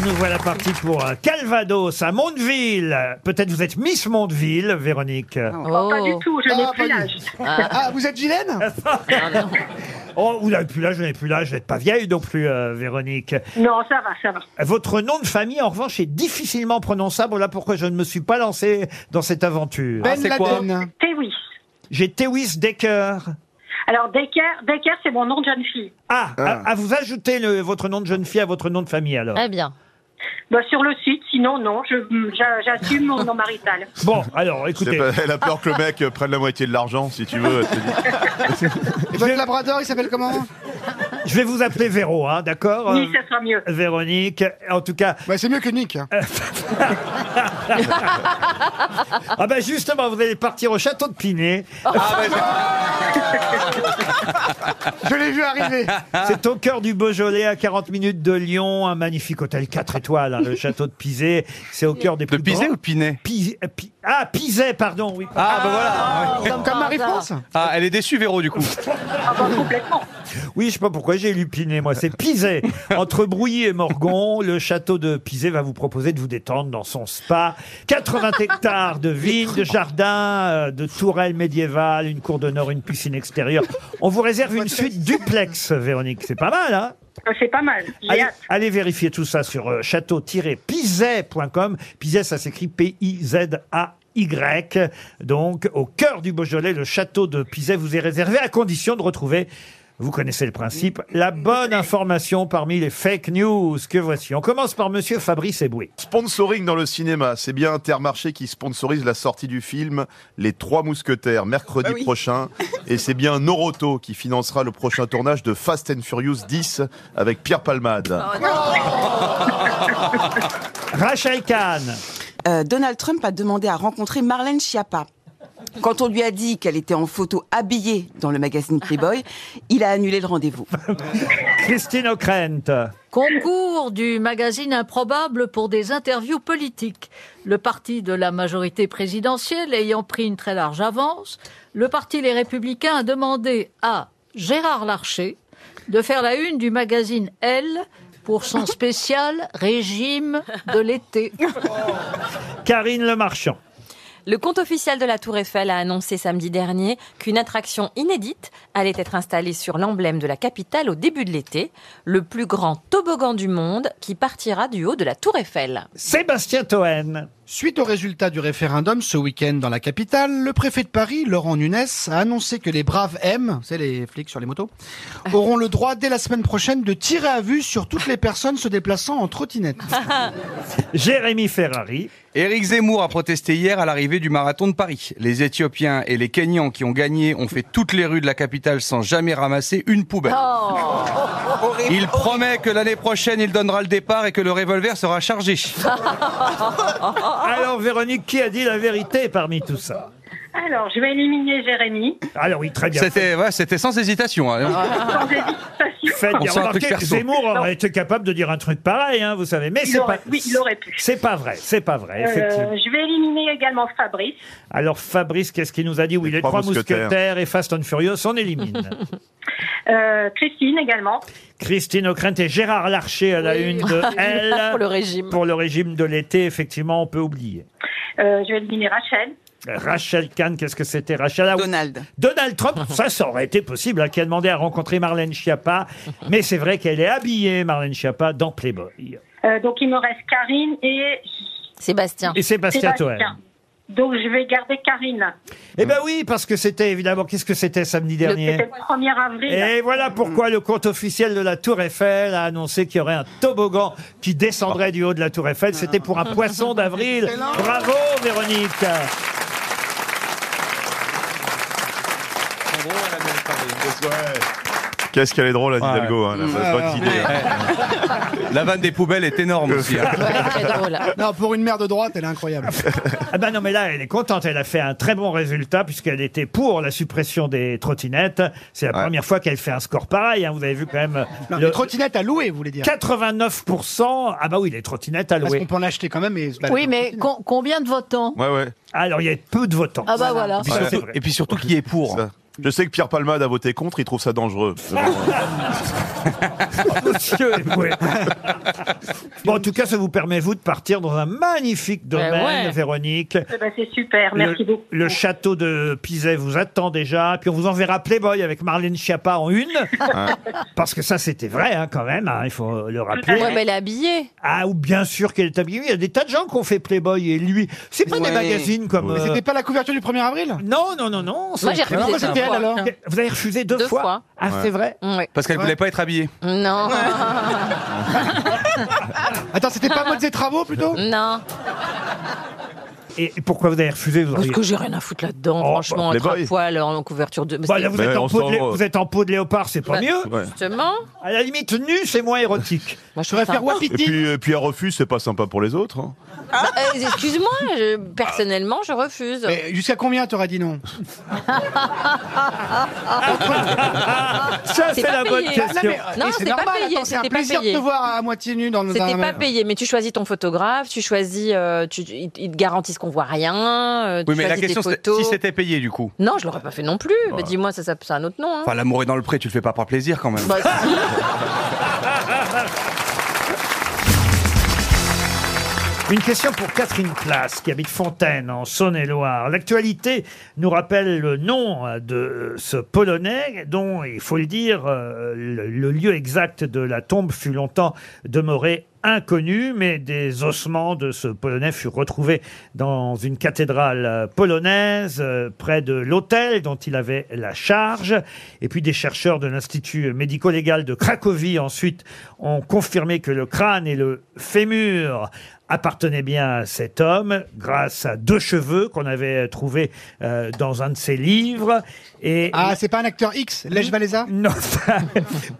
B: Nous voilà partis pour euh, Calvados à Mondeville. Peut-être vous êtes Miss Mondeville, Véronique.
M: Ah
E: Oh.
M: Pas du tout, je n'ai
C: Ah,
M: plus
C: pas
M: l'âge.
C: ouais. Ah, vous êtes Guylaine
B: Ah. Oh, vous n'avez plus l'âge, vous n'avez plus l'âge, vous n'êtes pas vieille non plus, euh, Véronique.
M: Non, ça va, ça va.
B: Votre nom de famille, en revanche, est difficilement prononçable. Voilà pourquoi je ne me suis pas lancé dans cette aventure.
C: Ben
D: Ah, c'est quoi
C: Laden.
M: Tewis.
B: J'ai Tewis Decker.
M: Alors, Decker, Decker c'est mon nom de jeune fille.
B: Ah, À, à vous ajouter le- votre nom de jeune fille à votre nom de famille, alors.
E: Très Eh bien.
M: Bah, sur le site, sinon, non, je- j'a- j'assume mon nom marital.
B: Bon, alors,
F: Je sais
B: écoutez.
F: pas, Elle a peur que le mec euh, prenne la moitié de l'argent, si tu veux. elle te dit.
C: Et votre labrador, il s'appelle comment
B: Je vais vous appeler Véro, hein, d'accord
M: Oui,
B: euh,
M: ça sera mieux.
B: Véronique, en tout cas.
C: bah, C'est mieux que Nick. hein.
B: Ah ben justement, vous allez partir au château de Pinet.
C: bah, Je l'ai vu arriver.
B: C'est au cœur du Beaujolais, à 40 minutes de Lyon, un magnifique hôtel 4 étoiles, hein, le château de Pizet. C'est au cœur des
D: De
B: plus
D: Pizet
B: grands-
D: ou Pinet
B: Pizet- euh, Pi- Ah, Pizet, pardon, oui.
D: Ah, bah voilà.
C: Comme, comme Marie-France
D: Ah, elle est déçue, Véro, du coup.
M: Ah, bah, complètement.
B: Oui, je sais pas pourquoi j'ai lu Pinet, moi. C'est Pizet. Entre Brouilly et Morgon, le château de Pizet va vous proposer de vous détendre dans son spa. 80 hectares de vignes, de jardins, euh, de tourelles médiévales, une cour d'honneur, une piscine extérieure. On vous réserve une suite duplex, Véronique. C'est pas mal, hein
M: Euh, C'est pas mal. J'ai
B: Allez,
M: hâte.
B: allez vérifier tout ça sur euh, château-pizet.com. Pizet, ça s'écrit P-I-Z-A-Y. Donc, au cœur du Beaujolais, le château de Pizet vous est réservé à condition de retrouver, vous connaissez le principe, la bonne information parmi les fake news que voici. On commence par monsieur Fabrice Eboué.
F: Sponsoring dans le cinéma, c'est bien Intermarché qui sponsorise la sortie du film Les Trois Mousquetaires mercredi prochain. Et c'est bien Noroto qui financera le prochain tournage de Fast and Furious 10 avec Pierre Palmade.
B: Rachel Kahn.
P: Euh, Donald Trump a demandé à rencontrer Marlène Schiappa. Quand on lui a dit qu'elle était en photo habillée dans le magazine Playboy, il a annulé le rendez-vous.
B: Christine O'Krent.
N: Concours du magazine Improbable pour des interviews politiques. Le parti de la majorité présidentielle ayant pris une très large avance, le parti Les Républicains a demandé à Gérard Larcher de faire la une du magazine Elle pour son spécial régime de l'été.
B: Karine Le Marchand.
E: Le compte officiel de la Tour Eiffel a annoncé samedi dernier qu'une attraction inédite allait être installée sur l'emblème de la capitale au début de l'été, le plus grand toboggan du monde qui partira du haut de la Tour Eiffel.
B: Sébastien Toen.
C: Suite au résultat du référendum ce week-end dans la capitale, le préfet de Paris, Laurent Nunes, a annoncé que les braves M, c'est les flics sur les motos,
E: Ah.
C: auront le droit dès la semaine prochaine de tirer à vue sur toutes les personnes se déplaçant en trottinette.
B: Ah, Jérémy Ferrari.
D: Éric Zemmour a protesté hier à l'arrivée du marathon de Paris. Les Éthiopiens et les Kenyans qui ont gagné ont fait toutes les rues de la capitale sans jamais ramasser une poubelle.
I: Oh.
D: Il promet que l'année prochaine, il donnera le départ et que le revolver sera chargé.
B: Alors Véronique, qui a dit la vérité parmi tout ça
M: Alors, je vais éliminer Jérémy.
B: Alors oui, très bien.
D: C'était ouais, c'était sans hésitation. hein.
M: Sans hésitation.
B: Faites
D: On
B: bien
D: sent un
B: remarquer
D: truc
B: que
D: perso.
B: Zemmour
M: Non.
B: aurait été capable de dire un truc pareil, hein, vous savez. Mais
M: Il
B: c'est
M: aurait-
B: pas.
M: oui, il aurait pu.
B: C'est pas vrai, c'est pas vrai,
M: Euh,
B: Ah, effectivement.
M: je vais éliminer également Fabrice.
B: Alors Fabrice, qu'est-ce qu'il nous a dit Oui, les,
F: trois
B: trois, mousquetaires.
F: mousquetaires
B: et Fast and Furious, on élimine.
M: Euh, Christine également.
B: Christine O'Krent et Gérard Larcher à la
M: Oui.
B: une de Elle.
M: Pour le régime.
B: Pour le régime de l'été, effectivement, on peut oublier.
M: Euh, je vais éliminer Rachel.
B: Rachel Kahn, qu'est-ce que c'était Rachel
P: Donald.
B: Donald Trump, ça, ça aurait été possible, hein, qui a demandé à rencontrer Marlène Schiappa. Mais c'est vrai qu'elle est habillée, Marlène Schiappa, dans Playboy.
M: Euh, donc il me reste Karine et
E: Sébastien.
B: Et Sébastien Toen.
M: Donc je vais garder Karine.
B: Eh ben oui, parce que c'était évidemment, qu'est-ce que c'était samedi dernier
M: C'était le 1er avril.
F: Eh
B: Et
C: Mm.
B: voilà pourquoi le compte officiel de la Tour Eiffel a annoncé qu'il y aurait un toboggan qui descendrait du haut de la Tour Eiffel. C'était pour un
C: Ah.
B: poisson d'avril. Bravo, Véronique.
F: Qu'est-ce qu'elle est drôle, Anne
D: Ouais.
F: Hidalgo, hein, la
D: Mmh.
F: bonne idée.
D: La vanne des poubelles est énorme aussi. hein.
E: Ah,
C: Non, pour une mère de droite, elle est incroyable.
B: Ah ben non, mais là, elle est contente. Elle a fait un très bon résultat puisqu'elle était pour la suppression des trottinettes. C'est la première fois qu'elle fait un score pareil. hein. Vous avez vu quand même
C: Non,
B: le
C: Les trottinettes à louer, vous voulez dire
B: 89%. Ah bah oui, les trottinettes à
C: Parce
B: louer.
C: qu'on peut en acheter quand même. Et se balader.
N: Oui, mais con- combien de votants
F: Ouais, ouais.
B: Alors, il y a peu de votants.
N: Ah bah voilà.
B: Puis surtout-
D: Et puis surtout, qui est pour
F: Ça. Je sais que Pierre Palmade a voté contre, il trouve ça dangereux.
B: Monsieur Eboué. Bon, en tout cas, ça vous permet, vous, de partir dans un magnifique domaine,
M: ouais.
B: Véronique.
M: Eh ben, c'est super, merci
B: le,
M: beaucoup.
B: le château de Pizet vous attend déjà. Puis on vous enverra Playboy avec Marlène Schiappa en une.
M: Ah.
B: Parce que ça, c'était vrai, hein, quand même. hein, il faut le rappeler.
E: Ouais, mais elle est habillée.
B: Ah, ou bien sûr qu'elle est habillée. Il y a des tas de gens qui ont fait Playboy et lui. C'est pas des
C: Ouais.
B: magazines comme.
C: Mais
B: euh,
C: c'était pas la couverture du 1er avril
B: Non, non, non, non.
E: Moi, j'ai
B: c'est-
E: refusé
C: Pourquoi
E: deux
C: c'était elle
E: fois.
C: alors
B: Vous avez refusé deux,
E: Deux fois.
B: Ah,
D: Ouais.
B: c'est vrai
E: Ouais.
D: Parce qu'elle voulait pas être habillée.
E: Non.
C: Attends, c'était pas mode des travaux plutôt
E: Non.
B: Et pourquoi vous avez refusé vous
E: Parce
B: auriez- Oh,
E: que j'ai rien à foutre là-dedans, franchement,
F: bah,
E: être
F: les
E: à
F: boys.
E: poil en en couverture de.
B: Bah, là, vous,
F: Mais
B: êtes en
F: on
B: peau de
F: s'en
B: lé-
F: va.
B: vous êtes en peau de léopard, c'est pas
E: Bah,
B: mieux
F: Ouais.
E: Justement.
B: À la limite, nu, c'est moins érotique.
E: Moi, je
C: Tu vas
E: trouve
C: faire
E: ça-
F: Et
C: Wapiti
F: puis, et puis un refus, c'est pas sympa pour les autres. hein.
E: Bah, euh, Excuse-moi, je- personnellement, je refuse.
C: Mais Jusqu'à combien t'aurais dit non
B: Ça,
E: C'est
B: c'est
E: pas
B: la bonne
E: payé.
B: question.
C: mais,
E: Non,
C: mais
E: c'était
C: normal,
E: pas payé,
C: attends, C'est un
E: c'était pas
C: plaisir
E: payé.
C: de te voir à moitié nu dans le. dans
E: C'était
C: un-
E: pas payé, mais tu choisis ton photographe, tu choisis, euh, tu, tu- ils ils te garantissent qu'on voit rien. euh, tu
D: Oui, mais la
E: choisis tes
D: question, c'était
E: photos.
D: si c'était payé du coup.
E: Non, je l'aurais pas fait non plus. Bah, Dis-moi, ça, ça- c'est un autre nom. hein.
D: Enfin, l'amour est dans le pré, tu le fais pas par plaisir quand même.
E: Bah, si.
B: Une question pour Catherine Place, qui habite Fontaine, en Saône-et-Loire. L'actualité nous rappelle le nom euh, de ce Polonais, dont, il faut le dire, euh, le le lieu exact de la tombe fut longtemps demeuré inconnu, mais des ossements de ce Polonais furent retrouvés dans une cathédrale euh, polonaise, euh, près de l'hôtel dont il avait la charge. Et puis des chercheurs de l'Institut médico-légal de Cracovie, ensuite, ont confirmé que le crâne et le fémur appartenait bien à cet homme grâce à deux cheveux qu'on avait trouvés euh, dans un de ses livres. Et
C: Ah, c'est pas un acteur X, Lèche Valéza
B: non,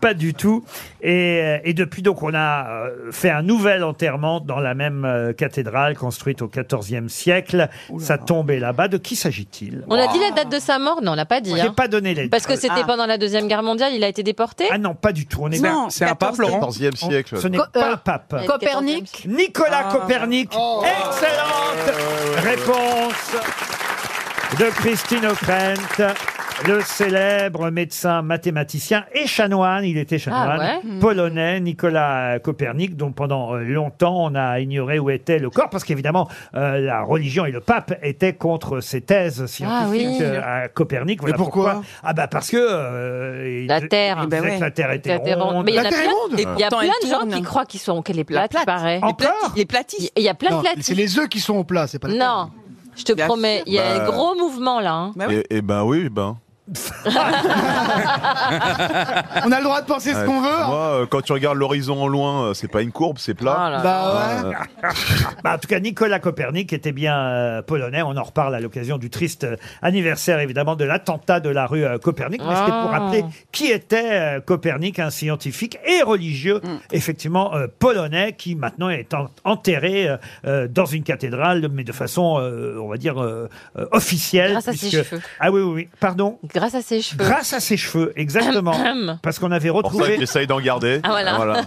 B: pas du tout. Et, euh, et depuis, donc, on a euh, fait un nouvel enterrement dans la même euh, cathédrale construite au XIVe siècle. Sa tombe est là-bas. De qui s'agit-il
E: On a dit la date de sa mort Non, on l'a pas dit.
B: J'ai
E: hein.
B: pas donné les
E: Parce que c'était
P: Ah.
E: pendant la Deuxième Guerre mondiale, il a été déporté
B: Ah non, pas du tout. On est
P: Non,
D: C'est un pape,
P: 14e.
D: Laurent
F: 14e siècle.
B: Ce n'est
N: Co-
B: pas
N: euh,
B: un pape.
N: Copernic
B: Nicolas Copernic.
C: Oh. Euh,
B: Excellente réponse de Christine O'Krent. le célèbre médecin mathématicien et chanoine, il était chanoine,
U: Ah ouais
B: polonais, Nicolas Copernic, dont pendant euh, longtemps on a ignoré où était le corps, parce qu'évidemment euh, la religion et le pape étaient contre ces thèses scientifiques
U: Ah oui.
B: euh, à Copernic. Voilà pourquoi, Ah bah parce que euh, il-
E: La Terre.
B: il disait que la Terre était
E: La Terre est ronde.
B: ronde.
E: Mais il y en a plein,
B: Et
E: il y a
B: pourtant,
E: plein
B: elle
E: de gens
B: tourne.
E: qui croient qu'ils sont qu'elle est plate, il paraît.
P: Les platistes.
E: Il y a plein de
C: Non,
E: platistes.
C: C'est les œufs qui sont au plat, c'est pas les
E: Non, je te promets, il y a
F: Bah,
E: un gros mouvement là. hein.
F: Et, et ben oui, ben.
C: On a le droit de penser ce
F: Ouais,
C: qu'on veut.
F: Moi, euh, quand tu regardes l'horizon en loin, euh, c'est pas une courbe, c'est plat. Euh,
C: Ah là là.
F: Ouais.
B: Bah, en tout cas, Nicolas Copernic était bien euh, polonais. On en reparle à l'occasion du triste euh, anniversaire, évidemment, de l'attentat de la rue euh, Copernic. Mais c'était pour
U: Ah.
B: rappeler qui était euh, Copernic, un scientifique et religieux,
E: Mm.
B: effectivement, euh, polonais, qui maintenant est en- enterré euh, euh, dans une cathédrale, mais de façon, euh, on va dire, euh, euh, officielle.
E: Grâce à ses cheveux.
B: Ah oui, oui, oui. Pardon
E: Grâce à ses cheveux.
B: Grâce à ses cheveux, exactement. Parce qu'on avait
F: Pour ça,
B: retrouvé...
F: j'essaye d'en garder.
B: Ah, voilà.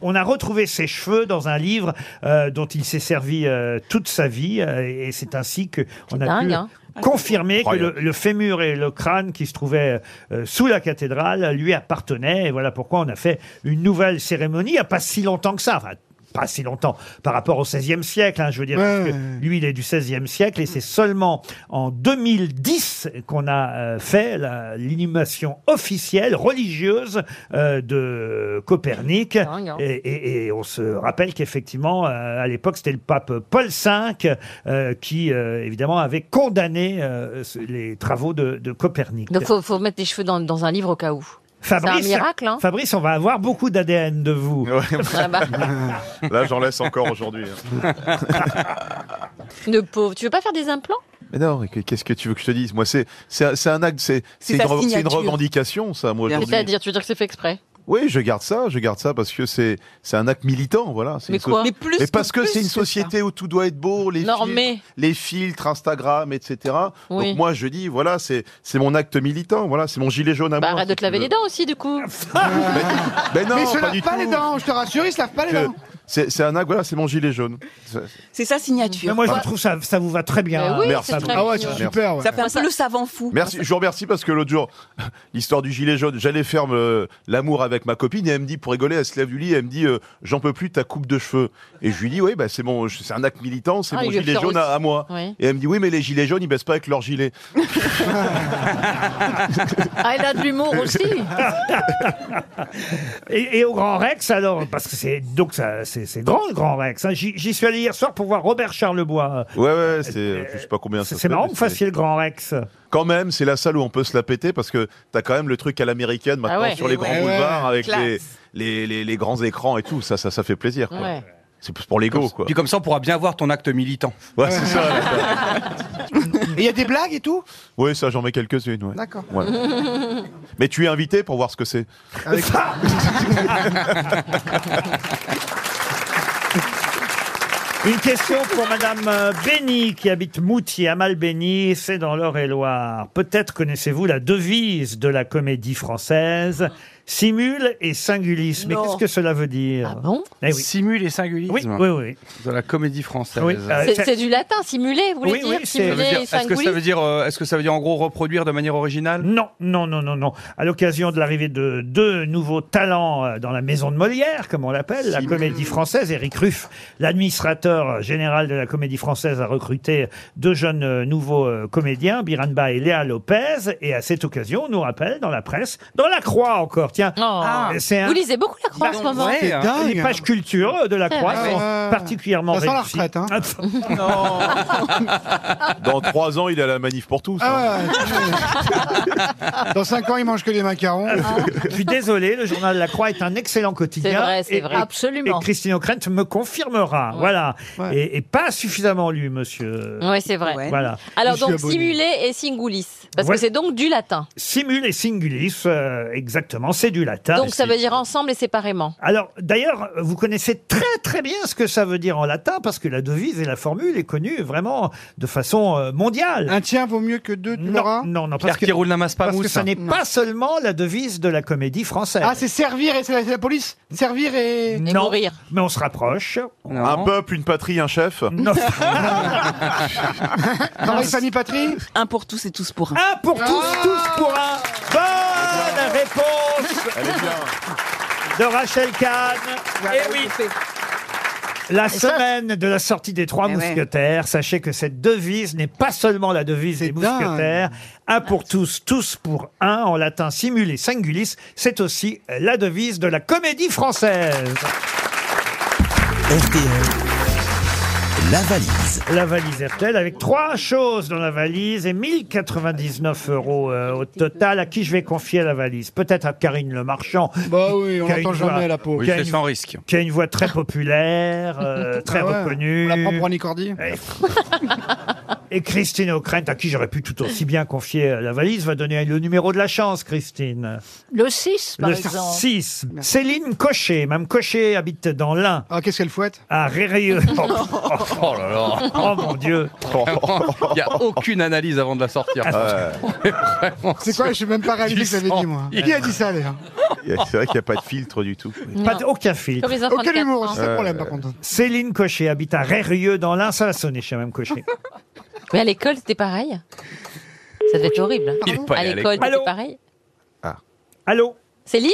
B: On a retrouvé ses cheveux dans un livre euh, dont il s'est servi euh, toute sa vie, euh, et c'est ainsi que on a
U: dingue,
B: pu
U: hein.
B: confirmer que le,
U: Incroyable.
B: le fémur et le crâne qui se trouvaient euh, sous la cathédrale lui appartenaient. Et voilà pourquoi on a fait une nouvelle cérémonie il n'y a pas si longtemps que ça. Enfin, pas si longtemps par rapport au XVIe siècle, hein, je veux dire, parce que lui il est du XVIe siècle et c'est seulement en 2010 qu'on a euh, fait la- l'inhumation officielle religieuse euh, de Copernic
U: Dingue, hein.
B: Et- et, et on se rappelle qu'effectivement, euh, à l'époque, c'était le pape Paul V euh, qui, euh, évidemment, avait condamné euh, ce- les travaux de, de Copernic.
E: Donc faut, faut mettre les cheveux dans, dans un livre au cas où.
B: Fabrice,
E: C'est un miracle, hein.
B: Fabrice, on va avoir beaucoup d'ADN de vous.
E: Ah bah.
F: Là, j'en laisse encore aujourd'hui. hein.
E: Le pauvre. Tu veux pas faire des implants
F: Mais non, mais qu'est-ce que tu veux que je te dise Moi, c'est c'est un- c'est un acte, c'est c'est une,
E: ta
F: re- c'est une
E: signature.
F: revendication, ça, moi, aujourd'hui.
E: C'est-à-dire, tu veux dire que c'est fait exprès
F: Oui, je garde ça, je garde ça parce que c'est c'est un acte militant, voilà. c'est
E: Mais
F: une so-
E: quoi Mais plus
F: Mais
E: que-
F: parce que,
E: plus
F: c'est une
E: que ça.
F: société où tout doit être beau, les
E: Normé.
F: filtres, les filtres, Instagram, etc.
E: Oui.
F: Donc moi, je dis, voilà, c'est c'est mon acte militant, voilà, c'est mon gilet jaune à
E: Bah,
F: moi.
E: arrête de
F: si
E: te laver
F: tu
E: les
F: veux.
E: dents aussi, du coup.
F: Mais non,
C: Mais ils se
F: pas
C: lavent
F: du
C: pas
F: tout.
C: les dents, je te rassure, ils se lavent pas les
F: Que-
C: dents.
F: C'est c'est un acte, voilà, c'est mon gilet jaune. C'est-
P: C'est sa signature.
B: Mais moi, je trouve ça, ça vous va très bien.
P: Mais Eh oui,
F: Merci.
P: c'est très
F: Ah ouais,
P: mignon.
F: c'est super, ouais.
P: Ça fait un peu le savant fou.
F: Merci, je vous remercie parce que l'autre jour, l'histoire du gilet jaune, j'allais faire euh, l'amour avec ma copine et elle me dit, pour rigoler, elle se lève du lit, elle me dit, euh, j'en peux plus de ta coupe de cheveux. Et je lui dis, oui, bah, c'est mon, c'est un acte militant, c'est
U: Ah,
F: mon
U: il le
F: gilet
U: sort
F: jaune à,
U: aussi.
F: à moi.
U: Oui.
F: Et elle me dit, oui, mais les gilets jaunes, ils baissent pas avec leur gilet.
N: Ah, il a de l'humour aussi.
B: Et, et au Grand Rex, alors, parce que c'est donc ça, c'est c'est grand le Grand Rex. hein. J'y j'y suis allé hier soir pour voir Robert Charlebois. euh,
F: Ouais, ouais, c'est, je sais pas combien ça
B: C'est
F: fait,
B: marrant
F: mais
B: que vous fassiez le Grand Rex.
F: Quand même, c'est la salle où on peut se la péter parce que t'as quand même le truc à l'américaine maintenant
B: Ah ouais.
F: sur les
B: Et
C: Eh
F: grands
B: ouais.
F: boulevards avec
B: Classe.
F: les, les, les, les grands écrans et tout. Ça, ça, ça fait plaisir. quoi.
E: Ouais.
F: C'est plus pour l'ego, quoi.
D: Puis comme ça, on pourra bien voir ton acte militant.
F: Ouais, c'est ça. là.
C: Et il y a des blagues et tout
F: Oui, ça, j'en mets quelques-unes. ouais.
C: D'accord.
F: Ouais. Mais tu es invité pour voir ce que c'est.
B: Une question pour Madame euh, Béni qui habite Moutier, à Malbéni, c'est dans l'Eure-et-Loire. Peut-être connaissez-vous la devise de la comédie française simule et singulisme. Mais
D: Non.
B: qu'est-ce que cela veut dire Ah
E: bon
D: Simule et singulisme.
B: Oui, oui, oui.
D: De la comédie française.
B: Oui, euh,
E: C'est c'est du latin, simulé, vous voulez
B: Oui,
E: dire
B: oui, c'est-
D: Ça veut
E: Simulé,
D: dire- Est-ce que ça
E: singulier.
D: veut dire, euh, est-ce que ça veut dire en gros reproduire de manière originale
B: Non, non, non, non, non. À l'occasion de l'arrivée de deux nouveaux talents euh, dans la maison de Molière, comme on l'appelle, la comédie française, Éric Ruff, l'administrateur général de la comédie française, a recruté deux jeunes euh, nouveaux euh, comédiens, Biramba et Léa Lopez. Et à cette occasion, on nous rappelle dans la presse, dans la Croix encore, tiens. euh,
E: Ah.
B: c'est un-
E: Vous lisez beaucoup la croix en
B: Bah,
E: ce moment.
B: c'est dingue. Les pages culture de la
E: C'est
B: Croix
E: vrai.
B: sont
E: Ouais.
B: particulièrement
C: Ça sent la
B: réussies.
C: retraite, hein.
F: Dans trois ans, il est à la manif pour tous. hein.
C: Ah ouais. Dans 5 ans, ils mangent que des macarons.
B: Ah. Je suis désolé, le journal La Croix est un excellent quotidien.
N: C'est vrai, c'est
B: Et-
N: vrai.
B: et-
N: Absolument.
B: Et Christine O'Krent me confirmera. Voilà. Et, et pas suffisamment lu, monsieur.
C: Euh,
E: Oui, c'est vrai.
B: Voilà.
E: Alors
B: Je suis
E: donc
B: abonné.
E: simulé et singulis, parce
B: Voilà.
E: que c'est donc du latin.
B: Simule et singulis, euh, exactement. C'est c'est du latin.
E: Donc ça veut dire ensemble et séparément.
B: Alors, d'ailleurs, vous connaissez très très bien ce que ça veut dire en latin, parce que la devise et la formule est connue vraiment de façon euh, mondiale. Un tiens vaut mieux que deux, tu non, non, non, parce
D: Pierre qui
B: que,
D: roule n'amasse pas
B: parce que
D: mousse.
B: ça n'est
D: Non.
B: pas seulement la devise de la comédie française.
C: Ah, c'est servir et c'est la, c'est la police Servir et.
B: non, mais on se rapproche.
F: Un peuple, une patrie, un chef
C: Travail, famille, patrie
P: Un pour tous et tous pour un.
B: Un pour tous,
C: Ah.
B: tous pour un. Bonne réponse de Rachel Kahn. Eh oui. La semaine de la sortie des Trois
C: Mais Eh ouais.
B: Mousquetaires, sachez que cette devise n'est pas seulement la devise des
C: dingue. Ah.
B: Mousquetaires. Un pour tous, tous pour un, en latin simulé singulis, c'est aussi la devise de la comédie française. La valise. La valise RTL avec trois choses dans la valise et 1099 euros euh, au total. À qui je vais confier la valise Peut-être à Karine Le Marchand.
C: Bah oui, on
B: qui a une
C: l'entend
B: voix-
C: jamais, la peau.
D: Oui,
B: qui a
D: c'est
B: une-
D: sans risque.
B: Qui a une voix très populaire, euh, très
C: Ah ouais,
B: reconnue.
C: On la prend pour Annie Cordy
B: Et Christine O'Krent, à qui j'aurais pu tout aussi bien confier euh, la valise, va donner le numéro de la chance, Christine.
N: Le 6, par
B: Le
N: exemple.
B: 6. Céline Cochet. Mme Cochet habite dans l'Ain. Ah, qu'est-ce qu'elle fouette À Rérieux. Oh,
D: Oh là là.
B: Oh, mon Dieu.
D: Il n'y a aucune analyse avant de la sortir.
F: Ah,
C: C'est quoi Je suis même pas réalisé que j'avais dit, moi. Qui a dit ça, hein d'ailleurs
F: C'est vrai qu'il n'y a pas de filtre du tout.
B: Pas de- aucun filtre.
C: Horizon Aucun 34 humour,
B: Euh,
C: c'est ça le
E: Euh,
C: problème, par contre.
B: Céline Cochet habite à Rérieux dans l'Ain. Ça a sonné chez Mme Cochet.
E: Mais à l'école, c'était pareil. Ça devait être horrible.
B: Il est pas
E: à
B: allé à
E: l'école,
B: l'école.
E: c'était pareil. Ah.
B: Allô
E: Céline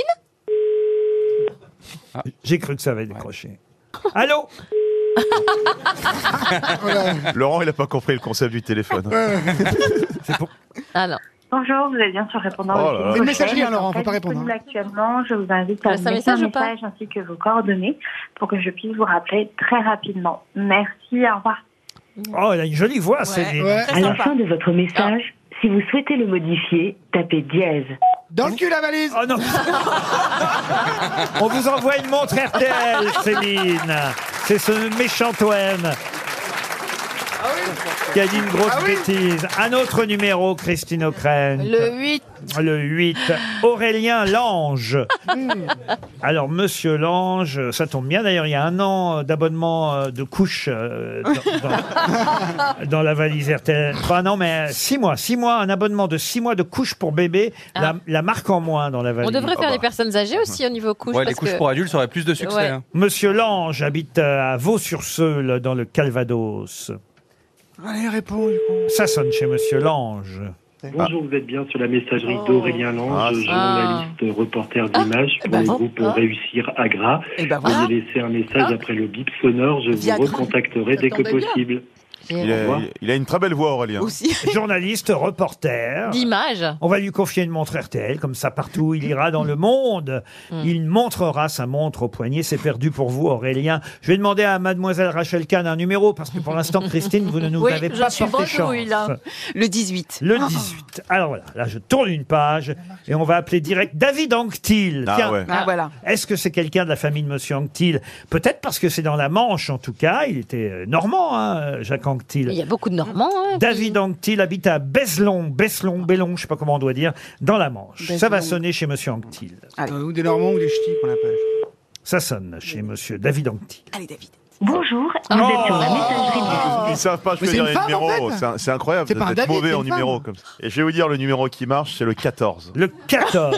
B: J'ai cru que ça avait décroché. Allô
F: Laurent, il n'a pas compris le concept du téléphone.
E: Ah non.
M: Bonjour, vous allez bien sur répondant.
F: Oh là là. Une
C: messagerie, hein, Laurent,
M: on
C: faut pas répondre,
M: Actuellement, je vous invite à
E: Laisse un
M: me laisser un
E: message ou pas
M: message ainsi que vos coordonnées pour que je puisse vous rappeler très rapidement. Merci, au revoir.
B: Oh, elle a une jolie voix, Céline.
U: À la fin de votre message,
M: Ah.
U: si vous souhaitez le modifier, tapez dièse.
C: Dans le cul, la valise
B: Oh non On vous envoie une montre RTL, Céline. C'est ce méchant OM
E: Ah
B: qui a dit une grosse bêtise. Un autre numéro, Christine O'Crane.
N: Le 8.
B: Le 8. Aurélien Lange. Alors, monsieur Lange, ça tombe bien. D'ailleurs, il y a un an euh, d'abonnement euh, de couche euh, dans, dans- dans la valise RTL. Enfin, non, mais euh, six mois. Six mois, un abonnement de six mois de couche pour bébé. La, la marque en moins dans la valise.
E: Ah. On devrait faire les personnes âgées aussi au niveau couche.
D: Ouais, les
E: parce
D: couches
E: que-
D: pour adultes auraient plus de succès.
E: Ouais.
D: hein.
B: Monsieur Lange habite à Vaux-sur-Seul, dans le Calvados.
C: Allez, réponds, du coup.
B: Ça sonne chez Monsieur Lange.
S: Bonjour, vous êtes bien sur la messagerie d'Aurélien Lange,
B: Oh. Ah. eh ben
S: journaliste reporter d'image pour le groupe Réussir Agra. Vous me laissez un message après le bip sonore, je
B: Viagra.
S: vous recontacterai dès que
B: Ah. J'attendais bien.
S: possible.
F: Il a, il a une très belle voix, Aurélien.
B: Journaliste, reporter.
E: D'image.
B: On va lui confier une montre RTL, comme ça partout il ira dans le monde. Il montrera sa montre au poignet. C'est perdu pour vous, Aurélien. Je vais demander à mademoiselle Rachel Kahn un numéro, parce que pour l'instant, Christine, vous ne nous
N: Oui,
B: avez
N: je
B: pas
N: suis
B: porté
N: bredouille,
B: chance.
N: là.
P: Le 18.
B: Le 18. Alors voilà, là je tourne une page et on va appeler direct David Anctil.
P: Ah ouais. Ah, voilà.
B: Est-ce que c'est quelqu'un de la famille de Monsieur Anctil Peut-être parce que c'est dans la Manche en tout cas. Il était euh, normand, hein, Jacques Anctil.
E: Il y a beaucoup de Normands. hein,
B: David Anctil habite à Beslon, Beslon, Bellon, je sais pas comment on doit dire, dans la Manche. Ça va sonner chez Monsieur Anctil.
C: Euh, Ou des Normands ou des Ch'tis, qu'on appelle.
B: Ça sonne chez Monsieur David Anctil.
P: Allez, David.
U: Bonjour, vous
F: Oh.
U: êtes sur la messagerie du...
F: Ils savent pas,
U: Mais
F: je peux
U: c'est
F: dire
U: une
F: les
U: femme,
F: numéros.
U: en fait.
F: C'est un- C'est incroyable
U: C'est pas un
F: d'être
U: David,
F: mauvais
U: c'est
F: en
U: une
F: numéro
U: femme.
F: comme ça. Et je vais vous dire le numéro qui marche, c'est le 14.
B: Le 14.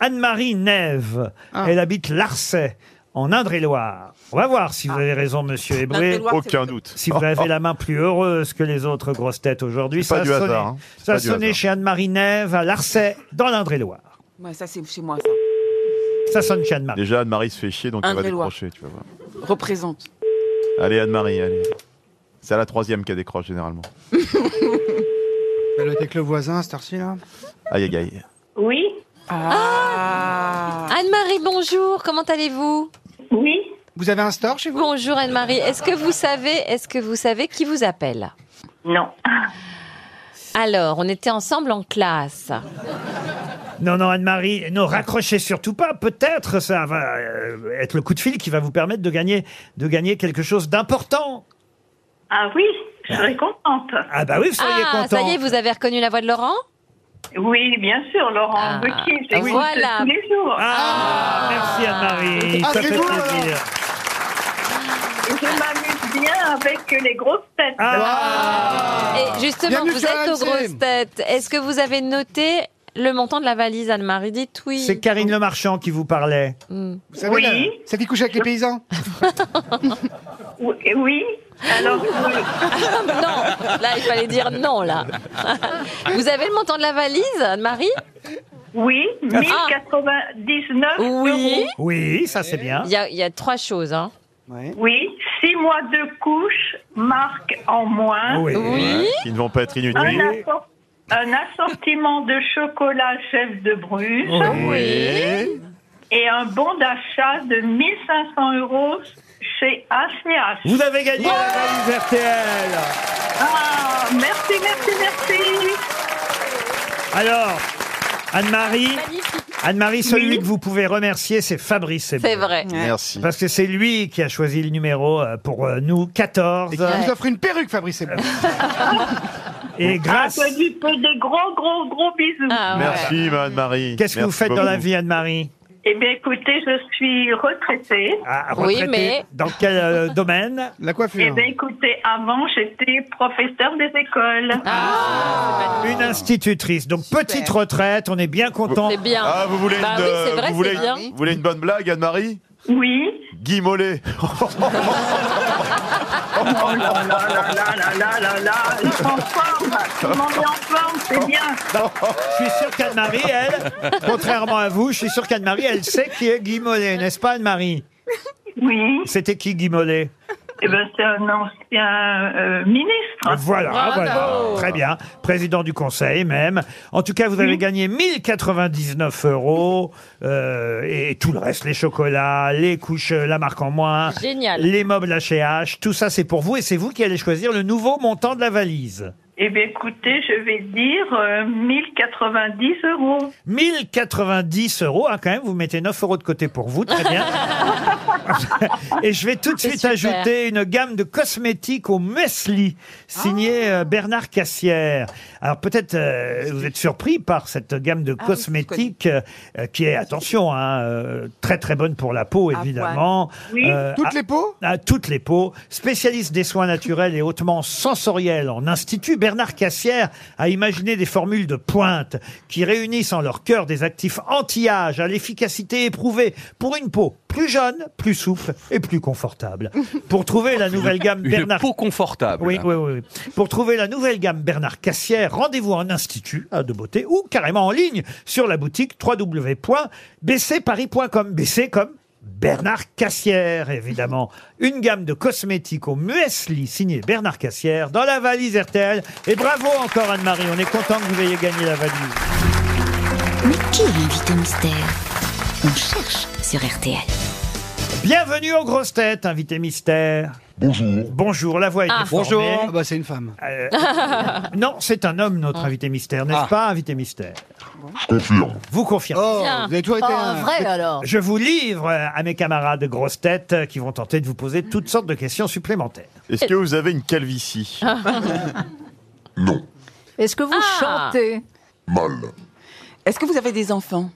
B: Anne-Marie Neve.
E: Ah.
B: Elle habite Larçay, en Indre-et-Loire. On va voir
E: Ah.
B: si vous avez raison, monsieur Hébré.
F: Indre-et-Loire, c'est Aucun plutôt- doute.
B: Si vous avez la main plus heureuse que les autres grosses têtes aujourd'hui,
F: C'est
B: ça
F: pas
B: a
F: du
B: sonné.
F: hasard, hein. C'est
B: Ça a
F: pas du
B: sonné
F: hasard.
B: chez Anne-Marie Neve, à Larçay, dans l'Indre-et-Loire.
P: Ouais, ça, c'est chez moi, ça.
B: Ça sonne chez Anne-Marie.
F: Déjà, Anne-Marie se fait chier, donc elle va
P: Indre-et-Loire.
F: décrocher, tu vas voir.
P: Représente.
F: Allez, Anne-Marie, allez. C'est à la troisième qu'elle décroche généralement.
C: Elle était avec le voisin, cette heure-ci, là.
F: Aïe, aïe, aïe.
M: Oui
E: Ah. Anne-Marie, bonjour, comment allez-vous
M: Oui.
C: Vous avez un store chez vous
E: Bonjour Anne-Marie, est-ce que vous savez, est-ce que vous savez qui vous appelle
M: Non.
E: Alors, on était ensemble en classe.
B: Non, non, Anne-Marie, ne raccrochez surtout pas. Peut-être ça va euh, être le coup de fil qui va vous permettre de gagner, de gagner quelque chose d'important.
M: Ah oui, je serais contente.
B: Ah bah oui, soyez
E: ah,
B: content.
E: ça y est, vous avez reconnu la voix de Laurent
M: Oui, bien sûr, Laurent
E: Ah,
M: Ruquier, je l'écoute
E: voilà.
M: tous les jours.
B: Ah, merci Anne-Marie,
M: Ah,
B: ça
M: c'est
B: fait
M: vous,
B: plaisir.
M: Je m'amuse bien avec les grosses têtes.
B: Ah.
E: Et justement,
M: Bienvenue
E: vous
M: sur
E: êtes aux
M: RMC.
E: grosses têtes. Est-ce que vous avez noté le montant de la valise, Anne-Marie Dites oui.
B: C'est Karine Le Marchand qui vous parlait.
E: Mm.
C: Vous savez, la- celle qui couche avec les paysans.
M: eh oui. Alors,
E: non, là, il fallait dire non, là. vous avez le montant de la valise, Anne-Marie Ah.
M: Oui, 1099
E: Oui.
B: Oui, ça c'est bien.
E: Il y, a- il y a trois choses. Hein.
M: Oui, six mois de couche, marque en
B: Ah,
M: moins.
F: Ouais, Qui ne vont pas être inutiles.
M: Un, assor- un assortiment de chocolat chef de Bruges.
F: Oui.
M: Et un bon d'achat de 1500 euros chez ACH.
B: Vous avez gagné la valise RTL.
M: Ah, merci, merci, merci.
B: Alors, Anne-Marie, Anne-Marie, celui que vous pouvez remercier, c'est Fabrice. Eboué.
E: C'est vrai.
F: Merci.
B: Parce que c'est lui qui a choisi le numéro euh, pour euh, nous, 14.
C: Et qui nous offre une perruque, Fabrice Eboué.
B: Et grâce.
M: Ah, je lui fais des gros, gros, gros bisous.
C: Ah,
E: Ah,
F: Merci, Anne-Marie.
B: Qu'est-ce que vous
F: Merci
B: faites dans la
F: beaucoup.
B: vie, Anne-Marie
M: Eh bien, écoutez, je suis retraitée.
B: Ah, retraitée. Dans quel euh, domaine La
M: Eh
F: ben,
M: bien, écoutez, avant, j'étais professeur des écoles. Ah,
B: Une institutrice. Donc, petite retraite, on est bien content.
E: C'est bien. Bah
F: Ah, vous voulez, une, euh, vous, voulez,
E: bien.
F: vous voulez une bonne blague, Anne-Marie
M: Oui.
F: Guy Mollet. Oh,
M: il est en forme. Il m'en est en forme, c'est bien.
B: Je suis sûr qu'Anne-Marie, elle, contrairement à vous, je suis sûr qu'Anne-Marie, elle sait qui est Guy Mollet, n'est-ce pas, Anne-Marie
M: Oui.
B: C'était qui, Guy Mollet
M: Eh bien, c'est un ancien euh, ministre.
B: Voilà, voilà. Très bien. Président du conseil, même. En tout cas, vous avez gagné 1099 euros. euh, et tout le reste, les chocolats, les couches, euh, la marque en moins.
E: Génial.
B: Les meubles HH. Tout ça, c'est pour vous. Et c'est vous qui allez choisir le nouveau montant de la valise.
M: Eh bien, écoutez, je vais dire euh, 1090 euros.
B: 1090 euros. Ah, quand même, vous mettez 9 euros de côté pour vous. Très bien. Et je vais tout de
E: C'est
B: suite
E: super.
B: ajouter une gamme de cosmétiques au Mesli, signé euh, Bernard Cassière. Alors peut-être euh, vous êtes surpris par cette gamme de
P: Ah oui, c'est
B: cosmétiques euh, qui est, attention, hein, euh, très très bonne pour la peau évidemment.
P: Oui. Toutes
B: les peaux à Toutes les peaux. Spécialiste des soins naturels et hautement sensoriels en institut, Bernard Cassière a imaginé des formules de pointe qui réunissent en leur cœur des actifs anti-âge à l'efficacité éprouvée pour une peau plus jeune, plus souple et plus confortable. Pour trouver la nouvelle gamme
D: Une
B: Bernard
D: peau confortable.
B: oui, oui, oui, oui. Pour trouver la nouvelle gamme Bernard Cassière, rendez-vous en institut hein, de beauté ou carrément en ligne sur la boutique www.bcparis.com. BC comme Bernard Cassière, évidemment. Une gamme de cosmétiques au muesli signée Bernard Cassière dans la valise RTL. Et bravo encore Anne-Marie, on est content que vous ayez gagné la valise.
J: Mais qui est l'invité mystère On cherche sur RTL.
B: Bienvenue aux grosses têtes, invité mystère. Bonjour. Bonjour, la voix est Euh,
E: Ah.
C: Bonjour. Ah bah, c'est une femme. Ah.
B: non, c'est un homme, notre invité mystère, n'est-ce pas, invité mystère
I: Je confirme.
B: Vous confirmez.
C: Oh, vous avez toujours été
N: Pas
C: un-
N: Ah, vrai, alors.
B: Je vous livre euh, à mes camarades grosses têtes euh, qui vont tenter de vous poser toutes sortes de questions supplémentaires.
F: Est-ce que vous avez une calvitie
N: Est-ce que vous
P: Ah.
N: chantez
I: Mal.
P: Est-ce que vous avez des enfants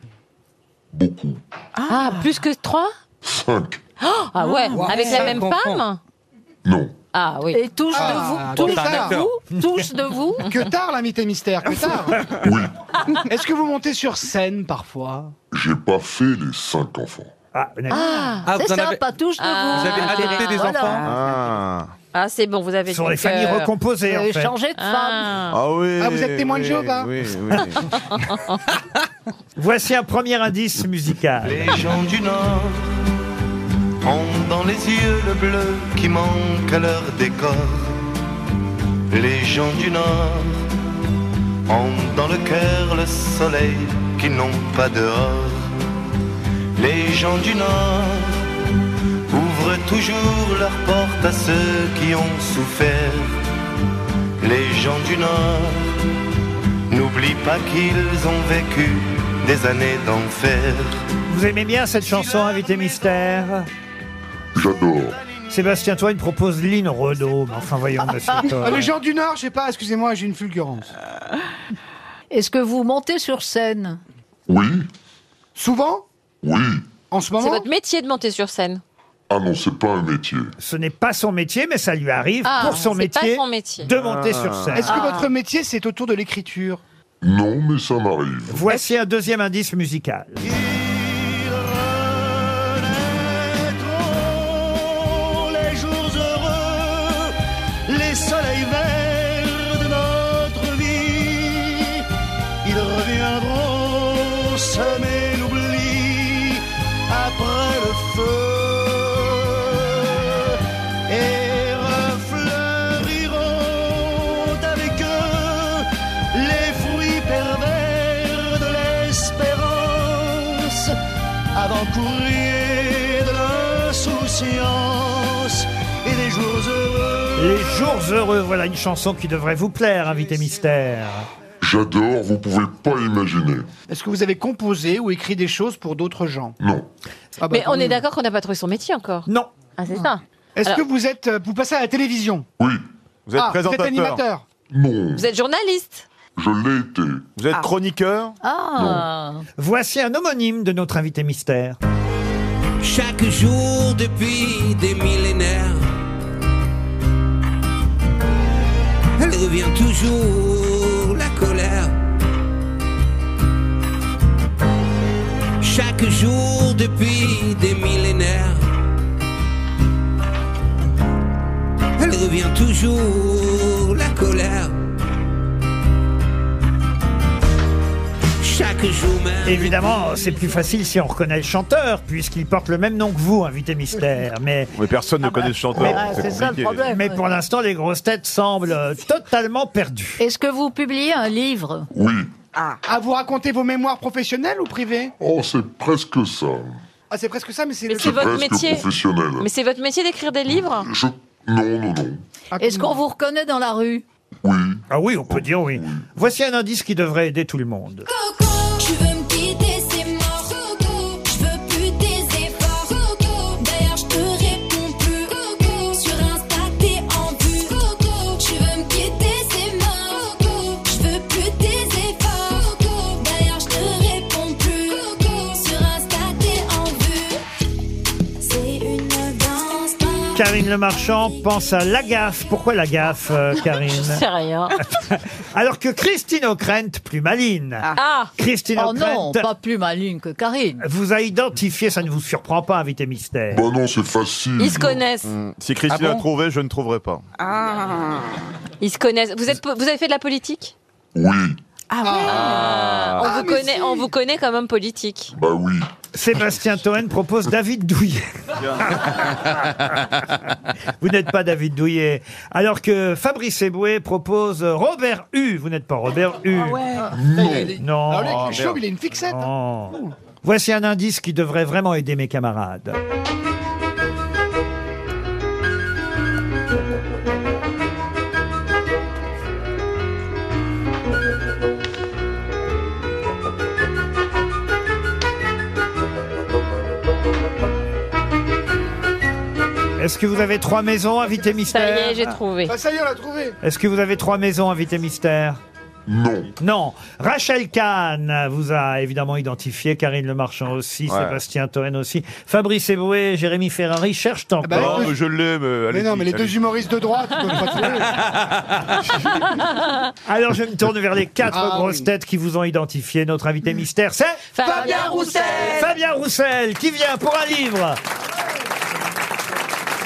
E: Ah, plus que trois
I: 5.
E: Oh, Ah ouais,
P: Wow.
E: avec la
P: Cinq
E: même
P: enfants.
E: femme
I: Non.
E: Ah oui.
N: Et tous
C: Ah,
N: de vous,
C: que
N: tous
C: tard.
N: de vous, tous de vous.
C: Que tard, l'amitié mystère, que tard. Est-ce que vous montez sur scène parfois
I: J'ai pas fait les 5 enfants.
B: Ah,
N: Ah,
D: Ah,
N: c'est
D: vous en
N: ça,
D: avez-
N: pas tous de
E: Ah.
N: vous.
D: Vous avez adopté des
N: Voilà.
D: enfants
F: Ah.
E: Ah c'est bon, vous avez euh,
B: Ce sont
E: du
B: les familles
E: cœur.
B: recomposées, en
N: Vous avez
B: fait.
N: changé de
E: Ah.
F: Ah oui.
C: Ah, vous êtes témoin de
F: oui,
E: hein.
C: Jéhovah
F: Oui, oui.
B: Voici un premier indice musical.
R: Les gens du Nord ont dans les yeux le bleu qui manque à leur décor. Les gens du Nord ont dans le cœur le soleil qu'ils n'ont pas dehors. Les gens du Nord ouvrent toujours leurs portes à ceux qui ont souffert. Les gens du Nord n'oublient pas qu'ils ont vécu des années d'enfer.
B: Vous aimez bien cette chanson, invité mystère
I: J'adore.
B: Sébastien Toine propose Lynn Renaud. Enfin, voyons, monsieur
C: Ah,
B: Toine.
C: Les gens du Nord, je sais pas, excusez-moi, j'ai une fulgurance.
N: Est-ce que vous montez sur scène
I: Oui,
N: Souvent
I: oui.
N: En ce
E: C'est votre métier de monter sur scène.
I: Ah non, c'est pas un métier.
B: Ce n'est pas son métier, mais ça lui arrive
E: Ah,
B: pour son
E: c'est pas
B: métier,
E: son métier.
B: de monter
I: Ah.
B: sur scène.
I: Est-ce que Ah.
C: Votre métier, c'est autour de l'écriture.
I: Non, mais ça m'arrive.
B: Voici un deuxième indice musical.
R: les jours heureux, les soleils verts de notre vie. Ils reviendront semer l'oubli après le feu et refleuriront avec eux les fruits pervers de l'espérance avant-courrier de l'insouciance et des jours heureux.
B: Les jours heureux, voilà une chanson qui devrait vous plaire, invité mystère.
I: J'adore, vous pouvez pas imaginer.
C: Est-ce que vous avez composé ou écrit des choses pour d'autres gens Ah
I: Non.
C: bah,
E: mais on est d'accord qu'on n'a pas trouvé son métier encore.
B: Non.
E: Ah, c'est ça.
C: Est-ce
E: Alors,
C: que vous êtes, euh, vous passez à la télévision
I: Oui.
F: Vous êtes
C: Ah,
F: présentateur.
C: Vous êtes animateur.
I: Non,
E: vous êtes journaliste
I: je l'ai été.
F: Vous êtes chroniqueur
E: Ah.
B: Voici un homonyme de notre invité mystère.
L: Chaque jour depuis des millénaires, elle revient toujours la colère. Chaque jour depuis des millénaires, elle revient toujours la colère. Chaque jour même.
B: Évidemment, c'est plus facile si on reconnaît le chanteur, puisqu'il porte le même nom que vous, invité mystère. Mais,
F: Mais personne ne
U: Ah,
F: connaît
U: bah,
F: le chanteur.
B: mais-
N: c'est ça le
F: Ah, compliqué.
N: problème.
B: mais pour l'instant, les grosses têtes semblent euh, totalement perdues.
N: Est-ce que vous publiez un livre
I: Oui.
C: Ah. À vous raconter vos mémoires professionnelles ou privées
I: Oh, c'est presque ça.
C: Ah, c'est presque ça, mais c'est
E: Mais
C: le-
E: c'est votre
I: presque
E: métier.
I: professionnel.
E: Mais c'est votre métier d'écrire des livres
I: Je... Non, non, non.
E: Ah,
N: Est-ce qu'on vous reconnaît dans la rue
B: Ah oui, on peut dire oui. Voici un indice qui devrait aider tout le monde.
V: Tu veux me quitter, c'est mort. Coco, je veux plus tes efforts. Coco, d'ailleurs, je te réponds plus. Coco, sur Insta, t'es en vue. Coco, tu veux me quitter, c'est mort. Coco, je veux plus tes efforts. Coco, d'ailleurs, je te réponds plus. Coco, sur Insta, t'es en vue. C'est une danse.
B: Karine Le Marchand pense à la gaffe. Pourquoi la gaffe, euh, Karine
E: Je sais rien.
B: Alors que Christine O'Krent, plus maline.
N: Ah
B: Christine
N: Oh non,
B: O'Krent
N: pas plus maligne que Karine.
B: vous a identifié, ça ne vous surprend pas, invité mystère.
I: Bah non, c'est facile.
E: Ils se connaissent.
F: Mm. Si Christine
E: Ah
F: a
E: bon
F: trouvé, je ne trouverai pas.
E: Ah. Ils se connaissent. Vous, êtes, vous avez fait de la politique
I: Oui,
E: Ah ouais On, vous connaît, on vous connaît comme homme politique.
I: bah oui.
B: Sébastien Toen propose David Douillet. vous n'êtes pas David Douillet. Alors que Fabrice Eboué propose Robert U. Vous n'êtes pas Robert
C: Ah
B: U. Euh, Non.
C: Alors, lui, avec
B: Oh,
C: les chauves,
B: merde.
C: il est hein. une fixette.
B: Non. Voici un indice qui devrait vraiment aider mes camarades. Est-ce que vous avez trois maisons, invité mystère
E: Ça y est, j'ai trouvé.
C: Bah, ça y est, on l'a trouvé.
B: Est-ce que vous avez trois maisons, invité mystère
I: Non.
B: Non. Rachel Kahn vous a évidemment identifié, Karine Le Marchand aussi,
F: Ouais.
B: Sébastien Toen aussi, Fabrice Eboué, Jérémy Ferrari cherchent encore.
C: bah,
F: Oh,
C: les deux-
F: mais je l'aime.
C: Mais non, mais les deux humoristes de droite, ils peuvent pas trouver.
B: Alors je me tourne vers les quatre
C: Ah,
B: grosses
C: oui.
B: têtes qui vous ont identifié. Notre invité mystère, c'est
E: Fabien Roussel
B: Fabien Roussel qui vient pour un livre.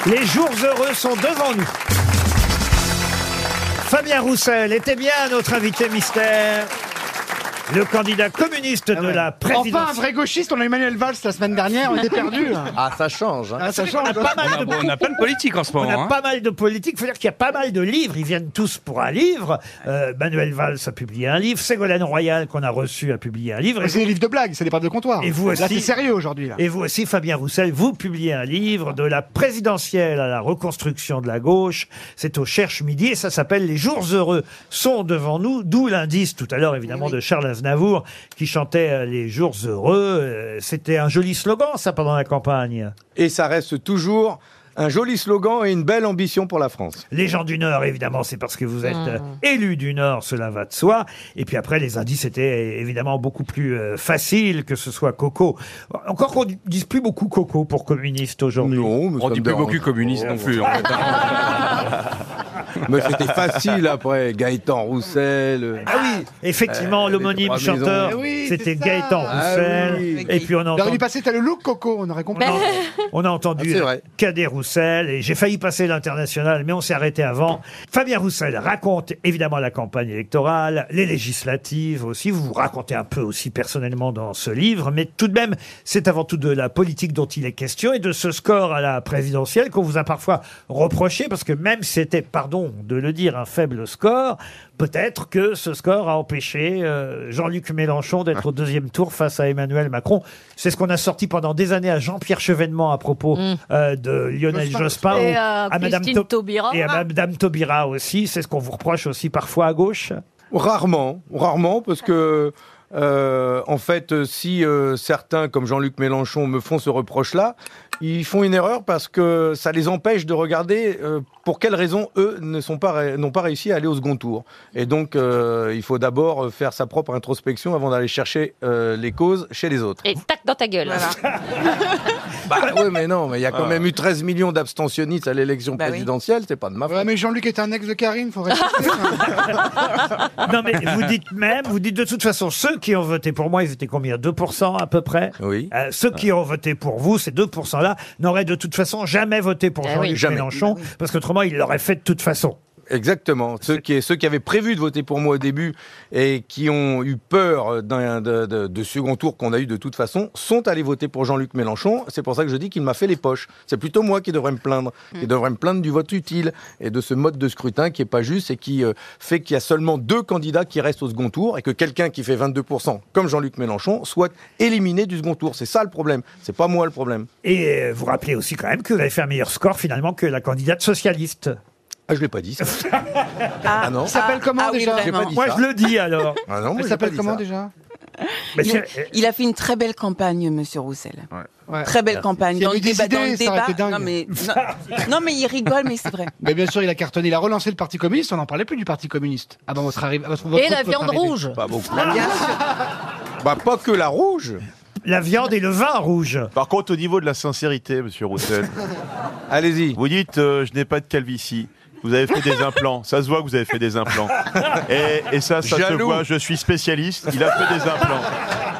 B: Les jours heureux sont devant nous. Fabien Roussel était bien notre invité mystère. Le candidat communiste
T: Ah
B: de la présidence.
C: Enfin, un vrai gauchiste, on a Emmanuel Valls la semaine dernière, on était perdus.
T: Ah, ça change.
C: Ah, ça change.
B: On a pas mal de,
D: On a plein de politiques en ce
B: on a
D: moment. hein.
B: pas mal de politiques. Il faut dire qu'il y a pas mal de livres. Ils viennent tous pour un livre. Euh, Manuel Valls a publié un livre. Ségolène Royal, qu'on a reçu, a publié un livre. Et
C: C'est
B: vous,
C: des livres de blagues, c'est des preuves de comptoir.
B: Et vous
C: Là,
B: aussi.
C: c'est sérieux aujourd'hui. là.
B: et vous aussi, Fabien Roussel, vous publiez un livre de la présidentielle à la reconstruction de la gauche. C'est au Cherche Midi et ça s'appelle Les jours heureux sont devant nous. D'où l'indice tout à l'heure, évidemment, de Charles Aznavour qui chantait euh, Les jours heureux. Euh, C'était un joli slogan, ça, pendant la campagne.
T: Et ça reste toujours
H: un joli slogan et une belle ambition pour la France.
B: Les gens du Nord, évidemment, c'est parce que vous êtes
C: Ah.
H: Mm.
B: euh, élu du Nord, cela va de soi. Et puis après, les indices étaient euh, évidemment beaucoup plus euh, faciles, que ce soit Coco. Encore qu'on ne dise plus beaucoup Coco pour communiste aujourd'hui.
D: On dit plus beaucoup communiste non plus. en fait.
H: Mais c'était facile après, Gaëtan Roussel.
B: Ah oui, effectivement,
H: Euh, les
B: l'homonyme
H: trois
B: chanteur,
H: maisons.
C: Eh oui,
B: c'était
C: c'est ça.
B: Gaëtan
H: Ah
B: Roussel.
H: oui.
B: Et puis on a
C: Alors,
B: entendu,
C: il passait, t'as le look Coco, on aurait compris.
E: Bah.
B: on a entendu
C: Ah, c'est vrai.
B: Cadet Roussel, et j'ai failli passer l'international, mais on s'est arrêté avant. Fabien Roussel raconte évidemment la campagne électorale, les législatives aussi. Vous vous racontez un peu aussi personnellement dans ce livre, mais tout de même, c'est avant tout de la politique dont il est question et de ce score à la présidentielle qu'on vous a parfois reproché, parce que même si c'était, pardon de le dire, un faible score, peut-être que ce score a empêché euh, Jean-Luc Mélenchon
N: Ah.
B: d'être au deuxième tour face à Emmanuel Macron. C'est ce qu'on a sorti pendant des années à Jean-Pierre Chevènement à propos euh, de Lionel
N: Jospin.
B: Jospin
N: Mm. Et
B: ou
N: à Christine
B: Taub-
N: Taubira.
B: et à Madame Taubira aussi. C'est ce qu'on vous reproche aussi parfois à gauche.
H: Rarement, rarement, parce que euh, en fait, si euh, certains comme Jean-Luc Mélenchon me font ce reproche-là, ils font une erreur parce que ça les empêche de regarder euh, pour quelles raisons eux ne sont pas ré- n'ont pas réussi à aller au second tour. Et donc, euh, il faut d'abord faire sa propre introspection avant d'aller chercher euh, les causes chez les autres.
E: Et tac dans ta gueule.
H: Bah oui, mais non, mais il y a quand
C: Ah.
H: même eu 13 millions d'abstentionnistes à l'élection présidentielle, c'est pas de ma faute.
C: mais Jean-Luc est un ex de Karine, faut respecter.
B: Non mais vous dites même, vous dites de toute façon, ceux qui ont voté pour moi, ils étaient combien 2% à peu près
H: Oui.
B: Euh, ceux qui ont voté pour vous, ces 2%-là, n'auraient de toute façon jamais voté pour
H: Eh
B: Jean-Luc
H: oui. Jamais.
B: Mélenchon, parce qu'autrement, ils l'auraient fait de toute façon.
H: Exactement. Ceux qui, ceux qui avaient prévu de voter pour moi au début et qui ont eu peur d'un de, de- de second tour qu'on a eu de toute façon sont allés voter pour Jean-Luc Mélenchon. C'est pour ça que je dis qu'il m'a fait les poches. C'est plutôt moi qui devrais me plaindre. Qui devrais me plaindre du vote utile et de ce mode de scrutin qui est pas juste et qui euh, fait qu'il y a seulement deux candidats qui restent au second tour et que quelqu'un qui fait 22% comme Jean-Luc Mélenchon soit éliminé du second tour. C'est ça le problème. C'est pas moi le problème.
B: Et euh, vous rappelez aussi quand même que vous avez fait un meilleur score finalement que la candidate socialiste.
H: Ah, je l'ai pas dit. ça. Ah non.
C: Il s'appelle comment
H: Ah oui,
C: déjà
H: J'ai pas dit
B: Moi,
H: ça.
B: je le dis alors.
H: Ah non, moi,
C: Il
H: j'ai pas
C: s'appelle
H: dit
C: comment
H: ça.
C: déjà
B: Mais
P: il,
B: c'est- euh,
P: il a fait une très belle campagne, Monsieur Roussel.
C: Ouais.
P: Très belle
C: Merci.
P: campagne.
C: S'il y
P: Dans le,
C: avait eu des
P: débat, dans le
C: idées, ça aurait
P: débat.
C: été dingue.
P: Non mais, non, non, mais il rigole, mais c'est vrai.
C: Mais bien sûr, il a cartonné, il a relancé le Parti communiste, on n'en parlait plus du Parti communiste avant votre arrivée.
N: Et la viande rouge.
H: Pas beaucoup. Bah, pas que la rouge.
B: La viande et le vin rouge.
F: Par contre, au niveau de la sincérité, monsieur Roussel.
H: Allez-y.
F: Vous dites, euh, je n'ai pas de calvitie. Vous avez fait des implants. Ça se voit que vous avez fait des implants. Et, et ça, ça se
D: Jaloux.
F: voit. Je suis spécialiste. Il a fait des implants.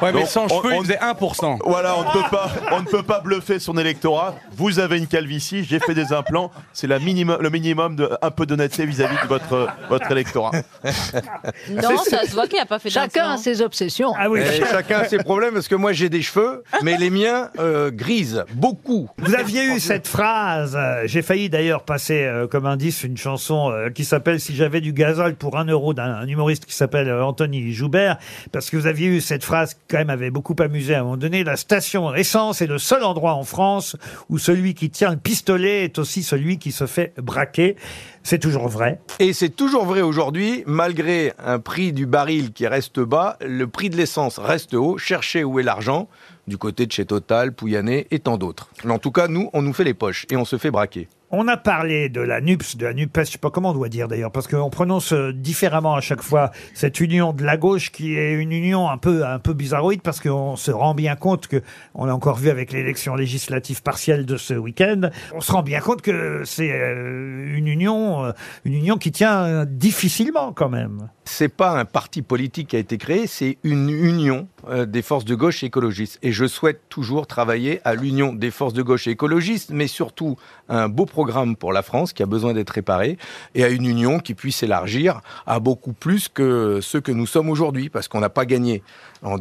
D: Ouais, mais
F: hein. Donc,
D: sans cheveux,
F: on-
D: il faisait 1%.
F: Voilà, on ne, peut pas, on ne peut pas bluffer son électorat. Vous avez une calvitie, j'ai fait des implants. C'est la minimum, le minimum de un peu d'honnêteté vis-à-vis de votre, votre électorat.
E: Non, ça se voit qu'il n'a pas fait
N: Chacun a ses obsessions.
B: Ah
H: Et chacun a ses problèmes parce que moi j'ai des cheveux, mais les miens euh, grises, beaucoup.
B: Vous aviez eu cette phrase, euh, j'ai failli d'ailleurs passer euh, comme indice une chanson euh, qui s'appelle Si j'avais du gazole pour un euro d'un un humoriste qui s'appelle euh, Anthony Joubert, parce que vous aviez eu cette phrase qui quand même avait beaucoup amusé à un moment donné, la station essence est le seul endroit en France où celui qui tient le pistolet est aussi celui qui se fait braquer. C'est toujours vrai.
H: Et c'est toujours vrai aujourd'hui, malgré un prix du baril qui reste bas, le prix de l'essence reste haut. Cherchez où est l'argent, du côté de chez Total, Pouyanné et tant d'autres. Mais en tout cas, nous, on nous fait les poches et on se fait braquer.
B: On a parlé de la NUPS, de la NUPES, je sais pas comment on doit dire d'ailleurs, parce qu'on prononce euh, différemment à chaque fois cette union de la gauche qui est une union un peu, un peu bizarroïde parce qu'on se rend bien compte que, on l'a encore vu avec l'élection législative partielle de ce week-end, on se rend bien compte que c'est euh, une union, euh, une union qui tient euh, difficilement quand même.
H: C'est pas un parti politique qui a été créé, c'est une union euh, des forces de gauche écologistes. Et je souhaite toujours travailler à l'union des forces de gauche écologistes, mais surtout à un beau programme pour la France qui a besoin d'être réparé et à une union qui puisse s'élargir à beaucoup plus que ce que nous sommes aujourd'hui, parce qu'on n'a pas gagné en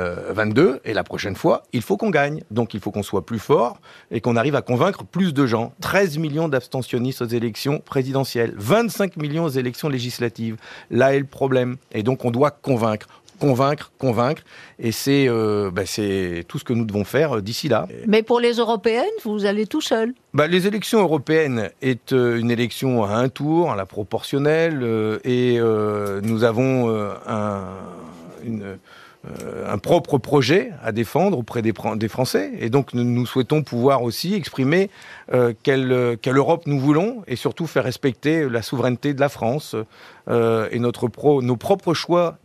H: 2022 et la prochaine fois, il faut qu'on gagne. Donc il faut qu'on soit plus fort et qu'on arrive à convaincre plus de gens. 13 millions d'abstentionnistes aux élections présidentielles, 25 millions aux élections législatives. Là est le problème. Et donc on doit convaincre, convaincre, convaincre. Et c'est euh, bah, c'est tout ce que nous devons faire euh, d'ici là.
N: Mais pour les européennes, vous allez tout seul.
H: Bah, les élections européennes est euh, une élection à un tour, à la proportionnelle, euh, et euh, nous avons euh, un- une, euh, un propre projet à défendre auprès des, Fran- des Français. Et donc, nous, nous souhaitons pouvoir aussi exprimer euh, quelle, euh, quelle Europe nous voulons et surtout faire respecter la souveraineté de la France euh, et notre pro, nos propres choix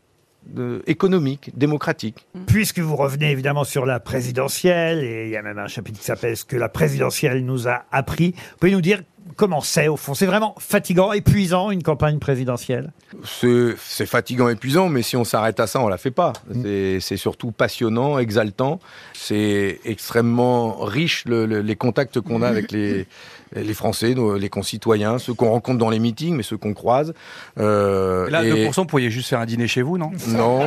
H: de- économiques, démocratiques.
B: Mm. Puisque vous revenez évidemment sur la présidentielle, et il y a même un chapitre qui s'appelle Ce que la présidentielle nous a appris, vous pouvez nous dire comment c'est au fond C'est vraiment fatigant, épuisant une campagne présidentielle
H: C'est c'est fatigant, épuisant, mais si on s'arrête à ça, on la fait pas.
D: Mm.
H: C'est- C'est surtout passionnant, exaltant. C'est extrêmement riche le- le- les contacts qu'on a avec les, les Français, nos- les concitoyens, ceux qu'on rencontre dans les meetings, mais ceux qu'on croise. Euh,
D: Là,
H: et-
D: 2%, vous pourriez juste faire un dîner chez vous, non
H: non.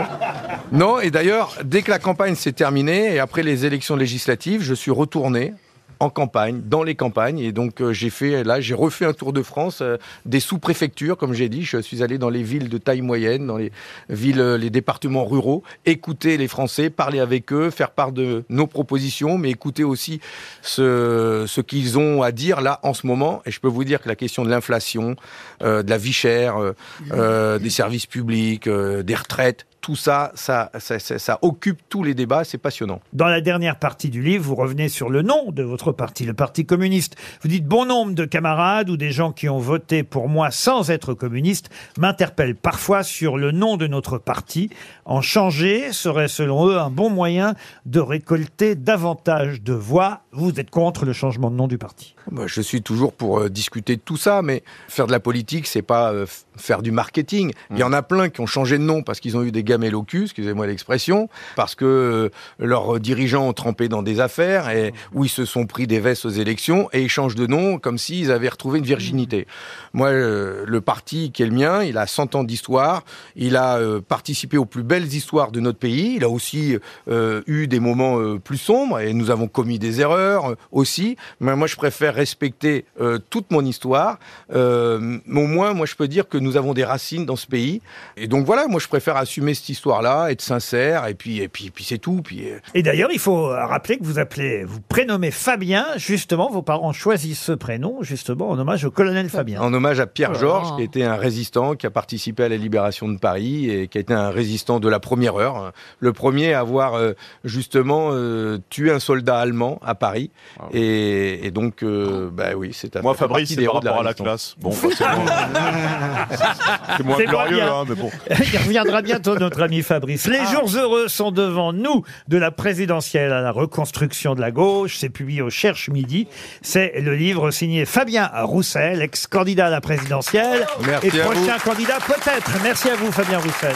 H: Non, et d'ailleurs, dès que la campagne s'est terminée et après les élections législatives, je suis retourné en campagne, dans les campagnes, et donc euh, j'ai fait, là, j'ai refait un tour de France, euh, des sous-préfectures, comme j'ai dit, je suis allé dans les villes de taille moyenne, dans les villes, euh, les départements ruraux, écouter les Français, parler avec eux, faire part de nos propositions, mais écouter aussi ce, ce qu'ils ont à dire là en ce moment. Et je peux vous dire que la question de l'inflation, euh, de la vie chère, euh, euh, des services publics, euh, des retraites, tout ça, ça, ça, ça- ça occupe tous les débats. C'est passionnant.
B: Dans la dernière partie du livre, vous revenez sur le nom de votre parti, le Parti communiste. Vous dites bon nombre de camarades ou des gens qui ont voté pour moi sans être communistes m'interpellent parfois sur le nom de notre parti. En changer serait selon eux un bon moyen de récolter davantage de voix. Vous êtes contre le changement de nom du parti.
H: Moi, je suis toujours pour euh, discuter de tout ça, mais faire de la politique, c'est pas euh, f- faire du marketing. Il y en a plein qui ont changé de nom parce qu'ils ont eu des gamelles au cul, excusez-moi l'expression, parce que euh, leurs dirigeants ont trempé dans des affaires et où ils se sont pris des vestes aux élections et ils changent de nom comme s'ils avaient retrouvé une virginité. Moi, euh, le parti qui est le mien, il a 100 ans d'histoire, il a euh, participé aux plus belles histoires de notre pays, il a aussi euh, eu des moments euh, plus sombres et nous avons commis des erreurs euh, aussi, mais moi je préfère respecter euh, toute mon histoire, euh, mais au moins moi je peux dire que nous avons des racines dans ce pays et donc voilà, moi je préfère assumer cette histoire-là, être sincère et puis et puis, puis c'est tout, puis euh,
B: Et d'ailleurs, il faut rappeler que vous appelez, vous prénommez Fabien. Justement, vos parents choisissent ce prénom, justement, en hommage au colonel Fabien.
H: En hommage à
B: Oh
H: Pierre
B: là là.
H: Georges, qui était un résistant, qui a participé à la libération de Paris et qui a été un résistant de la première heure. hein. Le premier à avoir euh, justement euh, tué un soldat allemand à Paris. Et, et donc, euh, bah oui, c'est un
F: Ah Moi,
H: ça fait
F: Fabrice,
H: partie
F: c'est
H: des
F: par
H: héros de
F: rapport à la
H: résistance.
F: classe. Bon, bah, c'est C'est moins
B: C'est moins
F: glorieux,
B: bien.
F: hein, mais bon.
B: Il reviendra bientôt, notre ami Fabrice. Ah. Les jours heureux sont devant nous, de la présidentielle à la reconstruction de la gauche. C'est publié au Cherche Midi. C'est le livre signé Fabien Roussel, ex-candidat à la présidentielle.
H: Merci
B: et
H: à
B: prochain
H: vous.
B: candidat peut-être. Merci à vous, Fabien Roussel.